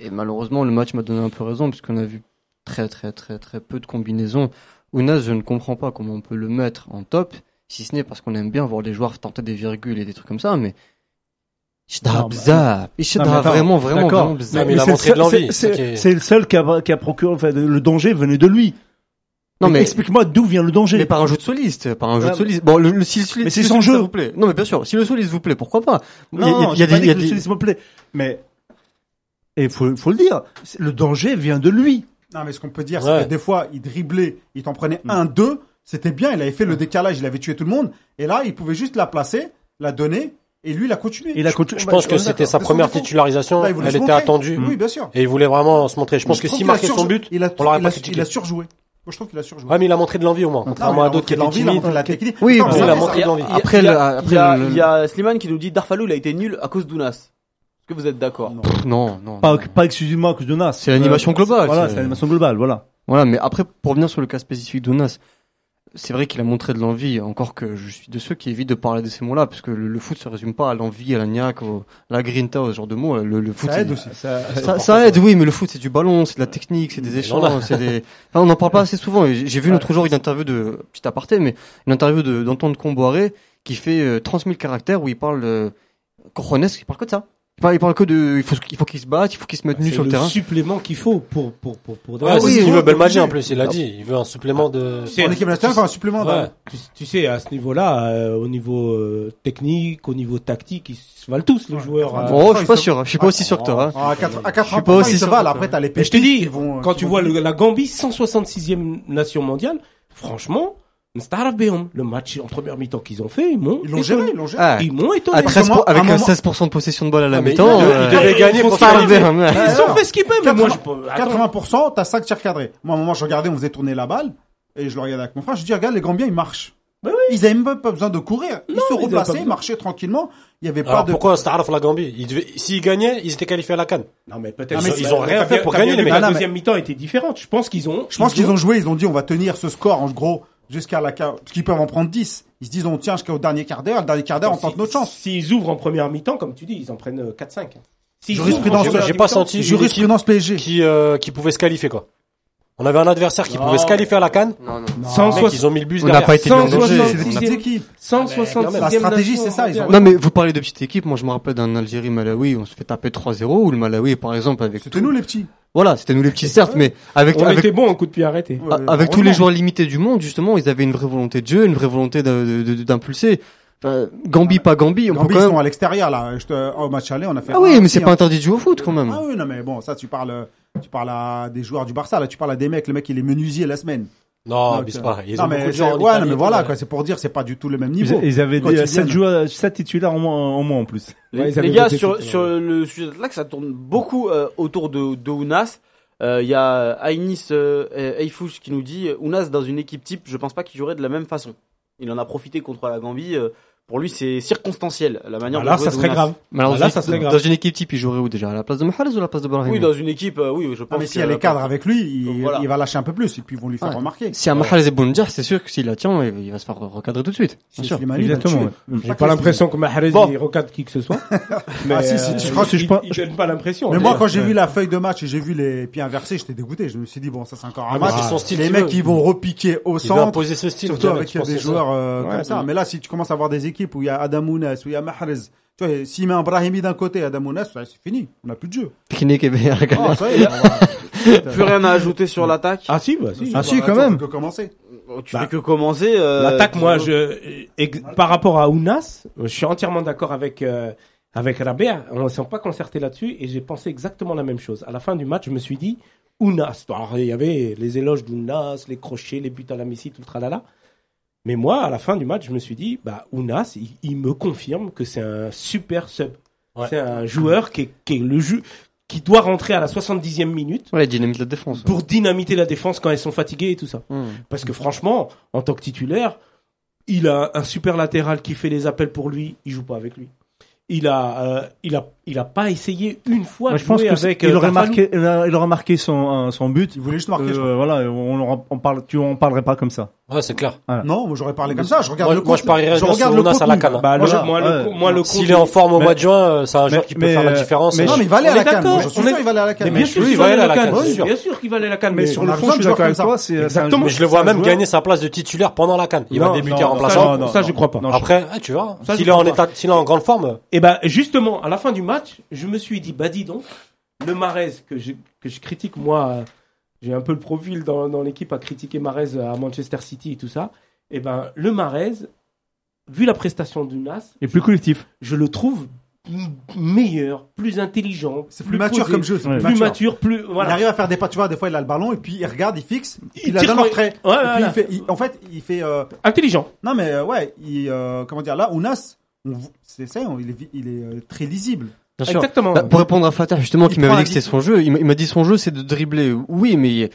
S5: et malheureusement le match m'a donné un peu raison puisqu'on a vu très très très très peu de combinaisons. Ounas je ne comprends pas comment on peut le mettre en top si ce n'est parce qu'on aime bien voir les joueurs tenter des virgules et des trucs comme ça mais
S3: Non,
S5: Shdab,
S3: bah,
S5: zap, Et Shdab,
S3: Non, mais attends,
S5: ah, vraiment, vraiment,
S3: d'accord.
S5: vraiment
S6: Non,
S5: bizarre.
S6: mais il a
S3: c'est le
S6: montré de
S3: seul-
S6: l'envie,
S3: c'est-
S6: ça qui
S3: C'est
S6: est-
S3: c'est le seul qui a, qui a procuré. Enfin, le danger venait de lui.
S5: Non, mais,
S3: explique-moi d'où vient le danger.
S5: mais par un jeu de soliste, par un jeu
S3: Ouais,
S5: de soliste. Bon, le, le- si le soliste,
S3: Mais
S5: si
S3: c'est
S5: le
S3: son
S5: soliste,
S3: jeu.
S5: ça vous plaît. Non, mais bien sûr, si le soliste vous plaît, pourquoi pas Il y a-
S3: Non,
S5: il y
S3: j'ai
S5: a
S3: pas
S5: des-
S3: dit
S5: il y a
S3: que
S5: des-
S3: le soliste me plaît. Mais et faut faut le dire, c'est- le danger vient de lui.
S4: Non, mais ce qu'on peut dire,
S6: Ouais. Mm.
S4: c'est que des fois, il driblait, il t'en prenait un, deux, c'était bien, il avait fait le décalage, il avait tué tout le monde, et là, il pouvait juste la placer, la donner, et lui, il a continué.
S3: Et la coach- bah,
S6: Je pense que c'était sa
S4: Descendez
S6: première
S4: pas.
S6: titularisation,
S4: Là, il voulait
S6: elle
S4: se
S6: était
S4: montrer.
S6: attendue
S4: Oui, bien sûr.
S6: et il voulait vraiment se montrer. Je pense
S4: Je
S6: que
S4: trouve
S6: s'il
S4: qu'il a
S6: marquait son
S4: surjou-
S6: but,
S4: il a,
S6: on l'aurait
S4: il
S6: pas
S4: a-
S6: critiqué.
S4: il a surjoué. Moi, je trouve qu'il a surjoué.
S6: ouais, mais il a montré de l'envie au moins, contrairement à d'autres qui étaient
S4: l'envie, hein, il a
S6: timides.
S4: montré la technique.
S5: Oui,
S4: Non,
S5: mais
S4: mais ça,
S5: il a
S4: mais
S6: montré
S4: ça-
S6: l'envie.
S1: Il y a-
S5: Après
S1: il y a,
S5: le- après
S1: il y a-
S5: le-
S1: il y a Slimane qui nous dit Darfalou, il a été nul à cause d'Ounas. Est-ce que vous êtes d'accord
S4: Non.
S5: Pff, non, non.
S3: Pas,
S5: non.
S3: pas exclusivement à cause de Nas.
S5: C'est l'animation
S3: Euh,
S5: globale,
S3: Voilà,
S5: c'est-
S3: c'est l'animation globale. Voilà.
S5: Voilà, mais après, pour revenir sur le cas spécifique d'Ounas, c'est vrai qu'il a montré de l'envie, encore que je suis de ceux qui évitent de parler de ces mots-là, parce que le, le foot se résume pas à l'envie, à la niaque, au- à la grinta, au ce genre de mots. Le, le foot,
S4: Ça
S5: c'est-
S4: aide aussi.
S5: Ça, ça aide, oui, mais le foot, c'est du ballon, c'est de la technique, c'est des
S6: on
S5: échanges, c'est des. Enfin, on n'en parle pas assez souvent. Et J'ai j'ai vu l'autre jour une interview de petit aparté, mais une interview de d'Antoine Comboiré qui fait euh, 30 000 caractères où il parle euh, Corones, il parle que de ça. Il parle, il parle que de. Il faut, il faut qu'il se batte, il faut qu'il se mette nu
S4: Ah,
S2: C'est
S5: sur le, terrain.
S2: supplément qu'il faut pour pour pour pour.
S6: Ouais,
S5: Ah
S6: c'est
S5: oui,
S6: ce qu'il
S5: oui,
S6: veut Belmadi
S4: obligé.
S6: en plus, il a dit. Il veut un supplément de.
S2: C'est-
S4: En équipe nationale, enfin, un supplément
S2: Ouais.
S4: d'un-
S2: Tu, tu sais, à ce niveau-là, euh, au niveau euh, technique, au niveau tactique, ils se valent tous les joueurs.
S4: Ouais.
S2: hein.
S5: Oh, je suis
S4: il
S5: pas
S4: se-
S5: sûr, je suis pas aussi sûr que toi. hein.
S4: Ah, à quatre- à
S5: Je suis pas
S4: 80%,
S5: aussi
S4: ils se
S5: sûr
S4: valent.
S5: que
S4: Après,
S5: ça.
S4: t'as les
S2: Mais je te dis,
S4: qui vont,
S2: Quand
S4: qui
S2: tu
S4: vont-
S2: vois le- la Gambie, 166e nation mondiale, franchement, Nstaraf Beyoum, le match en première mi-temps qu'ils ont fait, ils m'ont
S4: Ils l'ont
S2: étonné.
S4: géré, ils l'ont géré.
S5: Ah,
S2: Ils m'ont étonné.
S5: à 13 pour-
S4: à un
S5: avec un
S4: moment-
S5: 16% de possession de balle à la
S6: Ah, mais
S5: mi-temps.
S6: il devait-
S5: euh,
S6: il devait gagner
S5: faut
S6: pour
S5: faire
S6: s'arriver.
S5: un verre, hein.
S2: Ils ont fait ce qu'ils peuvent, mais moi, je peux- attends.
S4: 80%, t'as 5 tirs cadrés. Moi, à un moment, je regardais, on faisait tourner la balle, et je le regardais avec mon frère, je dis, regarde, les Gambiens, ils marchent.
S2: Bah
S4: Ils avaient même pas pas besoin de courir. Ils
S2: ils
S4: se
S2: avaient pas
S4: replaçaient,
S2: besoin.
S4: ils marchaient tranquillement. Il y avait pas
S6: Alors
S4: de.
S6: pourquoi Staraf la Gambie Ils devaient- S'ils gagnaient, ils étaient qualifiés à la Cannes.
S2: Non, mais peut-être
S4: Ah, mais
S2: que-
S4: ils ont
S6: rien
S2: t'as
S6: fait
S2: bien-
S6: pour
S2: t'as
S6: gagner,
S2: bien
S6: les
S2: vu
S4: mecs.
S2: que
S4: Ah,
S2: La
S4: non,
S2: deuxième mi-temps était différente. Je pense qu'ils ont.
S4: Je pense qu'ils ont joué, ils ont dit on va tenir ce score en gros jusqu'à la ca- parce qu'ils peuvent en prendre 10. Ils se disent on tient jusqu'au dernier quart d'heure, le dernier quart
S5: Bah,
S4: d'heure on tente notre chance.
S2: S'ils ouvrent en première mi-temps, comme tu dis, ils en prennent euh, 4-5. S'ils
S4: Jurisprudence, euh,
S2: ouvrent en première
S6: j'ai pas
S2: mi-temps,
S6: senti- Si,
S4: Jurisprudence PSG.
S6: Qui, euh, qui pouvaient se qualifier, quoi. On avait un adversaire qui pouvait se qualifier à la Cannes.
S5: Non, non.
S2: Sans-
S6: Mec, ils ont mis le bus
S5: On n'a
S6: derrière.
S5: pas été mis en
S4: C'est
S5: danger.
S4: des petites équipes.
S2: 166e
S4: La stratégie,
S2: nation
S4: c'est ça, ils ont-
S2: mondiale.
S5: Non mais vous parlez de petites équipes, moi je me rappelle d'un Algérie-Malawi, on se fait taper 3-0, ou le Malawi par exemple avec...
S4: C'était nous les petits.
S5: Voilà, c'était nous les petits certes, mais avec,
S2: On
S5: avec,
S2: était bon en coup de pied arrêté.
S4: Ouais,
S5: a- avec tous les
S4: heureusement.
S5: joueurs limités du monde, justement, ils avaient une vraie volonté de jeu, une vraie volonté de- de- de- d'impulser. Enfin, Gambie, pas Gambie, on
S4: Gambie,
S5: peut
S4: ils
S5: quand
S4: sont
S5: même...
S4: à l'extérieur là. Je te- Au match aller on a fait.
S5: Ah oui,
S4: un
S5: mais c'est
S4: petit,
S5: pas
S4: un-
S5: interdit de jouer au foot quand même.
S4: Ah oui non mais bon ça tu parles tu parles à des joueurs du Barça là tu parles à des mecs le mec il est menuisier la semaine.
S6: Non,
S4: Donc,
S6: mais c'est
S4: euh,
S6: pas. Ils
S4: non,
S6: ont beaucoup
S4: mais
S6: de gens
S4: c'est-
S6: en
S4: ouais non,
S6: Italie,
S4: mais voilà
S6: ouais.
S4: quoi c'est pour dire c'est pas du tout le même
S3: Ils,
S4: niveau.
S3: ils avaient
S4: Quand ils
S3: 7
S4: viennent.
S3: joueurs, 7 titulaires en moins, en moins en plus.
S1: Les,
S2: Ouais, ils
S1: les
S2: avaient
S1: gars,
S2: des
S1: sur,
S2: défauts,
S1: sur
S2: ouais.
S1: le sujet de l'axe, ça tourne beaucoup euh, autour de, de Ounas. Euh, Il y a Ainis euh, euh, Eifouche qui nous dit euh, Ounas dans une équipe type, je pense pas qu'il jouerait de la même façon. Il en a profité contre la Gambie. euh, pour lui, c'est circonstanciel la manière.
S2: Ah,
S1: de
S2: Là,
S1: jouer
S2: ça serait
S1: d'Ounas.
S2: grave.
S5: Mais alors,
S2: Ah, là,
S5: dans-
S2: ça serait grave.
S5: Dans une équipe type, ils joueraient où déjà À la place de Mahrez ou à la place de Brahim
S1: Oui, dans une équipe, euh, oui, je pense.
S4: Ah, mais s'il y a
S1: que-
S4: les cadres avec lui il,
S1: Donc, voilà.
S4: il va lâcher un peu plus et puis ils vont lui faire
S5: Ouais.
S4: remarquer.
S5: Si un Mahrez et Bounja, c'est sûr que s'il la tient, il il va se faire recadrer tout de suite.
S4: Si
S5: Bien sûr.
S4: Slimani, Ah, il va le
S3: Exactement.
S4: tuer.
S3: ouais. Mm.
S2: J'ai pas l'impression que Mahrez
S1: Bon.
S2: il recadre qui que ce soit. mais
S4: Ah, si, si, je
S2: euh,
S4: crois que
S2: il,
S3: je pense-
S2: il donne pas
S6: Oh,
S2: l'impression.
S4: Mais moi, quand j'ai
S3: Ouais.
S4: vu la feuille de match et j'ai vu les pieds inversés, j'étais dégoûté. Je me suis dit, bon, ça c'est encore un
S6: Ah, mais
S4: match.
S6: c'est son style
S4: les
S6: qu'il
S4: mecs,
S6: veut.
S4: ils vont repiquer au
S6: Ils veulent
S4: centre.
S6: imposer ce style.
S4: Surtout
S6: le gars,
S4: avec
S6: je pense hein.
S4: des
S6: que c'est
S4: joueurs euh,
S3: Ouais,
S4: comme ça.
S3: ouais.
S4: Mais là, si tu commences à avoir des équipes où il y a Adamounas, où il y a Mahrez, tu vois, s'il met un Brahimi d'un côté et Adamounas, ouais, c'est fini. On n'a plus de jeu.
S5: Kiné Kébé,
S4: Oh, ça y est, on va-
S1: Plus rien à ajouter sur l'attaque. Oh,
S2: Ah si, bah si.
S3: Ah, si,
S4: on va-
S3: quand
S4: on peut
S3: même.
S4: que commencer.
S1: tu
S2: bah,
S1: fais que commencer. euh,
S2: L'attaque,
S1: tu-
S2: moi, je, euh, ex- par rapport à Ounas, euh, je suis entièrement d'accord avec, euh, avec Rabea. On ne s'est pas concerté là-dessus et j'ai pensé exactement la même chose. À la fin du match, je me suis dit, Ounas. Alors, il y avait les éloges d'Ounas, les crochets, les buts à la Messi, tout le tralala. Mais moi, à la fin du match, je me suis dit, bah, Ounas, il, il me confirme que c'est un super sub.
S6: Ouais.
S2: C'est un joueur qui est, qui est le jeu, qui doit rentrer à la 70e minute
S5: Ouais, dynamite la défense. ouais.
S2: pour dynamiter la défense quand elles sont fatiguées et tout ça.
S5: Mmh.
S2: Parce que franchement, en tant que titulaire, il a un super latéral qui fait les appels pour lui, il joue pas avec lui. Il a, euh, il a, il a pas essayé une fois
S3: Moi,
S2: de
S3: je pense
S2: jouer
S3: que
S2: avec.
S3: c'est- il
S2: euh,
S3: aurait
S2: Tarfalou.
S3: marqué, il a- il aurait marqué son, euh, son but.
S4: Il voulait juste marquer.
S3: Euh,
S4: je crois.
S3: voilà, on, l'aura- on parle, tu en parlerais pas comme ça.
S6: Ouais, c'est clair.
S4: Non, moi j'aurais parlé comme ça. Je regarde
S6: moi,
S4: le
S6: moi, je parierais bien sur Jonas à la
S4: contenu.
S6: canne. hein.
S2: Bah, le-
S3: Moi, je-
S2: moi, le,
S3: ouais.
S2: moi, le
S6: S'il
S2: compte-
S6: est en forme au
S3: mais-
S6: mois de juin, euh, c'est un joueur
S3: mais-
S6: qui peut
S3: mais,
S6: faire la
S3: euh,
S6: différence.
S3: mais-
S6: euh,
S4: Non, mais il va aller
S2: On
S4: à la
S2: est
S4: canne.
S2: d'accord,
S4: Je suis
S2: on
S4: sûr,
S2: est-
S4: il va aller à la
S2: Mais
S4: canne.
S2: bien sûr
S6: Oui,
S2: qu'il
S6: il
S2: va
S6: va
S2: aller à la
S6: canne,
S2: canne.
S6: c'est sûr.
S2: Bien sûr qu'il va aller à la canne.
S3: Mais
S2: mais
S3: sur le
S4: a
S3: fond,
S4: besoin
S3: je suis
S4: de
S3: d'accord
S4: joueurs comme
S3: avec
S4: ça.
S3: toi. c'est- c'est un
S2: Exactement.
S3: joueur-
S6: Mais je le vois
S3: c'est un
S6: même
S3: joueur-
S6: gagner sa place de titulaire pendant la canne. Il
S3: Non,
S6: va débuter
S3: non,
S6: en
S3: ça,
S6: remplaçant.
S3: non, non,
S2: ça,
S3: non.
S2: je crois pas.
S3: Non, je-
S6: Après, ah, tu vois,
S2: Ça, je
S6: s'il est en
S2: comprends
S6: état, s'il est en grande forme,
S2: Et ben justement, à la fin du match, je me suis dit, bah dis donc, le Marez que je, que je critique, moi, euh, j'ai un peu le profil dans, dans l'équipe à critiquer Marez à Manchester City et tout ça. Et ben le Marez, vu la prestation du Nas,
S3: Il est plus collectif.
S2: je le trouve m- meilleur, plus intelligent,
S4: C'est plus mature
S2: posé,
S4: comme jeu. c'est
S3: Ouais.
S2: plus mature, plus
S4: Il
S2: voilà.
S4: arrive à faire des pas, tu vois, des fois il a le ballon et puis il regarde, il fixe, il, a
S2: tire
S4: donne un
S2: quand-
S4: retrait.
S2: Ouais,
S4: Et puis,
S2: voilà.
S4: il fait, il- en fait, il fait. euh,
S2: Intelligent.
S4: non mais euh, ouais, il, euh, comment dire là, Ounas, on v- c'est ça, on- il est, vi- il est euh, très lisible.
S5: Bien sûr.
S2: Exactement.
S5: Bah, pour répondre à Fatah, justement,
S4: Il
S5: qui m'avait
S4: prend
S5: dit que
S4: la
S5: c'était son jeu, il m'a- il m'a dit son jeu, c'est de dribbler. Oui, mais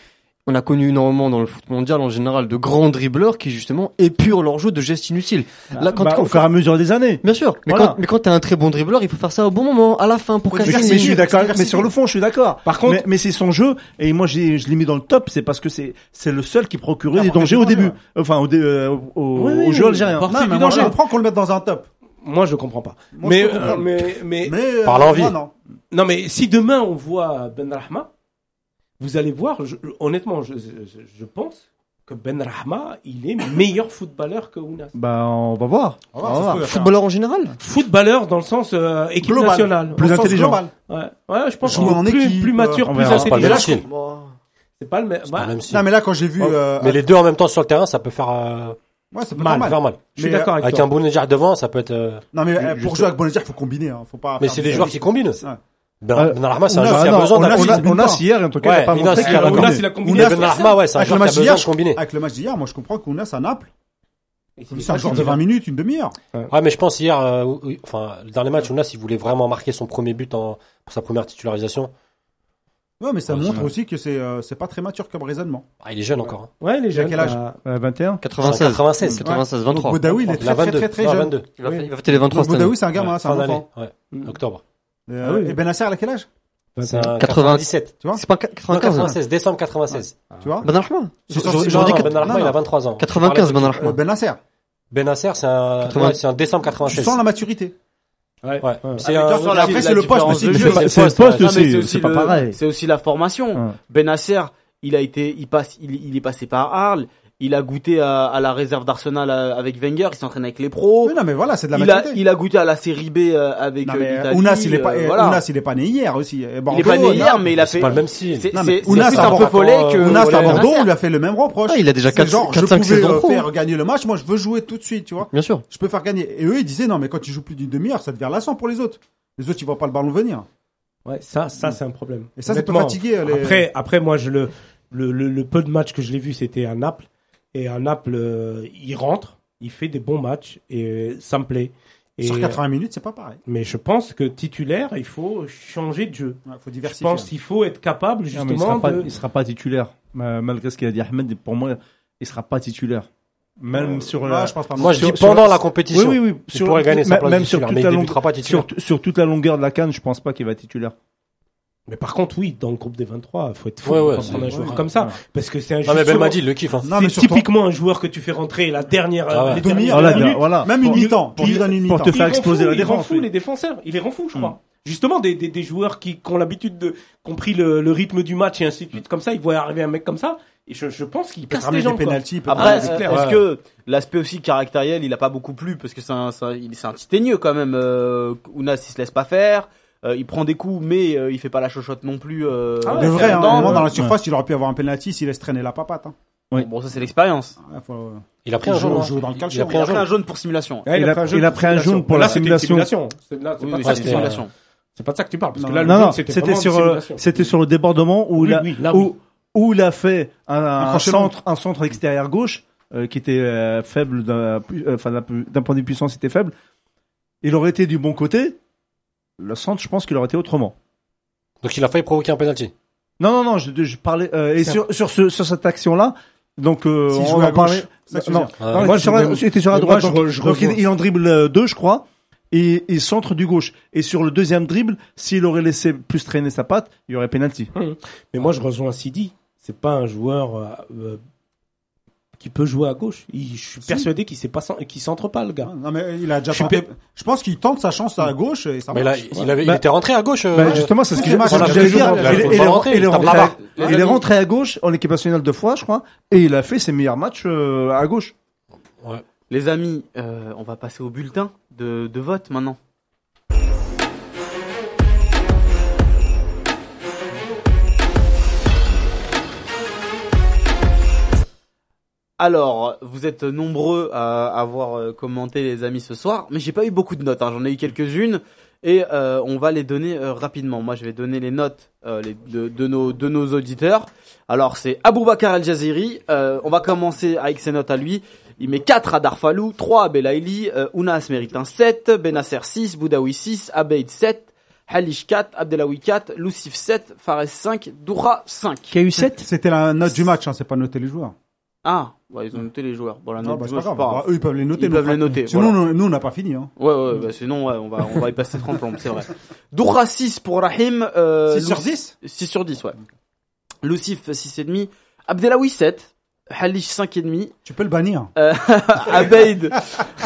S5: on a connu énormément dans le foot mondial, en général, de grands dribbleurs qui, justement, épurent leur jeu de gestes inutiles. Là, quand,
S3: Bah,
S5: quand-
S3: au fur et à mesure des années.
S5: bien sûr, mais
S3: Voilà.
S5: quand, mais quand t'as un très bon dribbleur, il faut faire ça au bon moment, à la fin, pour
S3: Mais,
S4: Faut
S5: casser
S4: diversifier.
S3: mais je suis
S5: une-
S3: d'accord.
S4: diversité.
S3: Mais sur le fond, je suis d'accord.
S2: Par contre,
S3: mais, mais c'est son jeu et moi j'ai- je l'ai mis dans le top, c'est parce que c'est c'est le seul qui procurait
S4: Ah,
S3: des
S4: bon,
S3: dangers au
S4: c'est
S3: début,
S4: bon,
S3: enfin au, dé- euh, au, au-
S2: Oui, oui,
S3: au jeu
S2: oui.
S3: algérien.
S2: Par-
S4: Non,
S2: c'est
S4: mais
S2: du
S4: moi
S2: danger.
S4: je comprends qu'on le mette dans un top.
S2: moi je comprends pas.
S4: Moi, je
S2: mais,
S4: peux comprendre.
S2: euh, mais mais
S4: mais euh,
S6: Par l'envie.
S4: moi, non.
S2: Non, mais si demain on voit Ben Rahma, vous allez voir, je- honnêtement, je, je, je pense que Ben Rahma, il est meilleur footballeur que Ounas.
S3: Bah on va voir.
S4: On va voir, ça se trouve, il va faire un-
S5: Footballeur en général
S2: Footballeur dans le sens euh, équipe
S4: Global.
S2: nationale.
S3: Plus
S4: dans le sens
S3: intelligent.
S4: global.
S2: Ouais, ouais, je pense
S4: Jouer en
S2: plus,
S4: équipe,
S2: plus mature,
S3: euh, on
S2: plus
S3: verra.
S6: c'est pas le
S2: intelligent.
S6: même style.
S1: Ah,
S2: C'est pas le même.
S6: Pas
S2: bah,
S6: le même style.
S4: Non mais là quand j'ai vu,
S2: Oh.
S4: euh,
S6: Mais les deux en même temps sur le terrain, ça peut faire euh,
S4: ouais, c'est pas
S2: Mal.
S4: mal.
S6: faire mal.
S2: je suis
S4: mais, euh,
S2: d'accord avec,
S6: Avec
S2: toi.
S6: un Bounedjah devant, ça peut être. euh,
S4: Non mais euh,
S3: Juste-
S4: pour jouer avec Bonadir, faut combiner, hein, faut pas.
S6: Mais
S4: faire
S6: c'est des
S4: des-
S6: joueurs qui combinent.
S4: Ouais.
S6: Ben
S3: Euh,
S6: Ben Arma, c'est un
S4: Ounas,
S6: joueur qui a
S4: non,
S6: besoin
S4: Ounas,
S3: on,
S6: d'un
S3: a,
S4: combine
S3: on a
S4: pas.
S3: hier en tout cas, il a
S6: Ouais,
S3: pas
S6: Ounas,
S3: montré
S6: il
S3: qu'il
S6: a
S3: a
S6: Ounas,
S2: Ounas,
S3: combiné.
S2: il a combiné
S4: Ounas,
S2: avec
S6: Ben Arma, ouais, c'est un
S4: Avec le
S6: joueur qui a
S4: match
S6: besoin
S4: d'hier,
S6: de combiner.
S4: Avec le match d'hier, moi je comprends qu'Ounas à Naples,
S2: Et c'est
S4: c'est un
S2: pas
S4: joueur
S2: qu'il
S4: de
S2: va-
S4: 20 minutes, une demi-heure.
S6: Ouais, mais je pense hier, euh, ou- ou- enfin, dans les matchs, Ounas, il voulait vraiment marquer son premier but en, pour sa première titularisation.
S4: Ouais, mais ça
S6: Ouais,
S4: montre
S6: c'est-
S4: aussi que c'est euh, c'est pas très mature comme raisonnement.
S6: Ah, il est jeune encore. hein.
S2: Ouais, les
S4: Il a
S2: jeunes.
S4: quel âge
S2: bah,
S3: Euh, 21.
S5: 96.
S6: 96,
S5: 96,
S4: Donc
S5: 23.
S4: Boudaoui, Ah il est
S6: Il
S4: très
S6: a
S4: très
S6: 22.
S4: très très
S6: Non,
S4: jeune.
S6: 22.
S5: Il va, il va fêter les 23
S4: Donc
S5: cette année.
S4: Boudaoui, c'est un gamin, c'est
S6: Fin
S4: un
S6: d'année,
S4: enfant.
S6: Ah, ouais,
S2: Mm.
S6: octobre.
S4: Euh,
S2: Ah oui.
S4: Et Benacer, à quel âge
S6: C'est un 97.
S5: 97. C'est pas
S6: Non,
S5: 95. hein.
S6: 96, décembre 96.
S4: Tu vois
S5: Ben Arma
S4: C'est
S5: j'aurais-
S4: sorti-
S5: j'aurais
S6: Non,
S5: dit
S6: non,
S5: quatre-
S6: Ben Arma,
S4: non, non.
S6: il a 23 ans.
S5: 95 Ben
S4: Euh,
S5: Arma.
S4: Benacer,
S6: Benasser, Ben c'est un,
S5: 80.
S6: ouais, c'est un décembre
S4: tu
S6: 96.
S4: sens la maturité.
S2: ouais.
S6: Ouais.
S2: Ouais.
S1: Ah,
S6: C'est
S1: mais
S6: un,
S1: tu vois, sur la-
S4: Après,
S1: la
S4: c'est le poste
S1: différence
S4: aussi,
S1: de
S4: mais
S1: jeu.
S3: C'est pas- c'est le poste
S1: Non, mais c'est
S3: aussi,
S1: aussi
S3: c'est pas
S1: le-
S3: pareil.
S1: C'est aussi la formation.
S3: Ouais.
S1: Benasser, il a été, il passe, il, il est passé par Arles. Il a goûté à, à la réserve d'Arsenal euh, avec Wenger. Il s'entraîne avec les pros.
S4: Oui, non, mais voilà, c'est de la
S1: il a,
S4: maturité.
S1: il a goûté à la série B euh, avec
S4: Non,
S1: euh,
S4: mais
S1: l'Italie.
S4: Ounas, il est pas,
S1: euh,
S4: eh,
S1: voilà.
S4: Ounas, il est pas né hier aussi. Eh,
S1: il est
S4: Bordeaux,
S1: pas né
S4: non.
S1: hier, mais il a fait.
S6: c'est pas le même style.
S1: C'est
S4: Non, mais
S1: c'est-
S4: Ounas,
S1: c'est plus
S4: à
S1: un peu
S6: Bordeaux-
S1: follet que.
S4: Ounas à
S1: Benasser.
S4: Bordeaux, on lui a fait le même reproche.
S5: Ah, il a déjà
S4: C'est
S5: 4
S4: genre, je
S5: 5
S4: pouvais
S5: saisons
S4: euh,
S5: pro. hein.
S4: faire gagner le match. Moi, je veux jouer tout de suite, tu vois.
S5: Bien sûr.
S4: Je peux faire gagner. Et eux, ils disaient non, mais quand tu joues plus d'une demi-heure, ça devient lassant pour les autres. Les autres, ils voient pas le ballon venir.
S2: Ouais, ça, ça c'est un problème.
S4: Et ça, c'est pas
S2: Honnêtement,
S4: fatigué. les-
S2: Après, après, moi, je le, le, le, le peu de matchs que je l'ai vu, c'était à Naples. Et à Naples, euh, il rentre, il fait des bons matchs et euh, ça me plaît. Et, euh,
S4: Sur 80 minutes, c'est pas pareil.
S2: mais je pense que titulaire, il faut changer de jeu.
S4: Ouais, faut
S2: Je
S4: diversifier.
S2: pense qu'il faut être capable
S3: Non, mais il sera
S2: justement
S3: pas,
S2: de.
S3: il sera pas titulaire. Ma- Malgré ce qu'il a dit Ahmed, pour moi, il sera pas titulaire.
S2: Euh,
S3: Même
S2: ah,
S3: sur la,
S4: Ouais, je pense pas.
S6: Moi, je
S3: Sur-
S6: dis
S3: sur
S6: pendant
S3: la-
S6: la
S3: Oui,
S6: compétition.
S3: oui, oui.
S6: Il pourrait gagner sa
S3: même-
S6: place
S3: même
S6: de
S3: sur
S6: titulaire,
S3: toute la
S6: mais il
S3: longue-
S6: débutera pas
S3: sur,
S6: titulaire.
S3: sur toute la longueur de la canne, je pense pas qu'il va être titulaire.
S2: Mais par contre, oui, dans le groupe des 23, il faut être fou
S6: Ouais, ouais,
S2: pour prendre
S6: c'est-
S2: un joueur
S6: ouais.
S2: comme ça. Parce que c'est un
S6: Non, mais
S2: joueur.
S6: Belmadi, il le kiffe, hein.
S4: Non, mais
S2: c'est
S4: surtout-
S2: typiquement un joueur que tu fais rentrer la dernière.
S6: Ah ouais.
S2: les
S4: Demi-
S3: Oh
S2: dernières
S4: Voilà,
S2: minutes.
S4: minute,
S3: voilà.
S4: Même une
S3: Pour-
S4: mi-temps.
S2: pour-
S4: Pour lui donner une
S3: pour
S4: mi-temps.
S3: te faire
S2: Il rend
S3: exploser
S2: fou,
S3: la
S2: il rend
S3: défense,
S2: fou
S3: oui.
S2: les défenseurs. Il les rend fous, je crois. Justement, des, des, des joueurs qui, qui ont l'habitude de, compris le, le rythme du match et ainsi de suite, comme ça, ils voient arriver un mec comme ça, et je, je pense qu'il
S4: Il peut te
S2: casse les
S4: ramener
S2: gens.
S4: des
S2: quoi.
S4: pénaltys. il peut te
S1: Après,
S4: ramener-
S2: c'est
S1: euh,
S2: clair,
S1: est-ce
S2: ouais.
S1: que l'aspect aussi caractériel, il a pas beaucoup plu parce que c'est un, c'est un- il- c'est un titaigneux quand même. Euh, Ounas, il se laisse pas faire. Euh, il prend des coups, mais euh, il fait pas la chochotte non plus. Euh,
S2: Ah ouais,
S4: De
S1: c'est
S4: vrai, hein,
S1: longtemps.
S4: au moment, dans la
S3: ouais.
S4: surface, il aurait pu avoir un penalty s'il laisse traîner la papate. Hein.
S3: oui.
S1: Bon, ça c'est l'expérience.
S4: Ouais, faut-
S6: Il a pris un hein.
S4: Il joue-
S6: jaune.
S4: joue dans le
S6: Il a
S4: calcio.
S6: pris
S1: Il
S6: un
S1: a pris un
S6: jaune.
S1: jaune pour simulation.
S2: Ouais,
S3: Il a- il a pris un jaune pour la
S2: Là, c'était une
S3: simulation.
S2: simulation. Là, c'est
S1: Oui,
S2: pas
S1: oui, c'est
S2: ça que
S1: une
S2: tu
S6: c'était-
S2: parles.
S1: simulation.
S2: C'est pas de ça que tu parles. Parce que
S4: Non,
S2: là, le
S3: Non,
S2: jaune,
S3: non,
S2: c'était
S3: c'était
S2: vraiment
S3: sur,
S2: une
S3: euh,
S2: simulation.
S3: c'était sur le débordement où,
S2: Oui,
S3: il a,
S2: oui, là,
S3: où,
S2: oui.
S3: où il a fait un, un
S4: franchement.
S3: centre, un centre extérieur gauche euh, qui était euh, faible, d'un pu- euh, enfin, d'un pu- d'un point de vue puissance, c'était faible. Il aurait été du bon côté. Le centre, je pense qu'il aurait été autrement.
S6: Donc il a failli provoquer un penalty.
S3: Non, non, non, je, je parlais. euh, et
S2: C'est
S3: sur, sur, ce, sur cette action-là, donc euh,
S4: S'il
S3: on
S4: jouait à
S3: en parlait.
S4: gauche, c'est ça que tu veux
S3: non,
S4: dire.
S6: Ah,
S3: non, il
S6: ouais.
S3: était sur la, il était sur la
S2: mais
S3: droite.
S2: moi, je
S3: donc,
S2: re- je
S3: donc il,
S2: revois.
S3: il en dribble euh, deux, je crois, et il centre du gauche. Et sur le deuxième dribble, s'il aurait laissé plus traîner sa patte, il y aurait penalty.
S2: Mais moi, je rejoins Sidi. C'est pas un joueur euh, euh, qui peut jouer à gauche. Il- je suis persuadé qu'il sait pas cen- qu'il centre pas le gars.
S4: Non, mais il a déjà
S2: Je suis
S4: tenté. Je pense qu'il tente sa chance à gauche et ça
S6: Mais là,
S4: marche.
S6: il, avait, il
S3: Bah-
S6: était rentré à gauche. euh,
S3: Ben, justement, c'est ce que
S4: c'est
S3: j'ai-
S4: dommage,
S3: c'est ce que
S4: il a
S3: j'allais
S4: fait
S3: dire.
S4: jouer, il a
S3: Il est-
S6: fait
S3: il est
S6: jouer.
S3: rentré- il est
S6: Tape la
S3: rentré à-
S6: barre.
S3: il est rentré à gauche en équipe nationale deux fois, je crois, et il a fait ses meilleurs matchs euh, à gauche.
S1: Les amis, euh, on va passer au bulletin de, de vote maintenant. Alors, vous êtes nombreux à avoir euh, commenté les amis ce soir, mais j'ai pas eu beaucoup de notes, hein. j'en ai eu quelques-unes et euh, on va les donner euh, rapidement. Moi, je vais donner les notes euh, les- de, de nos, de nos auditeurs. Alors, c'est Aboubacar El Jaziri, Euh, on va commencer avec ses notes à lui. Il met 4 à Darfalou, 3 à Belaïli, euh, Ounas mérite un 7, Benasser 6, Boudaoui 6, Abeid 7, Halish 4, Abdelawi 4, Lucif 7, Fares 5, Doura 5.
S7: Qui a eu 7
S4: C'était la note du match, hein, c'est pas noter les joueurs.
S1: Ah, ouais, ils ont noté les joueurs. Bon, la
S4: Non,
S1: note
S4: bah,
S1: du
S4: c'est pas
S1: match,
S4: grave.
S1: c'est pas grave.
S4: Bah, eux, ils peuvent les noter.
S1: Ils
S4: nous,
S1: peuvent
S4: après.
S1: les noter,
S4: Sinon,
S1: voilà.
S4: nous, nous, on n'a pas fini. Hein.
S1: Ouais, ouais, bah, sinon, ouais, on va, on va y passer 30 plombes, c'est vrai. Doura 6 pour Rahim. Euh,
S4: 6 sur
S1: Lous-
S4: 10
S1: 6 sur 10, ouais. Lucif 6,5, Abdelawi 7, Halish 5,5,
S4: Tu peux le bannir.
S1: Abeid,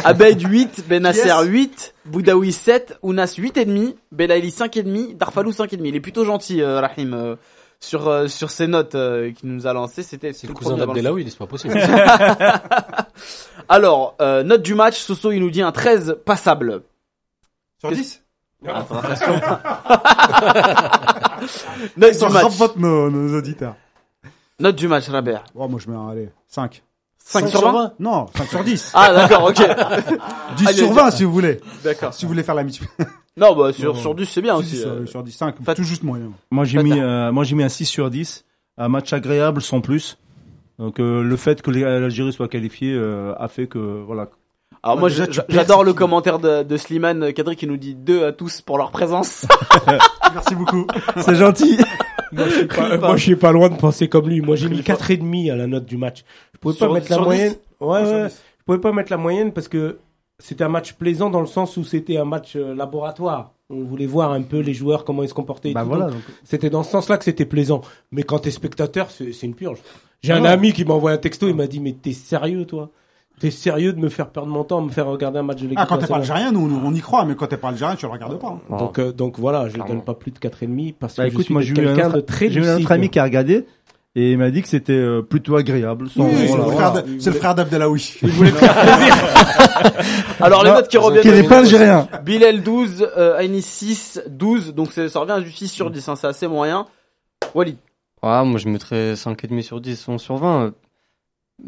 S1: Abeid 8, Benasser
S4: Yes.
S1: 8, Boudaoui 7, Ounas 8,5, Belaïli 5,5, Darfalou 5,5. Il est plutôt gentil, euh, Rahim, euh, sur, euh, sur ses notes euh, qu'il nous a lancées. C'était
S6: C'est
S1: le
S6: le cousin
S1: premier à balancer.
S6: d'Abdelaoui, c'est pas possible.
S1: Alors, euh, note du match, Soso, il nous dit un 13 passable. Ah,
S4: Sur 10
S1: Attends, attention. note,
S4: Ils sont
S1: du match.
S4: vote nos, nos auditeurs.
S1: note du match, Rabert.
S4: Oh, moi, je mets un, allez, 5.
S1: 5 sur 20
S4: Non, 5 sur 10.
S1: Ah, d'accord, ok.
S4: 10
S1: allez,
S4: sur
S1: allez.
S4: 20, si vous voulez.
S1: D'accord.
S4: Si vous voulez faire la multiplication.
S1: Non, bah, sur,
S4: Ah, Non.
S1: sur 10, c'est bien
S4: Si,
S1: aussi.
S4: sur,
S1: euh.
S4: sur 10, 5,
S1: pas-
S4: tout juste moyen.
S3: Moi j'ai
S1: Tata.
S3: mis, euh, moi j'ai mis un 6 sur 10, un match agréable sans plus. Donc euh, le fait que les- l'Algérie soit qualifiée euh, a fait que voilà.
S1: Alors
S4: Ouais,
S1: moi
S4: déjà,
S1: je-
S4: tu
S1: je-
S4: perds,
S1: j'adore
S4: c'est
S1: le
S4: qui
S1: commentaire de, de Slimane Kadri qui nous dit deux à tous pour leur présence.
S4: Merci beaucoup.
S3: C'est gentil.
S2: Moi, je suis pas,
S1: pas.
S2: moi, je suis pas loin de penser comme lui. Moi, j'ai mis 4,5 à la note du match. Je pouvais
S1: Sur-
S2: pas mettre la
S1: sur dix
S2: moyenne. Ouais,
S4: Sur
S2: ouais.
S4: 10.
S2: Je pouvais pas mettre la moyenne parce que c'était un match plaisant dans le sens où c'était un match euh, laboratoire. On voulait voir un peu les joueurs, comment ils se comportaient. et
S3: Bah
S2: tout.
S3: voilà.
S2: Donc,
S3: donc.
S2: C'était dans ce sens-là que c'était plaisant. Mais quand t'es spectateur, c'est c'est une purge. J'ai un ami qui m'a envoyé un texto, il m'a dit, mais t'es sérieux, toi? T'es sérieux de me faire perdre mon temps, me faire regarder un match de l'équipe
S4: Ah, quand t'es pas
S2: nationale
S4: algérien, nous, nous, on y croit, mais quand t'es pas algérien, tu le regardes pas. hein.
S2: Donc, euh, donc voilà, je ne
S5: Pardon.
S2: donne pas plus de 4,5 parce que
S3: Bah,
S2: je
S3: écoute,
S2: suis
S3: moi j'ai eu un
S2: quelqu'un de
S3: autre,
S2: très
S3: j'ai eu un autre
S2: lucide.
S3: ami qui a regardé et il m'a dit que c'était euh, plutôt agréable. sans-
S4: Oui, c'est
S3: voilà,
S4: le
S3: voilà.
S4: frère de- c'est le frère d'Abdelaoui.
S1: Alors les
S3: Non,
S1: notes qui
S3: Qui
S1: reviennent. euh,
S3: n'est pas algérien.
S1: Bilal 12, euh, Aini 6, 12, donc c'est- ça revient à du 6 sur 10, hein, c'est assez moyen. Wally.
S5: Ouais, Ah, moi je mettrais 5,5 sur 10, 11 sur 20.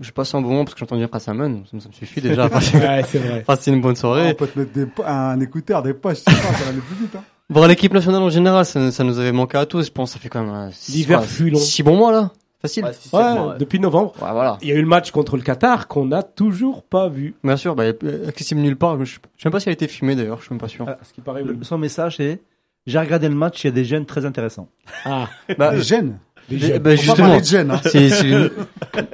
S5: Je passe un bon moment parce que j'entends dire Kassaman, ça, me- ça me suffit déjà à passer,
S2: Ouais, c'est vrai.
S5: passer une bonne soirée.
S4: On peut te mettre des po- un écouteur, des poches, je sais pas, ça va aller plus vite. Hein.
S5: Bon, l'équipe nationale en général, ça, ça nous avait manqué à tous, je pense, ça fait quand même euh, 6
S2: L'hiver fut long.
S5: bons mois là, facile.
S1: Ouais,
S5: Ouais,
S1: six, sept
S2: Ouais,
S1: mois, ouais.
S2: depuis novembre.
S5: voilà.
S2: Il y a eu le match contre le Qatar qu'on n'a toujours pas vu.
S5: Bien sûr, bah, euh, accessible nulle part, je je sais même pas si elle a été filmée d'ailleurs, je suis même pas sûr.
S3: Ah.
S2: Ce qui paraît.
S3: Le- Son message est j'ai regardé le match, il y a des jeunes très intéressants.
S2: Ah,
S5: Bah,
S4: Les gènes.
S5: j'ai-
S2: déjà.
S5: bah,
S4: On va
S5: justement,
S4: parler de gènes. Hein.
S5: c'est c'est l'une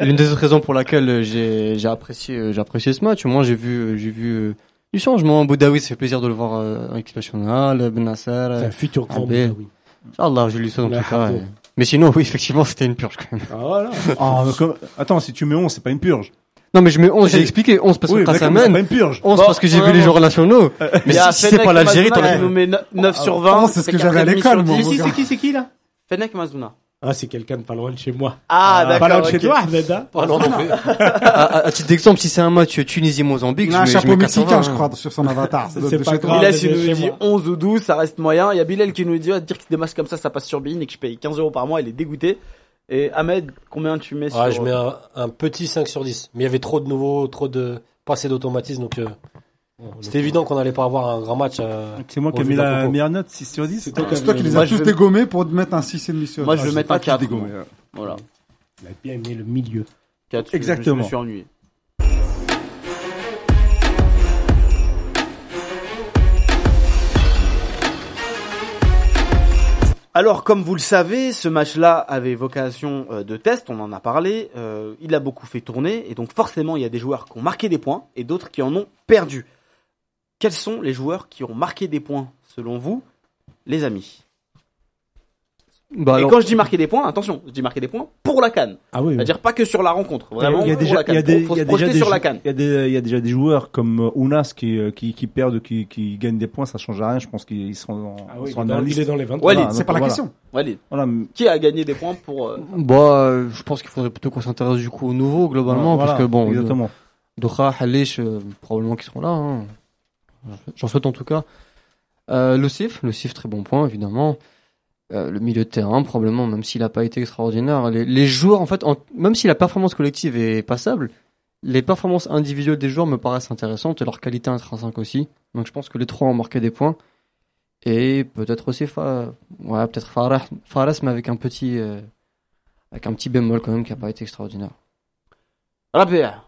S5: l'une des autres raisons pour laquelle euh, j'ai j'ai apprécié euh, j'ai apprécié ce match. Au moins j'ai vu euh, j'ai vu euh, du changement. Boudaoui, ah ça fait plaisir de le voir euh, en équipe nationale. Benasser,
S2: C'est
S5: euh,
S2: un futur grand
S5: Ah, mais-
S2: Boudaoui.
S5: Allah, j'ai lu ça dans
S2: La
S5: tout cas.
S2: Hardo.
S5: et- Mais sinon, oui, effectivement, c'était une purge quand même.
S2: Ah, voilà.
S3: Ah, euh, comme- Attends, si tu mets 11, c'est pas une purge.
S5: Non, mais je mets 11, j'ai expliqué 11 parce
S3: Oui,
S5: que
S3: d'accord,
S5: ça
S3: mais c'est
S5: mène.
S3: pas une purge.
S5: 11
S1: Bon,
S5: parce que
S1: on
S5: j'ai vu les
S1: avance.
S5: joueurs nationaux.
S1: Il
S5: Mais
S1: y a
S5: si, si c'est
S1: Fenech
S5: pas l'Algérie,
S1: Mazouna
S5: t'aurais
S1: qui nous met 9 sur 20.
S4: Oh, c'est ce que j'avais à
S1: 4,5
S4: l'école,
S1: sur
S4: moi,
S1: dix.
S4: mon
S1: Si, si,
S4: gars.
S1: si.
S2: qui, c'est qui là
S1: Fenech Mazouna.
S2: Ah, c'est quelqu'un de pas loin de chez moi.
S1: Ah,
S2: Pas loin
S1: d'accord.
S2: de chez
S1: ok.
S2: toi, Ahmed, hein
S6: Ah non, non, mais-
S5: à, à- à titre d'exemple, si c'est un match Tunisie-Mozambique,
S4: Il
S5: je
S4: a un
S5: mets, je
S4: chapeau
S5: mets 80,
S4: mexicain, je
S5: hein.
S4: crois, sur son avatar. Ça doit
S2: C'est
S4: être de
S2: pas
S4: chez toi.
S2: grave.
S1: Bilal,
S2: Ah,
S1: il
S2: mais
S1: nous
S2: chez
S1: dit
S2: moi.
S1: 11 ou 12, ça reste moyen. Il y a Bilal qui nous dit, Ah, dire que des matchs comme ça, ça passe sur Bein et que je paye 15 euros par mois, il est dégoûté. Et Ahmed, combien tu mets sur...
S6: Ah, je mets un, un petit 5 sur 10. Mais il y avait trop de nouveaux, trop de passés d'automatisme. Donc, euh, c'était évident qu'on n'allait pas avoir un grand match. euh,
S3: C'est moi qui ai
S6: Bon,
S3: mis
S6: c'est pas
S3: la
S6: propos.
S3: meilleure note, 6 sur 10.
S2: C'est toi qui
S4: C'est toi qui les
S1: Moi,
S4: as
S1: je
S4: tous
S1: vais-
S4: dégommés pour te mettre un 6,5 sur
S1: Moi, je vais
S4: Ah,
S1: mettre
S4: pas
S1: un
S4: tous
S1: 4.
S4: dégommés.
S1: Voilà.
S2: Il a bien aimé le milieu.
S1: Quatre, je-
S3: Exactement.
S1: Je me suis ennuyé. Alors, comme vous le savez, ce match-là avait vocation euh, de test, on en a parlé, euh, il a beaucoup fait tourner, et donc forcément, il y a des joueurs qui ont marqué des points et d'autres qui en ont perdu. Quels sont les joueurs qui ont marqué des points, selon vous, les amis
S5: Bah,
S1: Et quand je dis marquer des points, attention, je dis marquer des points pour la canne.
S2: Ah oui, oui.
S1: C'est-à-dire pas que sur la rencontre, vraiment
S3: il y a
S1: pour
S3: déjà,
S1: la canne.
S3: il y a des,
S1: faut
S3: il
S1: se
S3: y a déjà
S1: projeter
S3: des
S1: sur
S3: jou-
S1: la canne.
S3: Il y, a des- il y a déjà des joueurs comme euh, Ounas qui, euh, qui, qui perdent, qui, qui gagnent des points, ça change rien. Je pense qu'ils seront,
S2: Ah oui,
S3: seront
S2: il est
S3: dans
S2: dans-
S3: la
S2: il est
S3: liste.
S2: dans les 20.
S1: Ouais,
S3: Voilà,
S4: C'est
S3: donc
S4: pas la
S3: voilà.
S4: question.
S1: Allez,
S3: Voilà,
S1: qui a gagné des points pour euh,
S5: Bah, euh, je pense qu'il faudrait plutôt qu'on s'intéresse du coup aux nouveaux globalement,
S3: voilà,
S5: parce que bon, euh,
S3: exactement.
S5: Doha, Halish, euh, probablement qu'ils seront là. hein. J'en souhaite en tout cas. Euh, le CIF, le CIF, très bon point évidemment. Euh, le milieu de terrain, probablement, même s'il n'a pas été extraordinaire. Les, les joueurs, en fait, en- même si la performance collective est passable, les performances individuelles des joueurs me paraissent intéressantes et leur qualité intrinsèque aussi. Donc je pense que les trois ont marqué des points. Et peut-être aussi, Fa- ouais, peut-être Farah, Fares, mais avec un petit, euh, avec un petit bémol quand même qui n'a pas été extraordinaire.
S1: Rabea,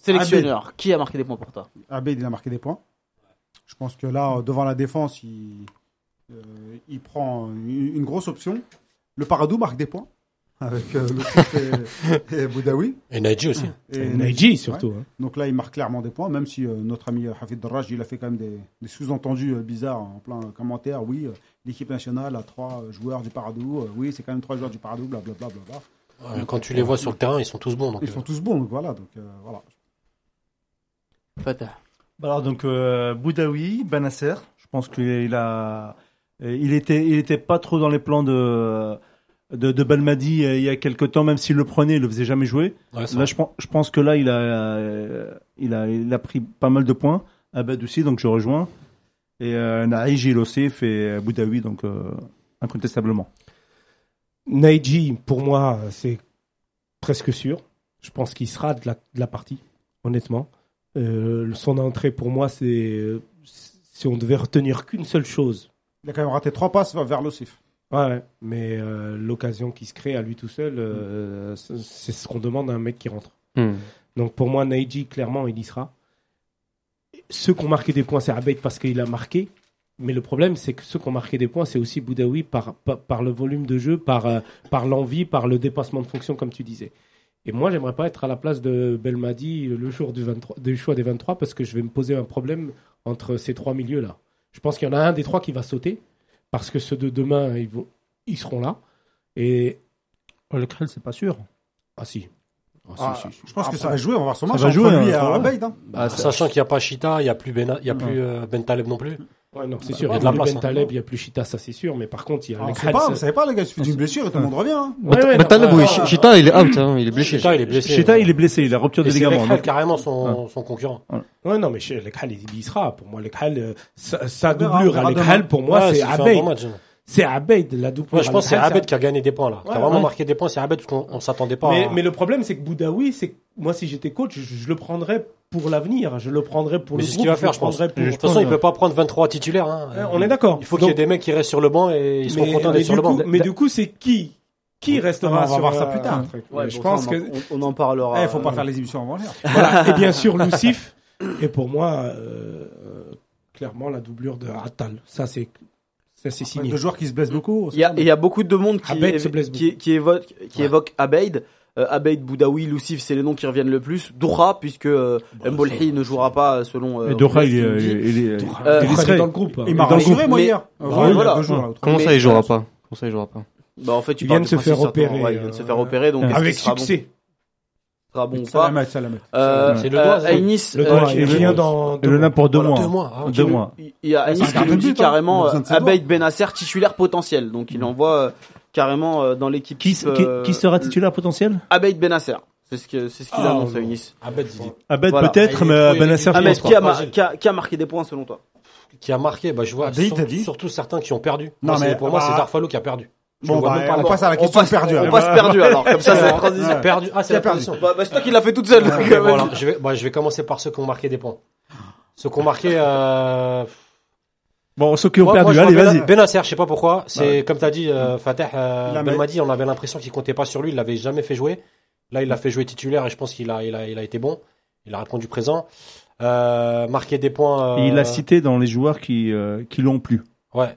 S1: sélectionneur, qui a marqué des points pour toi
S4: Abed, il a marqué des points. Je pense que là, euh, devant la défense, il, euh, il prend une, une grosse option. Le Paradou marque des points avec euh, le Sif et, et Boudaoui.
S6: Et Naiji aussi.
S3: Mm.
S4: Et
S2: Et
S4: Naï-
S2: Naiji, surtout. hein.
S4: Donc là, il marque clairement des points, même si euh, notre ami euh, Hafid Darraj, il a fait quand même des, des sous-entendus euh, bizarres en plein commentaire. Oui, euh, l'équipe nationale a trois euh, joueurs du Paradou. Euh, oui, c'est quand même trois joueurs du Paradou, blablabla. Bla, bla, bla.
S6: Euh, Quand tu les vois sur le terrain, ils sont tous bons. Donc,
S4: Ils sont tous bons, donc voilà. Donc, euh, voilà.
S1: Fatah.
S3: Bah Alors donc euh, Boudaoui, Benasser, je pense qu'il a, il était, il était pas trop dans les plans de de, de Balmadi euh, il y a quelques temps, même s'il le prenait, il le faisait jamais jouer.
S6: euh, ouais, ça
S3: Là,
S6: va.
S3: je pense, je pense que là, il a, euh, il a, il a pris pas mal de points. Abed aussi, donc je rejoins. Et euh, Naïj, il aussi fait Boudaoui, donc euh, incontestablement.
S2: Naiji, pour moi, c'est presque sûr. Je pense qu'il sera de la, de la partie, honnêtement. Euh, son entrée, pour moi, c'est. Si on devait retenir qu'une seule chose,
S4: Il a quand même raté trois passes vers l'OSIF.
S2: Ouais, ouais. mais euh, l'occasion qui se crée à lui tout seul, euh, c'est c'est ce qu'on demande à un mec qui rentre.
S5: Hmm.
S2: Donc pour moi, Naiji, clairement, il y sera. Ceux qui ont marqué des points, c'est Abed parce qu'il a marqué. Mais le problème, c'est que ceux qui ont marqué des points, c'est aussi Boudaoui par, par, par le volume de jeu, par, euh, par l'envie, par le dépassement de fonction, comme tu disais. Et moi, j'aimerais pas être à la place de Belmadi le jour du, 23, du choix des 23 parce que je vais me poser un problème entre ces trois milieux-là. Je pense qu'il y en a un des trois qui va sauter parce que ceux de demain, ils, vont, ils seront là. Et.
S7: Oh, le Krell, c'est pas sûr.
S2: Ah si. Ah, si,
S4: Ah,
S2: si, si.
S4: Je pense que ça va jouer, on va voir son
S3: Ça
S4: match.
S3: va
S4: entre
S3: jouer, hein,
S4: lui et
S3: ah, ça va.
S4: Abed, hein.
S6: Bah, Sachant qu'il n'y a pas Chita, il n'y a plus, Bena- il y a plus euh, Ben Taleb non plus.
S2: Ouais, non, c'est sûr. Il
S6: il y
S2: y
S6: a de la place,
S2: Ben
S6: hein.
S2: Taleb, il y a plus Chita, ça c'est sûr. Mais par contre, il y a
S4: Ah,
S2: le
S4: On sait
S2: Krell,
S4: pas,
S2: ça-
S4: on savait pas, les gars, il suffit d'une blessure et tout le monde revient. hein.
S2: Ouais, ouais, non,
S5: Taleb,
S2: ouais,
S5: oui,
S2: ouais,
S5: Chi-
S2: ouais.
S5: Chita, il est out, hein, il est blessé.
S6: Chita, il est blessé.
S3: Chita,
S6: ouais.
S3: il est blessé, il a rupture
S6: Et
S3: de
S6: c'est
S3: ligament.
S6: Lekhal,
S3: donc-
S6: carrément son, son concurrent.
S2: Ouais, non, mais chez le Krell, il y sera. Pour moi, le Krell, euh, sa, sa
S4: On verra, on
S2: doublure
S4: verra
S2: à le
S4: demain.
S2: Krell, pour moi,
S6: Ouais,
S2: c'est
S6: s'il fait un
S2: Abed.
S6: bon match, hein.
S2: c'est Abed, la doublure.
S6: Ouais, je pense
S2: à
S6: que c'est
S2: Lekhal,
S6: Abed qui a gagné des points là. qui
S2: Ouais,
S6: a vraiment
S2: ouais.
S6: marqué des points, c'est Abed parce qu'on on s'attendait pas.
S2: Mais,
S6: à-
S2: mais le problème, c'est que Boudaoui, c'est que moi, si j'étais coach, je, je le prendrais pour l'avenir. Je le prendrais pour
S6: Mais
S2: le
S6: c'est ce
S2: groupe,
S6: qu'il va faire,
S2: le
S6: je pense.
S2: prendrais pour-
S6: de toute façon, il peut pas prendre 23 titulaires. hein.
S2: Ouais, On est d'accord.
S6: Il faut qu'il y ait des mecs qui restent sur le banc et ils seront
S2: mais,
S6: contents
S2: mais
S6: d'être sur
S2: du
S6: le
S2: coup-
S6: banc.
S2: Mais du coup, c'est qui qui restera
S4: on va
S2: sur,
S4: voir ça
S2: euh,
S4: plus tard.
S2: un truc.
S1: Ouais,
S2: je
S1: bon,
S2: pense
S1: ça,
S2: que
S1: on en- On, on en parlera.
S4: Eh, faut pas
S1: euh,
S4: faire les émissions avant l'heure.
S2: Voilà. Et bien sûr, Lucif. Et pour moi, euh, euh, clairement, la doublure de Attal. Ça, c'est ça, c'est signé.
S4: Deux joueurs qui se blessent beaucoup.
S1: Il y, a, il y a beaucoup de monde qui,
S2: Abeid se
S1: éve-
S2: blesse
S1: qui, qui évoque, qui
S6: Ouais.
S1: évoque Abeid. Euh, Abeid, Boudaoui, Lucif, c'est les noms qui reviennent le plus. Doura, puisque euh, Mbolhi ne jouera pas selon. euh,
S3: Et Doha,
S1: Robles,
S3: il est,
S1: nous dit.
S3: il est-
S2: Doha,
S1: Euh,
S2: Doha,
S3: il est
S2: il est
S3: discret.
S2: dans le groupe. hein.
S4: Il m'a
S1: dans le
S4: rassuré,
S1: groupe,
S4: moi,
S1: mais-
S4: hier.
S1: Ouais,
S4: Vraiment, il y a
S1: voilà.
S4: deux joueurs, là, autrement.
S5: Comment
S1: Mais-
S5: ça, il jouera pas Comment ça, il jouera pas
S1: Bah, en fait, tu
S2: Il
S1: parles
S2: vient de
S1: du
S2: se
S1: principe,
S2: faire
S1: certainement.
S2: opérer,
S1: Ouais, il vient de se faire
S2: euh,
S1: opérer, donc
S2: Avec
S1: est-ce que ce
S2: succès.
S1: Sera bon, ce sera bon ou
S4: Salamat, Salamat.
S1: pas. Euh,
S6: C'est le
S1: euh,
S6: doigt, ça.
S1: Ainis,
S2: Le
S1: euh,
S2: doigt,
S1: qui-
S2: il vient dans.
S3: Et le nain pour deux
S6: Voilà.
S3: mois.
S6: Deux mois. ah, ok.
S3: Deux mois.
S1: Il il y a Anis
S4: Ça, c'est
S1: qui
S4: un
S1: nous
S4: but,
S1: dit
S4: hein. On a
S1: carrément euh,
S4: besoin de savoir.
S1: Abeid Benasser titulaire potentiel. Donc il envoie euh, carrément euh, dans l'équipe.
S7: Qui, s- qui-
S1: euh,
S7: qui sera titulaire potentiel
S1: Abeid Benasser. C'est ce que c'est ce qu'il
S2: Ah,
S1: annonce à
S2: bon.
S1: Nice.
S6: Abed, il-
S3: Abed
S1: Voilà.
S3: peut-être,
S6: Il est
S3: mais
S6: trop-
S3: euh,
S6: il est-
S2: Ben
S3: Benasser,
S6: Ah,
S3: je
S6: mais-
S1: Ahmed,
S3: pense
S6: pense
S1: qui a,
S6: pas.
S1: mar- qui, a, qui a marqué des points selon toi
S6: qui a marqué, bah, je vois,
S4: Abed,
S6: sur-
S4: t'as dit
S6: surtout certains qui ont perdu.
S4: Non,
S6: Moi, c'est-
S4: mais-
S6: pour moi,
S4: bah-
S6: c'est Darfalo qui a perdu. Je
S4: Bon,
S6: le vois
S4: bah,
S6: même pas
S4: on
S6: là.
S4: passe à la
S1: On
S4: question
S1: passe
S4: perdue.
S1: On
S4: alors.
S1: passe perdu alors. Comme ça, c'est la
S6: Qui a
S1: transition.
S6: perdu. Ah, c'est
S4: Qui a
S6: la
S4: perdu.
S6: transition.
S1: Bah, bah, c'est toi qui l'as fait toute seule. euh,
S6: Ok,
S1: quand
S6: bon,
S1: même.
S6: alors, je, vais, bah, je vais commencer par ceux qui ont marqué des points. Ceux qui ont marqué. Euh...
S3: Bon, ceux qui ont
S6: moi-
S3: perdu,
S6: moi, je
S3: allez,
S6: vois
S3: vas-y.
S6: Ben- Benasser, je sais pas pourquoi. C'est comme t'as dit, euh, Fateh, euh,
S4: Il a
S6: Belmadi, on avait l'impression qu'il comptait pas sur lui. Il l'avait jamais fait jouer. Là, il l'a fait jouer titulaire et je pense qu'il a, il a, il a été bon. Il a répondu présent. Euh, marqué des points. euh,
S3: Et il a cité dans les joueurs qui, euh, qui l'ont plu.
S6: Ouais.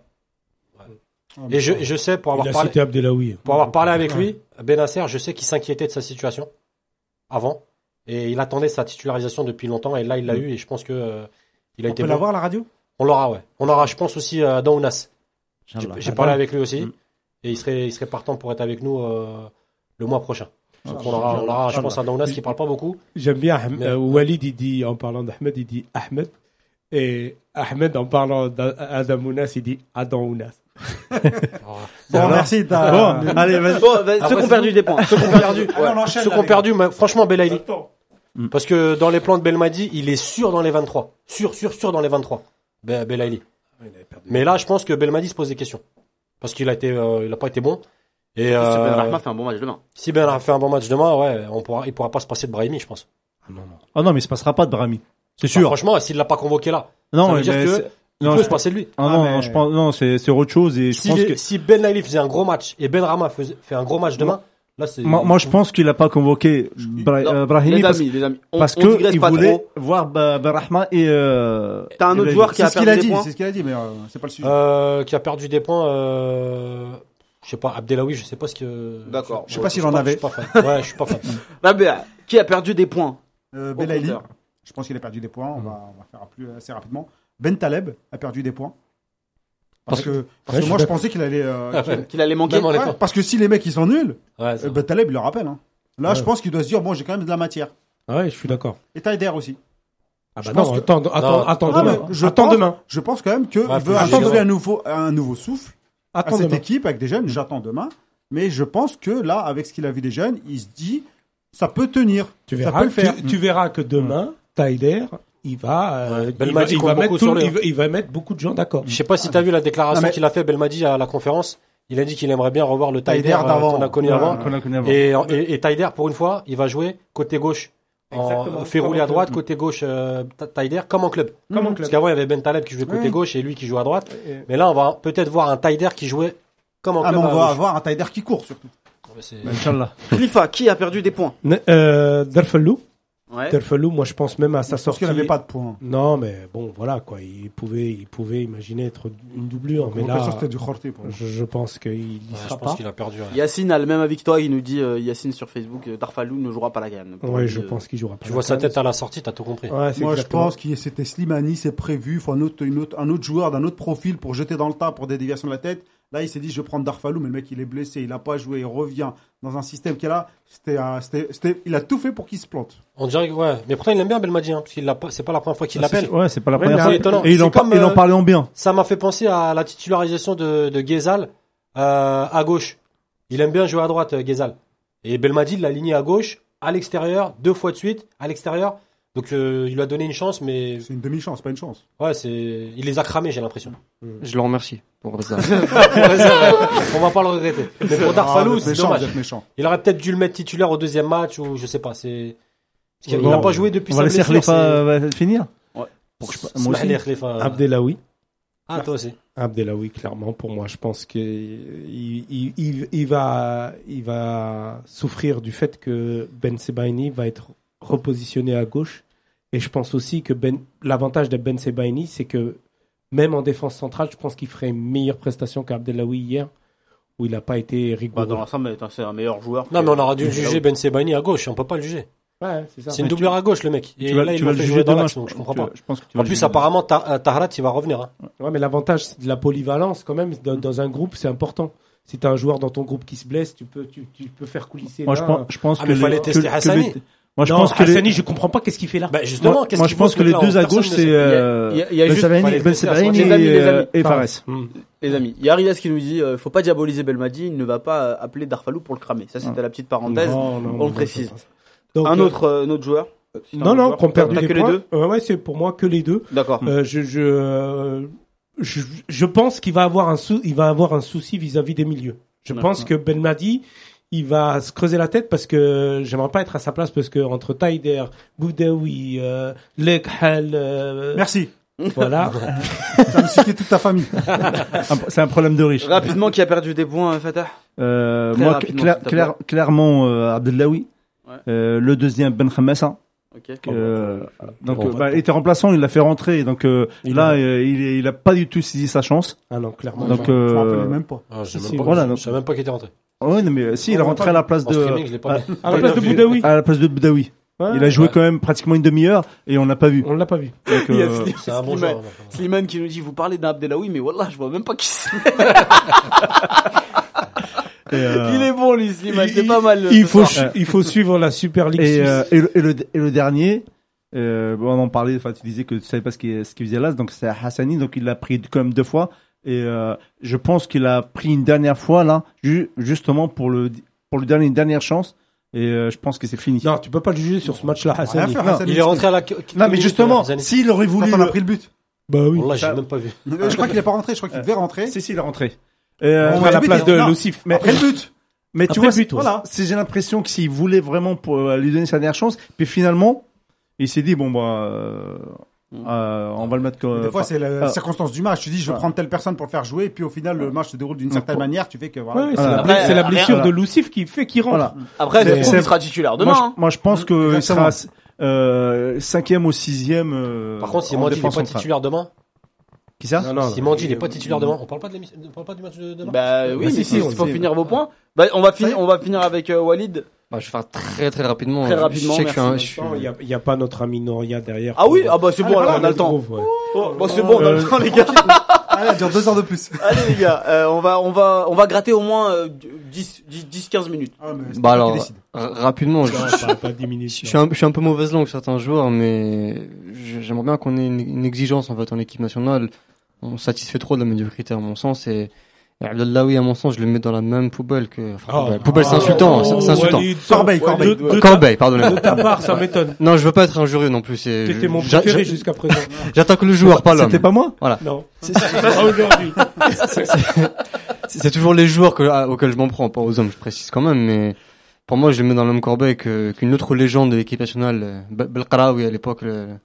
S6: Et je, je sais, pour
S2: Il
S6: avoir
S2: a
S6: parlé,
S2: cité Abdelawi.
S6: pour avoir parlé avec lui, Benasser, je sais qu'il s'inquiétait de sa situation avant. Et il attendait sa titularisation depuis longtemps. Et là, il l'a eu. Et je pense que euh, il a
S2: On
S6: été
S2: peut
S6: bon.
S2: l'avoir à la radio
S6: On l'aura, ouais. On aura, je pense aussi, euh, Adam Ounas. J'ai
S7: Inch'Allah.
S6: j'ai
S7: Ah
S6: parlé
S7: ben.
S6: avec lui aussi.
S7: Mm.
S6: Et il serait, il serait partant pour être avec nous euh, le mois prochain. Donc on aura, on aura, je
S2: Inch'Allah.
S6: pense, Adam Ounas qui parle pas beaucoup.
S2: J'aime bien Ahm-
S6: Mais-
S2: euh, Walid, il dit, en parlant d'Ahmed, il dit Ahmed. Et Ahmed, en parlant d'Adam Ounas, il dit Adam Ounas.
S6: Alors,
S4: Bon,
S2: Alors.
S4: merci. t'as-
S7: Bon, allez, vas-y.
S1: Bon, bah,
S6: Après,
S1: ceux qui ont
S6: c'est
S1: perdu des points. Ceux qui ont perdu.
S4: Allez, on enchaîne,
S6: Ceux qui
S4: là,
S6: ont
S4: les
S6: perdu, mais franchement, Belaïli.
S2: Attends.
S3: Mm.
S6: Parce que dans les plans de Belmadi, il est sûr dans les 23. Sûr, sûr, sûr dans les 23. Be- Belaïli. Mais là, je pense que Belmadi se pose des questions. Parce qu'il a été, euh, il a pas été bon. Et euh,
S1: Si Benrahma fait un bon bah, match demain.
S6: si Ben a fait un bon match demain, ouais, on pourra, il pourra pas se passer de Brahimi, je pense.
S7: Ah non, mais il se passera pas de Brahmi. C'est
S6: Bah,
S7: sûr.
S6: franchement, s'il l'a pas convoqué là, ça
S7: Non,
S6: veut dire
S7: mais
S6: que-
S7: c'est-
S6: il
S7: non,
S6: peut
S7: je-
S6: se passer de lui.
S7: ah non, je pense non, c'est c'est autre chose et je
S6: Si,
S7: pense
S6: les-
S7: que
S6: si Ben Laili faisait un gros match et Ben Rama faisait- fait un gros match demain, là c'est.
S7: moi, moi, je pense qu'il a pas convoqué Bra-
S1: Non,
S7: euh, Brahimi
S1: les
S7: parce,
S1: amis, les amis. On,
S7: parce
S1: on
S7: que
S1: digresse
S7: il
S1: pas
S7: voulait
S1: trop.
S7: voir Ba- Barahma et euh,
S1: T'as un
S7: et
S1: autre
S7: Belaïli.
S1: joueur qui a
S4: C'est ce qu'il a
S1: perdu des
S4: dit,
S1: points.
S4: c'est ce qu'il a dit, mais euh, c'est pas le sujet.
S6: Euh, qui a perdu des points. Euh... Je sais pas, Abdelawi, je sais pas ce que.
S1: D'accord.
S4: Je sais pas
S6: je
S4: s'il
S6: suis
S4: en
S6: pas-
S4: avait.
S6: Je suis pas fan. Ouais, je suis pas fan.
S1: Rabea, Bah, qui a perdu des points
S4: Euh,
S1: au
S4: Belaïli,
S1: compteur
S4: je pense qu'il a perdu des points. On va, on va faire plus assez rapidement. Ben Taleb a perdu des points. Parce que, parce
S2: Ouais,
S4: que
S2: je
S4: moi,
S2: suis
S4: je pensais qu'il allait. euh,
S6: Ah,
S4: qu'il-
S6: ouais.
S1: Qu'il allait manquer.
S6: Même en
S4: Ouais,
S6: étant-
S4: parce que si les mecs ils sont nuls,
S6: Ouais, c'est
S4: euh, ben Taleb il le rappelle. hein. Là,
S2: Ouais.
S4: je pense qu'il doit se dire bon, j'ai quand même de la matière.
S2: Ah Ouais, je suis d'accord.
S4: Et Taider aussi.
S2: Ah
S4: Je
S2: bah
S4: pense
S2: non,
S4: que-
S2: attends, attends,
S6: Non.
S2: attends
S4: Ah,
S2: demain.
S4: mais je
S2: attends
S4: pense-
S2: demain.
S4: Je pense quand même qu'il
S6: Ouais, faut
S4: veut
S6: juger,
S4: donner
S6: ouais.
S4: un nouveau, un nouveau souffle à
S2: Attends
S4: cette
S2: demain.
S4: équipe avec des jeunes. J'attends demain, mais je pense que là, avec ce qu'il a vu des jeunes, il se dit ça peut tenir.
S2: Tu
S4: ça peut
S2: verras,
S4: le faire.
S2: tu, tu verras que demain, Taider, il va, euh, il, va,
S6: Belmadi
S2: il
S6: Ben compte
S2: va
S6: beaucoup
S2: mettre
S6: sur
S2: tout,
S6: lui,
S2: il,
S6: hein.
S2: va, il va mettre beaucoup de gens d'accord.
S6: Je sais pas si t'as vu la déclaration
S4: Non, mais-
S6: qu'il a fait Belmadi à la conférence. Il a dit qu'il aimerait bien revoir le
S4: Taider
S6: Taider euh,
S4: d'avant.
S6: qu'on a connu
S4: Ouais,
S6: avant.
S4: ouais.
S3: Qu'on a connu avant.
S6: Et, et, et Taider, pour une fois, il va jouer côté gauche. En,
S2: Exactement.
S6: fait rouler
S2: Comme
S6: à
S2: en
S6: droite,
S2: club.
S6: côté gauche, euh, Ta- Taider, comme en club.
S2: Comme en
S6: Parce
S2: club.
S6: qu'avant, il y avait Ben Taleb qui jouait côté
S4: Oui.
S6: gauche et lui qui jouait à droite.
S2: Et-
S6: Mais là, on va peut-être voir un Taider qui jouait comme en
S4: Ah, mais
S6: club.
S4: on Bah,
S6: à
S4: va
S6: gauche.
S4: avoir un Taider qui court surtout.
S6: Ouais, c'est-
S7: Inch'Allah.
S1: Khalifa, qui a perdu des points
S2: Ne- Euh, Derfelou,
S1: Ouais.
S2: Derfelou, moi je pense même à sa
S4: Parce
S2: sortie.
S4: qu'il n'avait pas de points.
S2: Non, mais bon, voilà quoi. Il pouvait, il pouvait imaginer être une doublure, mais
S4: On
S2: là,
S4: appelle ça, c'était du Jorté, pour moi.
S2: je, je pense qu'il n'y
S6: Ouais, je
S2: sera
S6: pense
S2: pas.
S6: qu'il a perdu. ouais.
S1: Yacine a le même avis que toi, il nous dit, euh, Yacine sur Facebook, euh, Darfalou ne jouera pas la euh, canne.
S2: Ouais, je pense qu'il jouera pas.
S6: Tu vois sa tête à la sortie, t'as tout compris.
S2: Ouais, c'est
S4: Moi, je
S2: exactement-
S4: pense que c'était Slimani, c'est prévu. Il faut un autre, une autre- un autre joueur d'un autre profil pour jeter dans le tas pour des déviations de la tête. Là, il s'est dit, je vais prendre Darfalou, mais le mec, il est blessé, il n'a pas joué, il revient dans un système qu'il a. C'était, un- c'était- c'était- il a tout fait pour qu'il se plante.
S6: On dirait que, ouais. Mais pourtant, il aime bien Belmadi, hein, parce qu'il l'a pas, c'est pas la première fois qu'il
S7: Ah, c'est-
S6: l'appelle.
S7: Ouais, c'est pas la
S2: Ouais,
S7: première
S2: mais
S7: fois.
S6: c'est étonnant.
S7: Et il
S6: C'est
S7: en, par-
S6: comme,
S7: il en
S6: euh,
S7: parlait en bien.
S6: Ça m'a fait penser à la titularisation de, de Ghezal, euh, à gauche. Il aime bien jouer à droite, euh, Ghezal. Et Belmadi l'a aligné à gauche, à l'extérieur, deux fois de suite, à l'extérieur. Donc, euh, il lui a donné une chance, mais
S4: C'est une demi-chance, pas une chance.
S6: ouais, c'est, il les a cramés, j'ai l'impression.
S5: Je le remercie pour ça.
S6: Ouais, c'est vrai. on va pas le regretter. Mais pour
S4: Ah, vous
S6: Darfalou,
S4: êtes
S6: c'est
S4: méchant,
S6: dommage.
S4: vous êtes méchant.
S6: Il aurait peut-être dû le mettre titulaire au deuxième match, ou je sais pas, c'est, parce qu'il
S7: Bon,
S6: n'a pas joué depuis
S7: On
S6: sa
S7: va laisser
S6: blessure.
S7: Khalifa
S6: c'est-
S7: euh, va finir.
S1: Ouais.
S7: Pour que je- moi aussi.
S6: Smahli, Khalifa.
S2: Abdelawi.
S6: Ah, toi aussi.
S2: Abdelawi, clairement, pour moi, je pense qu'il il, il- il va, il va souffrir du fait que Ben Sebaini va être repositionné à gauche. Et je pense aussi que ben, l'avantage de Ben Sebaini, c'est que même en défense centrale, je pense qu'il ferait une meilleure prestation qu'Abdelawi hier, où il n'a pas été
S1: Bah,
S2: rigoureux.
S1: dans l'ensemble, attends, c'est un meilleur joueur. que-
S6: Non, mais on aura dû
S1: que
S6: juger
S1: Raoult.
S6: Ben Sebaini à gauche, on peut pas le juger.
S2: Ouais, c'est ça.
S6: C'est une doublure à gauche, le mec. Et
S3: Tu vas,
S6: là,
S3: tu
S6: il
S3: vas
S6: m'a
S3: le
S6: fait
S3: juger
S6: jouer dans
S3: demain.
S6: l'axe, donc je comprends
S3: tu-
S6: pas.
S3: Je pense que tu vas
S6: En
S3: le
S6: plus,
S3: juger demain.
S6: apparemment, Ta- euh, Tahrat, il va revenir. hein.
S2: Ouais, mais l'avantage c'est de la polyvalence quand même dans, dans un groupe, c'est important. Si tu as un joueur dans ton groupe qui se blesse, tu peux, tu, tu peux faire coulisser.
S3: Moi, je
S2: l'un.
S3: pense, je pense
S6: Ah,
S3: que
S6: mais fallait
S3: les- que-
S6: tester
S3: que les-
S6: Hassani.
S3: Moi, je
S2: Non,
S3: pense que les-
S2: Hassani, je comprends pas qu'est-ce qu'il fait là.
S6: Ben justement,
S3: moi,
S6: qu'est-ce
S3: moi,
S6: qu'il
S3: je pense
S6: faut
S3: que les
S6: là,
S3: deux à
S6: personne
S3: gauche,
S6: ne
S3: c'est
S6: sait.
S1: Il y a- il y a
S3: Ben
S1: juste-
S3: Sebaini-
S6: fallait
S3: Ben
S6: tester à ce
S3: Sebaini
S1: moment-là. Les amis, les amis.
S3: et et
S2: Enfin,
S3: Fares.
S2: hmm.
S1: Les amis, il y a Arias qui nous dit, euh, faut pas diaboliser Belmadi, il ne va pas euh, appeler Darfalou pour le cramer. Ça, c'était la petite parenthèse.
S2: Oh, Non, non,
S1: on
S2: non,
S1: le précise.
S2: Donc,
S1: un
S2: euh,
S1: autre, euh, un autre joueur Si t'as
S2: non,
S1: un
S2: non,
S1: joueur,
S2: qu'on perd
S1: t'as
S2: des
S1: que
S2: points. Euh,
S1: les deux Hmm.
S2: Ouais, ouais, c'est pour moi que les deux.
S1: D'accord.
S2: Euh, je, je, euh, je, je pense qu'il va avoir un sou, il va avoir un souci vis-à-vis des milieux. Je
S1: D'accord.
S2: pense que Belmadi, il va se creuser la tête parce que j'aimerais pas être à sa place parce que entre Taider, Boudaoui, euh, Lekhal, euh,
S4: Merci.
S2: voilà.
S4: Ça me sifflait toute ta famille.
S3: Un- C'est un problème de riche.
S1: Rapidement, qui a perdu des points, euh, Fatah
S3: Euh,
S1: Très
S3: moi,
S1: rapidement,
S3: cla-
S1: s'il te
S3: clair- clairement, euh, Abdellaoui.
S1: Ouais. Oh, bah,
S3: Euh, le deuxième, Ben Khamassa.
S1: Ok.
S3: Euh, donc,
S6: Bon,
S3: euh,
S6: bah,
S3: bah, il était remplaçant, il l'a fait rentrer. Donc euh,
S2: Il
S3: là,
S2: a-
S3: euh, il, est- il a pas du tout saisi sa chance.
S2: Ah non, clairement.
S3: Donc,
S4: je me
S3: euh,
S4: rappelais même pas.
S6: Ah, je
S2: Si,
S6: sais
S2: si,
S6: même pas-
S3: voilà,
S6: je-
S3: donc-
S6: je savais même pas qu'il était rentré.
S3: Ouais, non, mais euh, si,
S4: On
S3: il est
S1: Oh,
S4: l'a
S3: rentré
S4: pas
S3: à la place
S6: En streaming,
S3: de
S6: je l'ai pas vu.
S2: À la place de Boudaoui.
S3: à la place de Boudaoui. Il a joué
S6: Ouais.
S3: quand même pratiquement une demi-heure et on l'a pas vu.
S2: On l'a pas vu.
S3: Donc,
S1: Il y a
S3: euh,
S1: Slim-
S6: C'est un bon
S1: Slimane-
S6: joueur.
S1: Slimane qui nous dit vous parlez d'un Abdelawi mais voilà je vois même pas qui c'est.
S3: et, euh,
S1: Il est bon lui Slimane,
S3: il-
S1: c'est pas mal. euh,
S2: Il
S1: ce
S2: faut,
S1: soir.
S2: su- il faut suivre la Super League.
S3: Et,
S2: suisse.
S3: euh, et, le, et, le, et le dernier, euh, bon, on en parlait, enfin, tu disais que tu savais pas ce qu'il ce qu'il faisait là, donc c'est Hassani, donc il l'a pris quand même deux fois. Et euh, je pense qu'il a pris une dernière fois là, ju- justement pour le pour lui donner une dernière chance. Et euh, je pense que c'est fini.
S2: Non, tu peux pas le juger sur ce match-là,
S4: Rien à
S2: Hassani.
S4: faire,
S3: Non,
S4: Hassan
S6: Il
S4: Minski.
S6: est rentré à la.
S3: Non, mais justement, s'il aurait
S4: Quand
S3: voulu,
S4: on a pris le but.
S2: Bah oui.
S6: Là, j'ai même pas vu.
S4: Euh, Je crois qu'il est pas rentré, je crois qu'il devait rentrer.
S3: si si, il est rentré. Euh,
S4: On
S2: à
S4: voit
S2: la
S4: le but,
S2: place de
S4: non.
S2: Lucif. Mais
S4: Après le but.
S3: mais tu
S2: Après
S3: vois,
S2: le but,
S3: c'est-
S2: ouais.
S3: voilà, c'est- j'ai l'impression que s'il voulait vraiment pour, euh, lui donner sa dernière chance, puis finalement, il s'est dit bon bah, euh, euh, on va le mettre. comme-
S4: Des fois,
S3: enfin,
S4: c'est la
S3: ah.
S4: circonstance du match. Tu dis, je
S3: Ah.
S4: prends telle personne pour le faire jouer, et puis au final, le match se déroule d'une
S3: Non,
S4: certaine
S3: pour-
S4: manière. Tu fais que voilà.
S2: Ouais, c'est
S3: Voilà.
S2: la, bla-
S1: Après,
S2: c'est la
S1: rien-
S2: blessure
S3: voilà.
S2: de Lucif qui fait qu'il rentre.
S3: voilà.
S1: Après
S3: C'est-
S1: ça se trouve,
S3: c'est-
S1: il sera titulaire demain.
S3: moi, je-
S1: hein.
S3: moi, je pense que il
S4: Exactement.
S3: sera euh, cinquième ou sixième. euh,
S6: Par contre, si
S3: en
S6: Mandy n'est
S3: défense
S6: pas
S3: centrale.
S6: titulaire demain,
S3: Qui ça
S2: Non, non,
S6: si
S2: non.
S6: Mandy n'est pas titulaire demain, on parle pas de l'émission- on parle pas du match de demain.
S1: Bah oui,
S2: Bah,
S1: mais
S2: si,
S1: si,
S2: si, on
S1: faut
S2: sait.
S1: finir vos points. Bah, on va finir,
S4: Ça y
S1: on va finir avec euh, Walid.
S5: Bah, je vais faire très très rapidement.
S1: Très
S5: Je-
S1: rapidement,
S5: Je sais que je suis un- je suis-
S2: Attends, Il n'y a, il y a pas notre ami Noria derrière.
S1: Ah oui, ah bah c'est
S2: Ah,
S1: bon,
S2: voilà,
S1: alors, on a le temps.
S2: groupe, ouais.
S1: Oh, bah, c'est bon, on a le temps, les gars.
S4: Allez, elle dure deux heures de plus.
S1: Allez, les gars, euh, on va, on va, on va gratter au moins euh, 10, 10, 10, 15 minutes.
S4: Ah, mais c'est
S5: Bah
S4: toi qui
S5: alors,
S4: décides.
S5: ra- rapidement, je,
S2: Non, pas, pas 10 minutes.
S5: je suis un, je suis un peu mauvaise langue certains joueurs, mais je- j'aimerais bien qu'on ait une, une exigence en fait en équipe nationale. On se satisfait trop de la médiocrité à mon sens et et Abdellaoui à mon sens je le mets dans la même poubelle que enfin,
S2: Ah.
S5: poubelle, poubelle, c'est
S1: Ah.
S5: insultant, c'est- c'est insultant.
S2: Oh. Walid, euh,
S4: Corbeil,
S2: de-
S4: Corbeil.
S2: de- de-
S5: Corbeil, pardonnez-moi.
S2: De ta part, ça m'étonne.
S5: Non, je veux pas être injurieux non plus. c'est-
S2: T'étais mon
S5: j'a-
S2: préféré
S5: j'a-
S2: jusqu'à présent.
S5: J'attaque le joueur, pas l'homme.
S3: C'était pas moi
S2: Non. Pas aujourd'hui.
S5: C'est c'est toujours les joueurs que, à- auxquels je m'en prends, pas aux hommes, je précise quand même, mais pour moi, je le mets dans le même corbeil que- qu'une autre légende de l'équipe nationale, euh, Bel- Belkaraoui à l'époque, le, le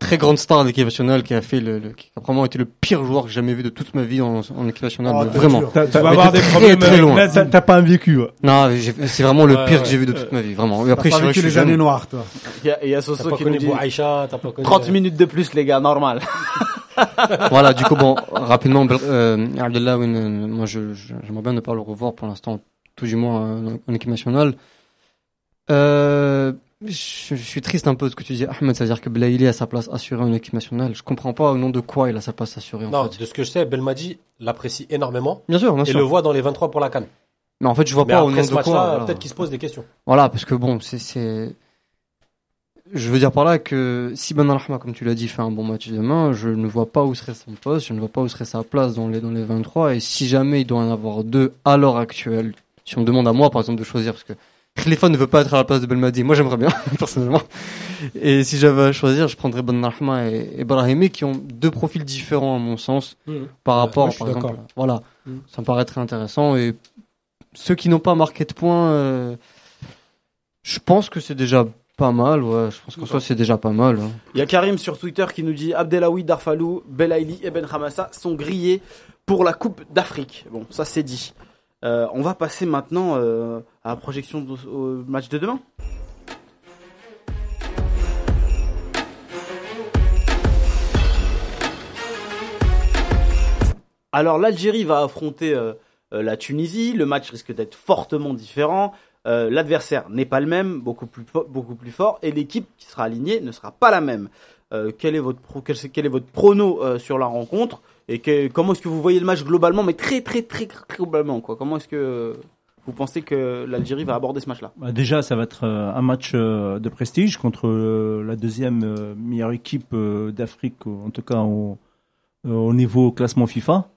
S5: très grande star de l'équipe nationale qui a fait le, le- qui a vraiment été le pire joueur que j'ai jamais vu de toute ma vie en, en équipe nationale,
S4: Ah,
S5: mais
S4: t'es
S5: vraiment.
S4: dur.
S3: T'as-
S2: Tu vas
S3: t'as-
S2: avoir des
S5: t'es très,
S2: problèmes
S5: très
S2: avec
S5: loin.
S2: Lazare.
S3: euh, T'as t'as pas un vécu. ouais.
S5: Non, j'ai- c'est vraiment le
S6: Ouais,
S5: pire
S6: ouais.
S5: que j'ai vu de toute ma vie, vraiment. Et après,
S4: T'as
S5: je
S4: pas
S5: suis vrai que
S4: vécu
S5: je
S4: les
S5: suis jeune.
S4: années noires, toi.
S1: Il y a, il y a
S6: T'as
S1: Soso
S6: pas
S1: qui nous
S6: connu euh,
S1: dit
S6: Bouaïcha, t'as pas connu.
S1: 30 minutes de plus, les gars, normal.
S5: voilà, du coup, bon, rapidement, Bel- euh, Abdellah, oui, ne- ne- moi, je, je- j'aimerais bien ne pas le revoir pour l'instant, tout du moins euh, en équipe nationale. Euh, je, je suis triste un peu de ce que tu dis, Ahmed, c'est-à-dire que Blaïli a sa place assurée en équipe nationale. Je comprends pas au nom de quoi il a sa place assurée, en
S6: Non,
S5: fait.
S6: de ce que je sais, Belmadi l'apprécie énormément
S5: Bien sûr, bien
S6: et
S5: sûr.
S6: le voit dans les 23 pour la canne.
S5: Mais en fait, je vois
S6: Mais
S5: pas au nom
S6: après ce
S5: de quoi.
S6: match-là,
S5: voilà.
S6: peut-être qu'il se pose des questions.
S5: Voilà, parce que bon, c'est, c'est, je veux dire par là que si Ben Arrahma, comme tu l'as dit, fait un bon match demain, je ne vois pas où serait son poste, je ne vois pas où serait sa place dans les, dans les 23, et si jamais il doit en avoir deux à l'heure actuelle, si on me demande à moi, par exemple, de choisir, parce que Khalifa ne veut pas être à la place de Belmadi, moi j'aimerais bien, personnellement. Et si j'avais à choisir, je prendrais Ben Arrahma et, et Brahimi, qui ont deux profils différents à mon sens, par
S2: Ouais,
S5: rapport,
S2: moi, je suis
S5: par exemple.
S2: d'accord.
S5: Voilà,
S2: Mm.
S5: ça me paraît très intéressant. Et ceux qui n'ont pas marqué de points, euh, je pense que c'est déjà pas mal. Ouais, je pense qu'en soi, c'est déjà pas mal. hein.
S1: Il y a Karim sur Twitter qui nous dit Abdelawi, Darfalou, Belaïli et Ben Hamassa sont grillés pour la Coupe d'Afrique. Bon, ça c'est dit. Euh, on va passer maintenant euh, à la projection de- au match de demain. Alors l'Algérie va affronter euh, euh, la Tunisie, le match risque d'être fortement différent, Euh, l'adversaire n'est pas le même, beaucoup plus, fo- beaucoup plus fort, et l'équipe qui sera alignée ne sera pas la même. Euh, quel, est votre pro- quel, quel est votre prono euh, sur la rencontre et que- comment est-ce que vous voyez le match globalement, mais très très très, très globalement quoi. Comment est-ce que euh, vous pensez que l'Algérie va aborder ce match-là
S3: Bah, déjà, ça va être euh, un match euh, de prestige contre euh, la deuxième euh, meilleure équipe euh, d'Afrique, ou en tout cas au, euh, au niveau classement FIFA.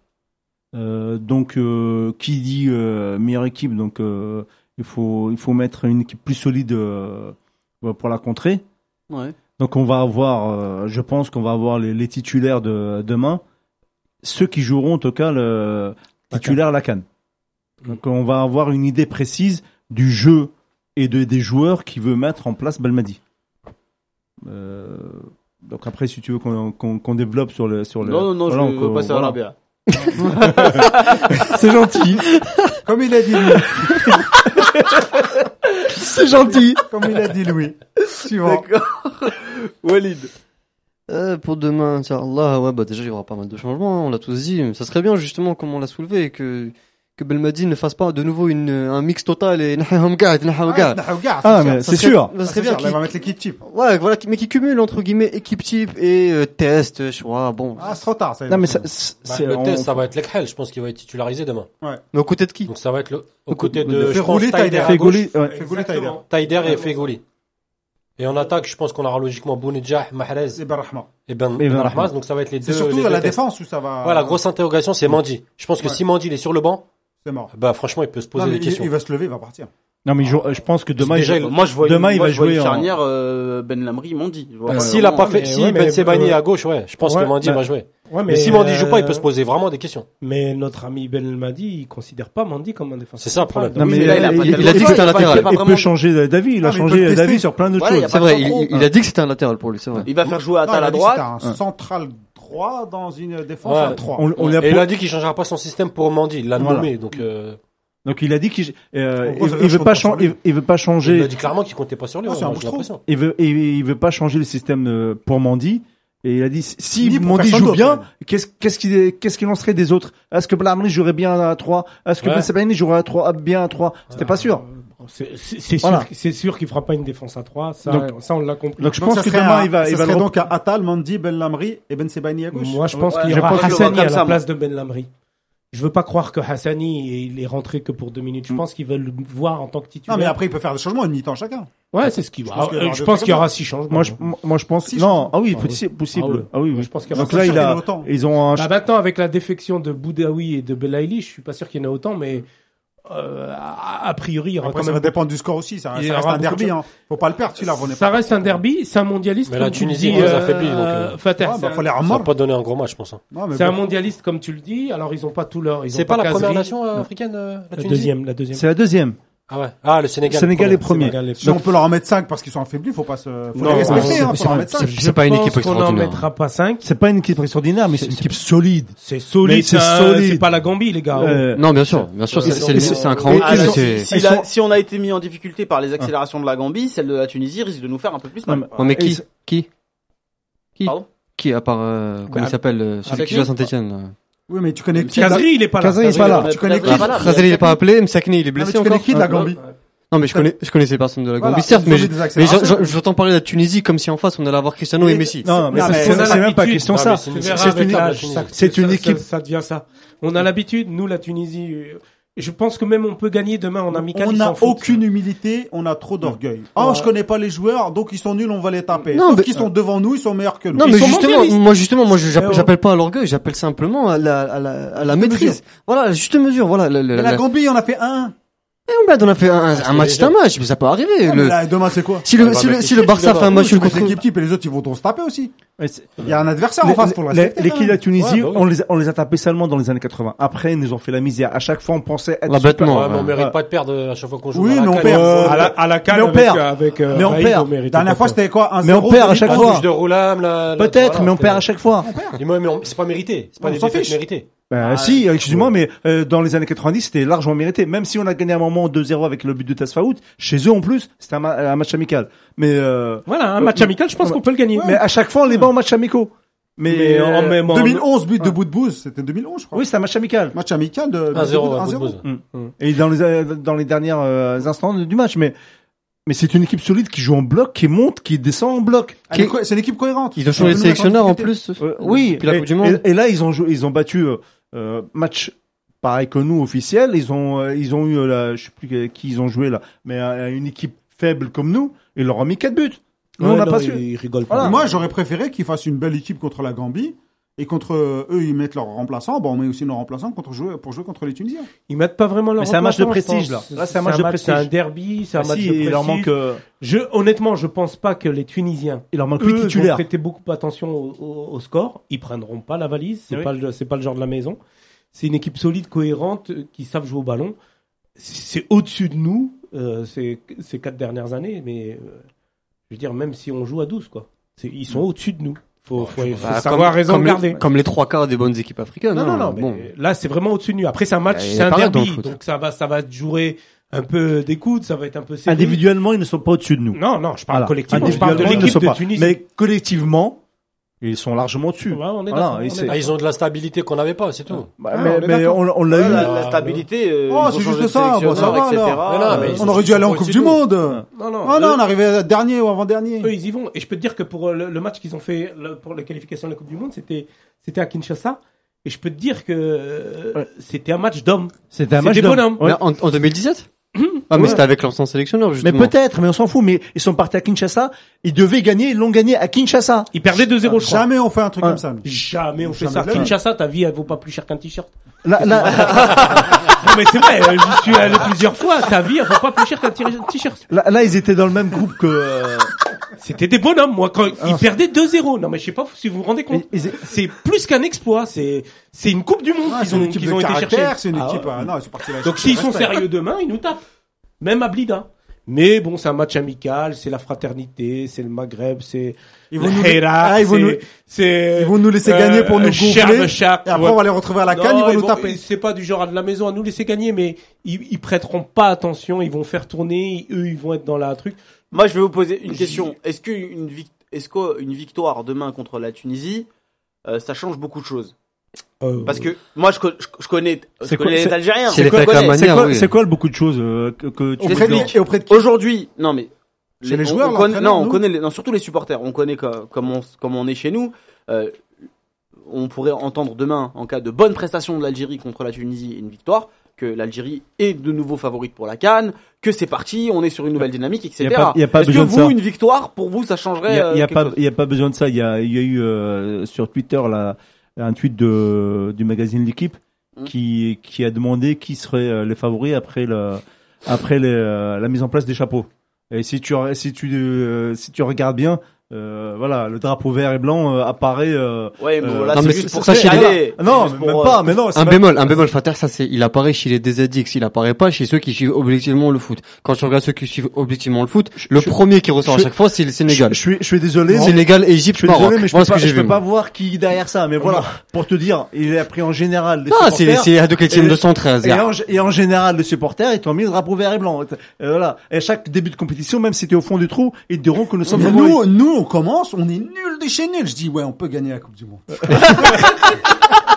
S3: Euh, donc, euh, qui dit euh, meilleure équipe, donc euh, il faut il faut mettre une équipe plus solide euh, pour la contrer.
S1: ouais.
S3: Donc on va avoir, euh, je pense qu'on va avoir les, les titulaires de demain, ceux qui joueront en tout cas le titulaire la canne. Donc on va avoir une idée précise du jeu et de, des joueurs qui veut mettre en place Balmadi. Euh, donc après, si tu veux qu'on qu'on- qu'on développe sur le sur le.
S1: Non, non, non,
S3: voilà,
S1: je
S3: on-
S1: veux passer
S3: voilà.
S1: à l'Arabia.
S3: C'est gentil.
S4: Comme il a dit, lui.
S3: C'est gentil.
S4: Comme il a dit Louis. Suivant.
S1: D'accord. Walid.
S5: Euh, pour demain, Inch'Allah, ouais, bah déjà il y aura pas mal de changements, hein, on l'a tous dit, mais ça serait bien justement comme on l'a soulevé, que, que Belmadi ne fasse pas de nouveau une, un mix total et Nahaham Ga'at, Nahaham Ga'at.
S4: Ah, regarde,
S3: Ah,
S4: c'est
S3: mais
S4: sûr.
S3: c'est sûr.
S5: Ça
S4: Ah, c'est
S5: serait bien
S4: sûr, là,
S5: qu'il
S4: il va mettre les kits cheap.
S5: ouais, voilà, qui- mais qui cumule entre guillemets équipe type et euh, test, choix, bon.
S4: Ah, c'est trop tard. Ça,
S3: Non, mais ça, c'est,
S6: Bah,
S3: c'est-
S6: le
S3: on-
S6: test, ça va être Lekhel, je pense qu'il va être titularisé demain.
S5: Mais aux côtés de qui
S6: Donc ça va être le, aux
S5: coup-
S6: côtés
S5: de
S6: de
S4: faire
S6: je pense,
S4: rouler Taider.
S6: Taider à
S3: fait
S6: gauche,
S3: gauler, ouais.
S4: Fais voler Tyler.
S2: Exactement.
S6: Taider et Fegoli. Et en attaque, je pense qu'on aura logiquement Bounedjah, Mahrez
S4: C'est Barrahma.
S6: et Ben,
S3: Et
S6: ben
S3: Ben
S6: Rahmaz, donc ça va être les deux.
S4: C'est surtout
S6: les
S4: à
S6: deux
S4: la
S6: tests.
S4: défense où ça va.
S6: Voilà, grosse interrogation, c'est Mandy. Je pense que
S4: Ouais.
S6: si Mandy il est sur le banc,
S4: C'est mort.
S6: bah franchement, il peut se poser
S4: Non, mais
S6: des
S4: il,
S6: questions.
S4: il va se lever, il va partir.
S3: non, mais je, euh, je pense que demain,
S6: Déjà,
S3: il-
S1: Moi, je vois
S3: Demain,
S1: une,
S3: il
S1: moi,
S3: va
S1: je vois
S3: jouer
S1: une
S3: en-
S1: charnière euh, Ben Lamri, ils m'ont dit. Je vois
S3: Euh,
S1: pas
S6: Bah, S'il a
S1: vraiment.
S6: pas fait,
S2: mais
S6: si
S2: ouais,
S6: Ben
S2: mais-
S6: Sebani
S2: euh,
S6: est à gauche, ouais, je pense
S2: ouais,
S6: que Mandy
S3: bah,
S6: va jouer.
S2: Ouais,
S6: Mais, si Mandy joue pas, il peut
S2: euh,
S6: se poser vraiment des questions.
S2: Mais notre ami Ben El Madi, il considère pas Mandy comme un défenseur.
S6: C'est ça le problème.
S3: Non,
S2: Oui,
S3: mais
S1: mais là, il a pas
S3: il-
S1: tellement
S3: il a dit
S5: de
S3: que c'était
S5: temps,
S3: un
S5: il a pas- il a
S3: latéral.
S5: pas
S3: Il
S1: vraiment-
S3: peut changer d'avis. Il a
S4: Ah, mais il peut le
S3: changé
S4: tester.
S3: d'avis sur plein de
S1: Voilà, il y
S3: choses.
S1: a
S5: C'est
S1: pas de
S5: vrai, il,
S1: centraux.
S5: il- il a dit que c'était un latéral pour lui, c'est vrai.
S1: Il va faire jouer à
S4: Non, il a dit que
S1: Ah, droite.
S4: c'était un
S3: Ouais.
S4: central droit dans une défense
S6: Ouais.
S4: à 3.
S3: On- on l'a
S6: Et il
S3: pas-
S6: a dit qu'il changera pas son système pour Mandy, il l'a
S3: Voilà.
S6: nommé, donc euh,
S3: Donc il a dit qu'il euh,
S4: En gros,
S3: il,
S4: ça veut
S3: il
S4: dire
S3: veut
S4: qu'on
S3: pas
S4: compte sur
S3: chan-
S4: lui.
S3: il, il veut pas
S6: il a
S3: changer
S6: dit clairement qu'il comptait pas sur lui.
S4: Ah,
S6: ouais,
S4: c'est un
S6: moi, j'ai
S4: bouche-trou.
S6: l'impression.
S3: il veut il, il veut pas changer le système euh, pour Mandy et il a dit si
S4: Ni pour
S3: Mandy
S4: personne
S3: joue
S4: d'autre,
S3: bien
S4: même.
S3: qu'est-ce qu'est-ce qu'il qu'est-ce qu'il en serait des autres est-ce que Blamri jouerait bien à 3 est-ce que
S6: Ouais.
S3: Ben Sebaini jouerait à 3 bien à 3 c'était pas sûr
S2: Euh, C'est c'est
S3: Voilà.
S2: sûr, c'est sûr qu'il fera pas une défense à 3, ça,
S3: Donc-
S2: ça on l'a compris.
S3: donc je
S4: Donc,
S3: pense
S4: ça
S3: que
S4: serait
S3: demain
S4: un-
S3: il va
S4: ça
S3: il va
S4: serait
S3: le
S4: donc à Atal, Mandy, Ben Lamri et Ben Sebani à gauche.
S2: Moi, je pense
S1: Ouais,
S2: qu'il y
S1: je
S2: aura
S1: pense qu'il le voit
S2: Hassani à
S1: comme ça,
S2: la
S1: moi.
S2: place de Ben Lamri. Je veux pas croire que Hassani, il est rentré que pour deux minutes. Je pense qu'ils veulent le voir en tant que titulaire.
S4: Non, mais après, il peut faire des changements, une mi-temps chacun.
S2: Ouais, c'est ce qu'il
S4: Je
S2: va.
S4: pense qu'il y aura
S2: Euh, Je
S4: deux
S2: pense
S4: trucs
S2: qu'il y aura six changements.
S3: moi je, moi je pense
S4: Si, je
S3: non
S4: pense.
S3: ah oui
S2: Ah
S3: possi- possible ah oui, oui.
S2: Je pense qu'il y aura
S3: donc
S2: cinq
S3: là il
S4: changements.
S3: a
S4: Autant.
S3: ils ont un
S2: Bah, maintenant, avec la défection de Boudaoui et de Belaïli, je suis pas sûr qu'il y en ait autant, mais euh, a a priori, il y aura
S4: Après,
S2: quand
S4: ça va
S2: même.
S4: dépendre du score aussi. Ça,
S2: Il y
S4: ça reste
S2: aura
S4: un
S2: beaucoup de
S4: derby.
S2: choses.
S4: Hein. Faut pas le perdre, celui-là. on est
S2: Ça
S4: pas-
S2: reste un derby, c'est un mondialiste.
S6: Mais la
S2: comme tu le
S6: Tunisie,
S2: dis,
S6: on les a
S2: euh,
S6: affaiblis, donc, euh,
S2: Fateh,
S4: Ouais,
S2: c'est
S4: bah,
S2: un-
S4: faut les
S6: Ça va
S4: remordre.
S6: pas donner un gros match, je pense. hein.
S4: Non, mais
S2: c'est un
S4: bon.
S2: mondialiste, comme tu le dis. Alors, ils ont pas tout leur. ils ont
S6: C'est pas la première
S2: Kazri.
S6: nation euh, africaine, euh, la
S2: La
S6: Tunisie
S2: deuxième, la deuxième.
S3: c'est la deuxième
S6: Ah ouais. Ah, le Sénégal.
S3: Sénégal est
S6: premier.
S3: premier
S2: Regarde les-
S4: Si on peut leur en mettre 5 parce qu'ils sont affaiblis, faut pas se, faut
S2: Non,
S4: les respecter,
S3: c'est-
S4: hein, faut
S3: c'est-
S4: leur en mettre 5.
S5: c'est- pas une équipe
S2: On n'en
S5: extraordinaire.
S2: mettra pas 5.
S3: c'est pas une équipe extraordinaire mais c'est une équipe solide
S2: C'est solide,
S3: Mais c'est
S2: c'est un-
S3: solide.
S2: c'est pas la Gambie, les gars.
S3: Euh,
S5: Non, bien sûr, bien sûr,
S2: Ils
S5: c'est-
S2: sont-
S5: c'est
S2: ils
S5: c'est
S2: sont-
S5: un cran
S3: Ah,
S1: Ah,
S3: ils
S1: non,
S5: au-dessus,
S3: sont-
S5: c'est...
S1: si, si
S3: ils
S1: la-
S3: sont-
S1: si on a été mis en difficulté par les accélérations de la Gambie, celle de la Tunisie risque de nous faire un peu plus
S3: non,
S1: mal.
S3: mais-
S5: Oh, mais qui
S3: Ils-
S5: Qui Qui
S1: Pardon
S5: Qui, à part, euh, comment
S2: Bah,
S5: il s'appelle, euh, celui
S1: avec
S5: qui joue à
S1: qui
S5: Saint-Etienne
S4: Oui, mais tu connais qui? là-
S2: Kazri, il est pas là.
S3: Kazri est pas là
S4: Tu connais qui?
S1: Kazri est pas là, mais
S5: Razali, il est pas
S1: Kazri-
S5: appelé, Msakni, il est
S4: Non, Ah, mais
S5: blessé
S4: tu connais
S5: encore Ah,
S4: qui de la Gambie?
S5: Non, mais je connais, je connaissais personne de la
S4: Voilà,
S5: Gambie, certes,
S4: ils ont
S5: mais
S4: mis
S5: je-
S4: des
S5: mais
S4: accélérations.
S5: j'en- j'entends parler de la Tunisie comme si en face on allait avoir Cristiano et Messi.
S3: non mais
S4: Non,
S3: ça,
S4: mais
S3: c'est
S2: on a
S3: c'est même pas
S2: l'habitude.
S3: question
S6: Non,
S3: ça
S6: mais
S2: Tu
S6: une-
S2: verras
S3: c'est
S2: avec
S3: une-
S2: l'âge,
S6: c'est
S2: ça-
S3: c'est une
S2: ça-
S3: équipe-
S2: Ça, ça devient ça. On a l'habitude, nous, la Tunisie. euh, Je pense que même on peut gagner demain en amical.
S4: On
S2: ils
S4: n'a
S2: s'en foutent. hein.
S4: aucune humilité, on a trop d'orgueil. Ah,
S2: Ouais.
S4: je connais pas les joueurs, donc ils sont nuls, on va les taper.
S5: Non,
S4: Sauf
S5: mais-
S4: qu'ils sont devant nous, ils sont meilleurs que nous.
S5: Non,
S2: Ils
S5: mais
S2: sont
S5: justement,
S2: mondialistes.
S5: moi, justement, moi, je-
S2: Mais
S5: j'appelle
S2: on-
S5: j'appelle pas à l'orgueil, j'appelle simplement à la, à la, à la maîtrise.
S4: mesure.
S5: Voilà, à la juste mesure, voilà. Le, le,
S4: Mais
S5: la-
S4: la Gambie, on a fait un.
S5: Eh, on blade, on a fait un, un match, c'est un match, mais ça peut arriver.
S4: Ah, mais
S5: le... Ah,
S4: là, demain, c'est quoi?
S5: Si le, si le, si le Barça fait un match
S4: Match
S5: nul
S4: contre
S5: contre
S4: l'équipe type et les autres, ils vont tous se taper aussi.
S3: Ouais, c'est-
S4: Il y a un adversaire en
S3: Les-
S4: face pour le
S3: les-
S4: respecter.
S3: L'équipe de la hein. Tunisie,
S6: Ouais, bah oui.
S3: on, les a, on les a tapés seulement dans les années 80. Après, ils nous ont fait la misère. À chaque fois, on pensait être
S5: Ah, bêtement.
S6: Ouais, mais on
S5: Ouais.
S6: mérite pas de perdre euh, à chaque fois qu'on joue.
S4: Oui,
S6: à la euh,
S4: mais on
S6: Cannes.
S4: perd. euh,
S2: À la, à la canne
S3: Mais on
S2: avec,
S3: perd.
S2: avec, euh,
S3: Mais on
S2: Raïd,
S3: perd.
S2: méritait
S4: Dernière
S2: pas
S4: fois,
S2: ça.
S4: c'était quoi? Un
S3: Mais on perd à chaque
S6: La
S3: fois.
S6: touche de Roulam, la- la-
S3: Peut-être,
S6: voilà,
S3: mais on perd à
S6: c'est-
S3: chaque fois.
S6: Et moi, mais on- c'est pas mérité. C'est pas
S4: On
S6: des
S4: s'en
S6: défaites
S4: fiche.
S6: méritées.
S3: Euh, si, euh, excuse-moi, mais euh, dans les années 90, c'était largement mérité. Même si on a gagné un moment 2-0 avec le but de Tasfaout, chez eux en plus, c'était un, ma- un match amical. Mais, euh,
S2: Voilà, un match amical, je pense
S3: Ouais.
S2: qu'on peut le gagner.
S3: mais à chaque fois, on les bat en match amicaux. Mais,
S2: Mais en-
S3: euh,
S2: mais en-
S4: 2011, but de bout de bouse. C'était 2011, je crois.
S3: oui, c'est un match amical.
S4: Match amical de de
S6: 1-0 à
S4: 1-0.
S6: Boudbouz.
S3: Et dans les euh, dans les derniers euh, instants du match, mais mais c'est une équipe solide qui joue en bloc, qui monte, qui descend en bloc.
S4: Elle est co- C'est une équipe cohérente.
S5: Ils ont changé
S4: Ils
S5: de
S4: ont
S5: sélectionneur en
S4: mis la
S5: plus.
S3: Euh, oui,
S5: Depuis la
S3: et,
S5: Coupe du Monde.
S3: et- et là ils ont joué, ils ont battu euh, euh, match pareil que nous officiel. Ils ont euh, ils ont eu euh, la, je sais plus euh, qui ils ont joué là, mais euh, une équipe faible comme nous, ils leur ont mis quatre buts. Nous on n'a pas su.
S2: Ils rigolent
S3: pas. Voilà.
S4: Moi, j'aurais préféré qu'ils fassent une belle équipe contre la Gambie. Et contre euh, eux, ils mettent leurs remplaçants. Bon, on met aussi nos remplaçants contre jouer, pour jouer contre les Tunisiens.
S2: Ils mettent pas vraiment leur
S3: Mais c'est un match de
S2: remplaçant, je
S3: prestige,
S2: pense.
S3: là. Là, c'est un match de
S2: C'est un
S3: prestige.
S2: derby, c'est un
S3: Ah,
S2: match
S3: si,
S2: de prestige.
S3: il leur manque euh,
S2: Je, honnêtement, je pense pas que les Tunisiens
S3: il leur manque huit
S2: eux vont
S3: titulaires.
S2: prêter beaucoup attention au, au- au score. Ils prendront pas la valise. C'est
S3: Oui.
S2: pas le, c'est pas le genre de la maison. C'est une équipe solide, cohérente, euh, qui savent jouer au ballon. C'est au-dessus de nous euh, ces, ces quatre dernières années, mais euh, je veux dire même si on joue à 12 quoi, C'est- ils sont au-dessus de nous. Faut, faut, faut
S5: Bah,
S2: savoir raison
S5: comme,
S2: garder.
S5: les, comme les trois quarts des bonnes équipes africaines.
S2: Non, euh, non,
S5: hein,
S2: non.
S5: bon. Bah,
S2: mais Là, c'est vraiment au-dessus de nous. Après, c'est un match,
S5: Il y a
S2: c'est un
S5: pas rien dans le
S2: derby,
S5: foot.
S2: donc ça va, ça va se jouer un peu des coudes, ça va être un peu serré.
S3: Individuellement, ils ne sont pas au-dessus de nous.
S2: Non, non, je parle
S3: Voilà.
S2: Ah, collectivement. Je parle de
S3: Individuellement, ils ne
S2: l'équipe
S3: sont
S2: de
S3: pas.
S2: Tunisie.
S3: Mais collectivement, ils sont largement au-dessus.
S2: Ouais, on est
S3: Voilà,
S2: d'accord, on
S3: et
S2: est
S3: c'est-
S2: d'accord.
S6: Ah, ils ont de la stabilité qu'on n'avait pas, c'est tout.
S3: Bah,
S4: Ah,
S3: mais
S4: on est
S3: mais
S4: d'accord.
S3: on, on l'a
S1: Ouais,
S3: eu.
S1: la,
S3: hein.
S1: la stabilité. euh,
S4: Ah, Oh,
S1: ils ont
S4: c'est
S1: changé
S4: juste
S1: de
S4: ça, bon, ça
S1: sélectionneur,
S4: va
S1: etc.
S4: alors.
S6: Mais non, Ah, mais
S1: Euh,
S6: ils
S4: on
S6: sont-
S4: aurait
S6: ils
S4: dû aller
S6: sont
S4: en
S6: au-
S4: Coupe
S6: c'est
S4: du
S6: tout.
S4: Monde.
S2: Non, non,
S4: Oh
S2: eux-
S4: non, on arrivait dernier ou avant-dernier.
S2: eux, ils y vont. Et je peux te dire que pour euh, le, le match qu'ils ont fait le- pour les qualifications de la Coupe du Monde, c'était c'était à Kinshasa. Et je peux te dire que euh,
S3: Ouais.
S2: c'était un match d'hommes.
S3: C'était un
S2: C'est
S3: match
S2: des
S3: d'hommes.
S2: bonhommes.
S3: Ouais.
S5: Mais en, en 2017 Ah, mais
S3: Ouais.
S5: c'était avec l'ancien sélectionneur,
S3: Mais
S5: justement.
S3: peut-être, mais on s'en fout. Mais ils sont partis à Kinshasa. Ils devaient gagner. Ils l'ont gagné à Kinshasa.
S2: Ils perdaient 2-0, je crois. Jamais,
S4: Jamais on fait un truc
S3: Ah.
S4: comme ça. nous.
S2: on fait
S4: Jamais
S2: ça.
S4: de la vie.
S2: Kinshasa, ta vie, elle vaut pas plus cher qu'un t-shirt.
S3: Là, là,
S2: Non, mais c'est vrai, euh, j'y suis allé plusieurs fois. Ta vie, elle vaut pas plus cher qu'un t- t-shirt.
S3: là, là, ils étaient dans le même groupe que. euh,
S2: C'était des bonhommes, moi. Quand ils perdaient 2-0. Non, mais je sais pas si vous vous rendez compte.
S3: Ils-
S2: C'est plus qu'un exploit. C'est c'est une Coupe du Monde
S4: Ah,
S2: qu'ils
S4: c'est une
S2: ont,
S4: équipe
S2: qu'ils
S4: de
S2: ont été chercher.
S4: caractère, c'est une
S2: Ah,
S4: équipe.
S2: ouais.
S4: ah, non, ils sont partis là.
S2: Donc s'ils sont sérieux demain, ils nous tapent. Même à Blida. Mais bon, c'est un match amical, c'est la fraternité, c'est le Maghreb, c'est
S4: Ils vont
S2: le
S4: nous-
S2: Herat,
S4: Ah, ils vont
S2: c'est-
S4: nous-
S2: c'est euh,
S4: Ils vont nous laisser gagner pour nous gonfler. Et après, on va les retrouver à la canne, ils vont nous taper.
S2: C'est pas du genre à de la maison à nous laisser gagner, mais ils, ils prêteront pas attention, ils vont faire tourner, eux ils vont être dans la truc.
S1: Moi, je vais vous poser une
S2: J-
S1: question. Est-ce qu'une vic- est-ce qu'une victoire demain contre la Tunisie, euh, ça change beaucoup de choses
S2: Euh,
S1: Parce que moi, je, co- je, je connais, je
S3: C'est quoi-
S1: connais les
S3: c'est-
S1: Algériens. Je
S5: c'est les faits avec la
S1: connais.
S3: C'est
S5: manière,
S3: quoi,
S5: oui.
S3: c'est quoi le beaucoup de choses euh, que, que tu
S1: Auprès
S3: veux
S1: de-
S3: dire
S4: Et auprès de qui
S1: Aujourd'hui, non mais
S4: Chez les
S1: on-
S4: joueurs,
S1: on connaît-
S4: l'entraîneur,
S1: non, on
S4: nous
S1: connaît les- non, surtout les supporters. On connaît co- comme on, s- comme on est chez nous. euh, on pourrait entendre demain, en cas de bonne prestation de l'Algérie contre la Tunisie et une victoire, que l'Algérie est de nouveau favorite pour la Cannes, que c'est parti, on est sur une nouvelle dynamique, etc.
S3: Y a pas- y a pas
S1: Est-ce que
S3: besoin de
S1: vous,
S3: ça.
S1: une victoire, pour vous, ça
S3: Il
S1: changerait
S3: n'y a, il y a
S1: euh, quelque
S3: pas,
S1: chose
S3: il y a pas besoin de ça. Il y a, il y a eu euh, sur Twitter là, un tweet de, du magazine L'équipe
S5: Mmh.
S1: Mm.
S3: qui, qui a demandé qui seraient euh, les favoris après, le, après les, euh, la mise en place des chapeaux. Et si tu, re- si tu, euh, si tu regardes bien, euh, voilà, le drapeau vert et blanc euh, apparaît. euh,
S1: Ouais, mais
S3: Euh,
S1: voilà,
S5: non,
S1: c'est
S5: mais
S1: juste
S5: c'est-
S1: pour
S5: ça,
S1: se
S5: chez les-
S1: caler, c'est
S3: non,
S1: juste pour,
S3: même
S1: euh,
S3: pas. Mais non, c'est
S5: Un
S3: pas-
S5: bémol, un bémol, Frater, ça c'est, il apparaît chez les DZX, il apparaît pas chez ceux qui suivent objectivement le foot. Quand tu regardes ceux qui suivent objectivement le foot, le
S3: je-
S5: premier qui ressort
S3: je-
S5: à chaque fois, c'est le
S3: Je,
S5: Sénégal.
S3: je suis, je suis désolé. mais-
S5: Sénégal,
S3: Je
S5: Égypte,
S3: suis
S5: Maroc.
S3: désolé, mais je
S5: Voilà
S3: peux,
S5: ce que
S3: pas,
S5: j'ai
S3: je peux
S5: vu.
S3: pas voir qui est derrière ça. Mais voilà, pour te dire, il a pris en général. Les
S5: Ah, c'est,
S3: supporters.
S5: c'est Hadoketim
S3: Et-
S5: 213.
S3: Et
S5: gars.
S3: en, et en général, les supporters, ils t'ont mis le drapeau vert et blanc. Et voilà. Et chaque début de compétition, même si t'es au fond du trou, ils te diront que nous sommes
S4: Mais
S3: favoris.
S4: nous, nous, on commence, on est nul de chez nul. Je dis, ouais, on peut gagner la Coupe du Monde.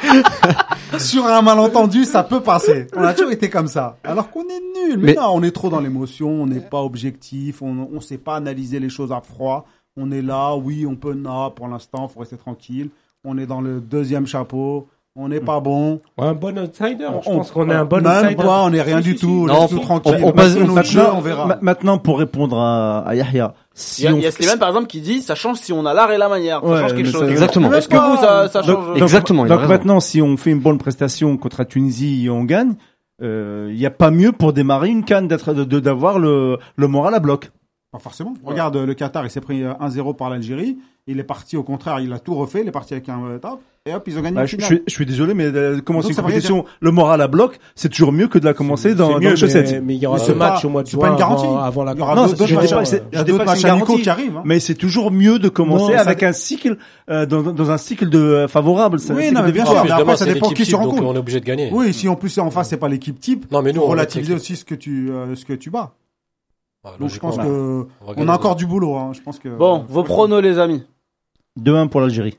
S4: Sur un malentendu, ça peut passer. On a toujours été comme ça. Alors qu'on est nul. Mais,
S5: Mais-
S4: non, on est trop dans l'émotion, on n'est pas objectif, on ne sait pas analyser les choses à froid. On est là, oui, on peut, non, pour l'instant, faut rester tranquille. On est dans le deuxième chapeau. On n'est pas bon.
S2: un bon outsider, Ah, je
S4: On-
S2: pense qu'on est un bon
S4: Même
S2: outsider.
S4: pas, on n'est rien
S2: Si,
S4: du
S2: si, si.
S4: tout.
S5: Non,
S4: on est tout
S5: on-
S4: tranquille.
S5: on- on passe-
S4: Maintenant,
S5: on-
S4: notre jeu,
S3: maintenant,
S4: on verra.
S3: ma- maintenant, pour répondre à, à Yahya,
S1: Il
S3: si
S1: y a,
S3: on-
S1: il y a Slimane, par exemple, qui dit, ça change si on a l'art et la manière.
S3: Ouais,
S1: ça change quelque
S3: mais ça-
S1: chose.
S5: Exactement.
S1: Est-ce que vous, ça, ça
S3: Donc-
S1: change
S3: donc-
S5: Exactement, il a
S3: donc
S5: raison.
S3: maintenant, si on fait une bonne prestation contre la Tunisie et on gagne, euh, il n'y a pas mieux pour démarrer une canne d'être, de- de- d'avoir le, le moral à bloc.
S4: Pas forcément. Regarde, euh, le Qatar, il s'est pris euh, 1-0 par l'Algérie. Il est parti, au contraire, il a tout refait. Il est parti avec un euh, top. Et hop, ils ont gagné
S3: Bah,
S4: le
S3: je,
S4: final.
S3: je suis, je suis désolé, mais euh, commencer
S4: Donc,
S3: une
S4: ça veut rien
S3: compétition, le moral à bloc, c'est toujours mieux que de la commencer
S2: C'est
S3: dans, dans
S2: mieux,
S3: les chaussettes.
S2: mais- Mais il y aura
S4: Mais
S2: ce
S4: c'est pas-
S2: match au mois de
S4: c'est pas
S2: juin
S4: une garantie.
S2: avant, avant la
S4: Il y aura
S3: Non,
S4: d'autres,
S3: je dis
S4: matchs,
S3: pas que
S4: euh,
S3: c'est-
S4: il y
S3: je
S4: a
S3: dis
S4: d'autres
S3: pas que
S4: matchs
S3: c'est une
S4: amicaux
S3: garantie.
S4: qui arrivent. hein.
S3: Mais c'est toujours mieux de commencer
S2: Non, ça
S3: avec un cycle euh, dans, dans un cycle de euh, favorable. c'est un
S4: Oui,
S3: cycle
S4: non,
S3: de
S4: mais bien
S3: victoire.
S4: sûr, mais
S6: En plus,
S4: après,
S6: demain,
S4: ça
S6: c'est
S4: dépend
S6: l'équipe
S4: qui
S6: type,
S4: tu
S6: donc
S4: rencontres.
S6: on est obligé de gagner.
S4: Oui, si en plus en face, c'est pas l'équipe type,
S6: Non, mais nous,
S4: faut
S6: on va être
S4: relativiser
S6: l'équipe.
S4: aussi ce que tu euh, ce que tu bats.
S6: Ah,
S4: Donc je
S6: logiquement,
S4: pense que
S6: va
S4: on
S6: gagner.
S4: a encore du boulot. hein. Je pense que
S1: Bon, vos pronos, les amis.
S3: 2-1 pour l'Algérie.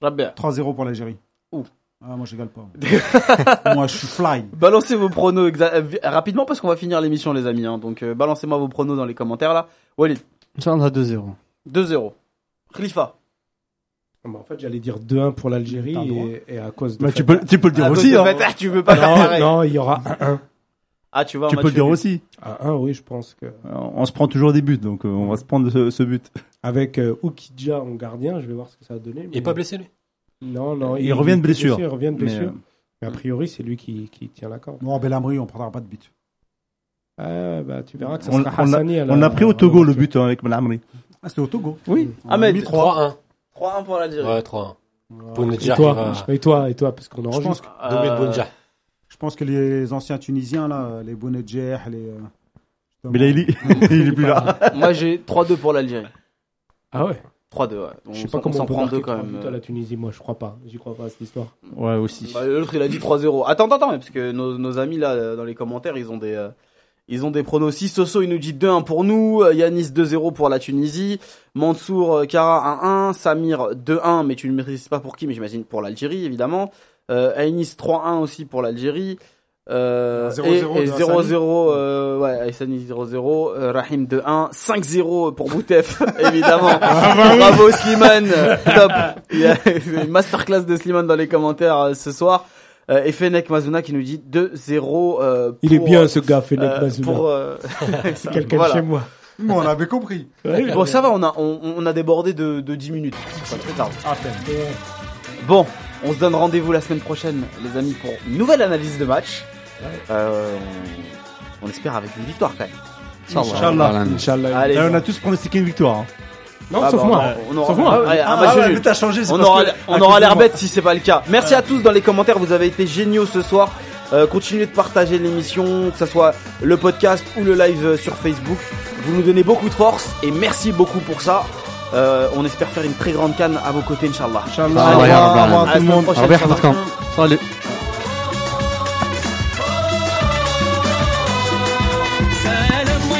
S1: Rabia.
S4: 3-0 pour l'Algérie.
S1: Ouh.
S4: Ah, moi je régale pas. moi je suis fly.
S1: Balancez vos pronos exa- euh, vi- rapidement parce qu'on va finir l'émission, les amis. hein. Donc, euh, balancez-moi vos pronos dans les commentaires là. Walid,
S5: Ça, on a 2-0.
S1: 2-0. Khalifa.
S2: Ah, bah, en fait, j'allais dire 2-1 pour l'Algérie
S4: T'as le droit.
S2: et, et à cause de.
S3: Bah, tu
S2: Fatah.
S3: peux tu peux le dire
S1: À cause
S3: aussi.
S1: Ah, de
S3: hein.
S1: Fatah, tu peux pas faire
S2: Non,
S1: pareil.
S2: non, il y aura un 1.
S1: Ah, tu vois,
S3: Tu
S1: on a
S3: peux le
S1: tué.
S3: dire aussi.
S2: Un 1, oui, je pense que.
S3: Alors, On se prend toujours des buts, donc euh, on va se prendre ce, ce but.
S2: Avec euh, Oukidja en gardien, je vais voir ce que ça a donné.
S6: Il est
S2: mais-
S6: pas blessé, lui.
S2: Non, non.
S3: Il revient de blessure.
S2: Il revient de
S3: Mais,
S2: blessure.
S3: euh,
S2: Mais a priori, c'est lui qui, qui tient la corde.
S4: Non, Belhamri, on prendra pas de but.
S2: Ah, bah, tu verras que ça
S3: On-
S2: sera Hassani à la-
S3: on a pris au Togo le but hein, avec Malamri.
S4: Ah, c'était au Togo.
S2: Oui.
S4: On a
S1: Ahmed,
S4: mis trois.
S6: 3-1.
S1: 3-1 pour l'Algérie.
S6: Ouais, 3-1.
S4: Voilà.
S2: Et
S6: Bounedjah qui
S2: toi,
S6: va.
S2: et toi, et toi, parce qu'on
S4: Je
S2: enregistre.
S4: pense que
S1: Euh,
S6: Doumé de Bounedjah.
S4: je pense que les anciens Tunisiens là, les Bounedjah, les euh,
S3: Mais là il est, il est plus là.
S1: moi, j'ai 3-2 pour l'Algérie.
S2: Ah ouais.
S1: 3-2. ouais. On
S2: Je sais
S1: s'en-
S2: pas
S1: on
S2: comment
S1: s'en
S2: on peut
S1: prend
S2: marquer
S1: deux quand
S2: trois
S1: même.
S3: euh.
S2: buts à la Tunisie, moi je crois pas. J'y crois pas à cette histoire.
S7: Ouais, aussi.
S1: Bah, L'autre il a dit 3-0. Attends, attends, attends, parce que nos, nos amis là euh, dans les commentaires ils ont des euh, ils ont des pronostics. Soso il nous dit 2-1 pour nous, euh, Yanis 2-0 pour la Tunisie, Mansour euh, Kara 1-1, Samir 2-1, mais tu ne maîtrises pas pour qui, mais j'imagine pour l'Algérie évidemment. Euh, Ainis 3-1 aussi pour l'Algérie. Euh,
S4: 0-0
S1: et- et
S4: de
S1: 0-0, euh, ouais, Hassani 0-0, euh, Rahim 2-1, 5-0 pour Boutef, évidemment. Bravo Slimane, top. Il y a une masterclass de Slimane dans les commentaires euh, ce soir. Euh, et Fennec Mazuna qui nous dit 2-0 euh,
S2: Il est
S1: pour,
S2: bien
S1: euh,
S2: ce gars, Fennec
S1: euh,
S2: Mazuna.
S1: pour euh,
S2: C'est quelqu'un
S1: voilà.
S2: de chez moi.
S4: Mais on l'avait compris.
S1: Bon, ça va, on a, on, on a débordé de, de 10 minutes. C'est pas très tard.
S4: Ah,
S2: Ouais.
S1: Bon, on se donne rendez-vous la semaine prochaine, les amis, pour une nouvelle analyse de match. Euh, on, on espère avec une victoire quand même.
S7: Inch'Allah.
S2: Inch'Allah.
S1: Allez,
S7: Là, on a tous pronostiqué une victoire. hein.
S2: Non,
S1: Ah,
S2: sauf
S1: bah,
S2: moi.
S1: on- on aura- ah,
S2: Sauf moi.
S4: Ah,
S1: Allez, un match
S7: ouais,
S1: nul.
S7: mais t'as changé. c'est
S1: On
S7: parce
S1: aura,
S7: que-
S1: on
S7: à
S1: aura
S7: cause de
S1: l'air
S7: moi.
S1: bête si c'est pas le cas. Merci à tous dans les commentaires, vous avez été géniaux ce soir. Euh, continuez de partager l'émission, que ce soit le podcast ou le live euh, sur Facebook. Vous nous donnez beaucoup de force et merci beaucoup pour ça. Euh, on espère faire une très grande canne à vos côtés, Inch'Allah.
S5: Ah,
S1: Allez,
S5: ouais,
S1: à
S5: Robert,
S1: la semaine
S5: Robert,
S1: prochaine,
S5: Robert,
S1: Inch'Allah.
S5: Salut.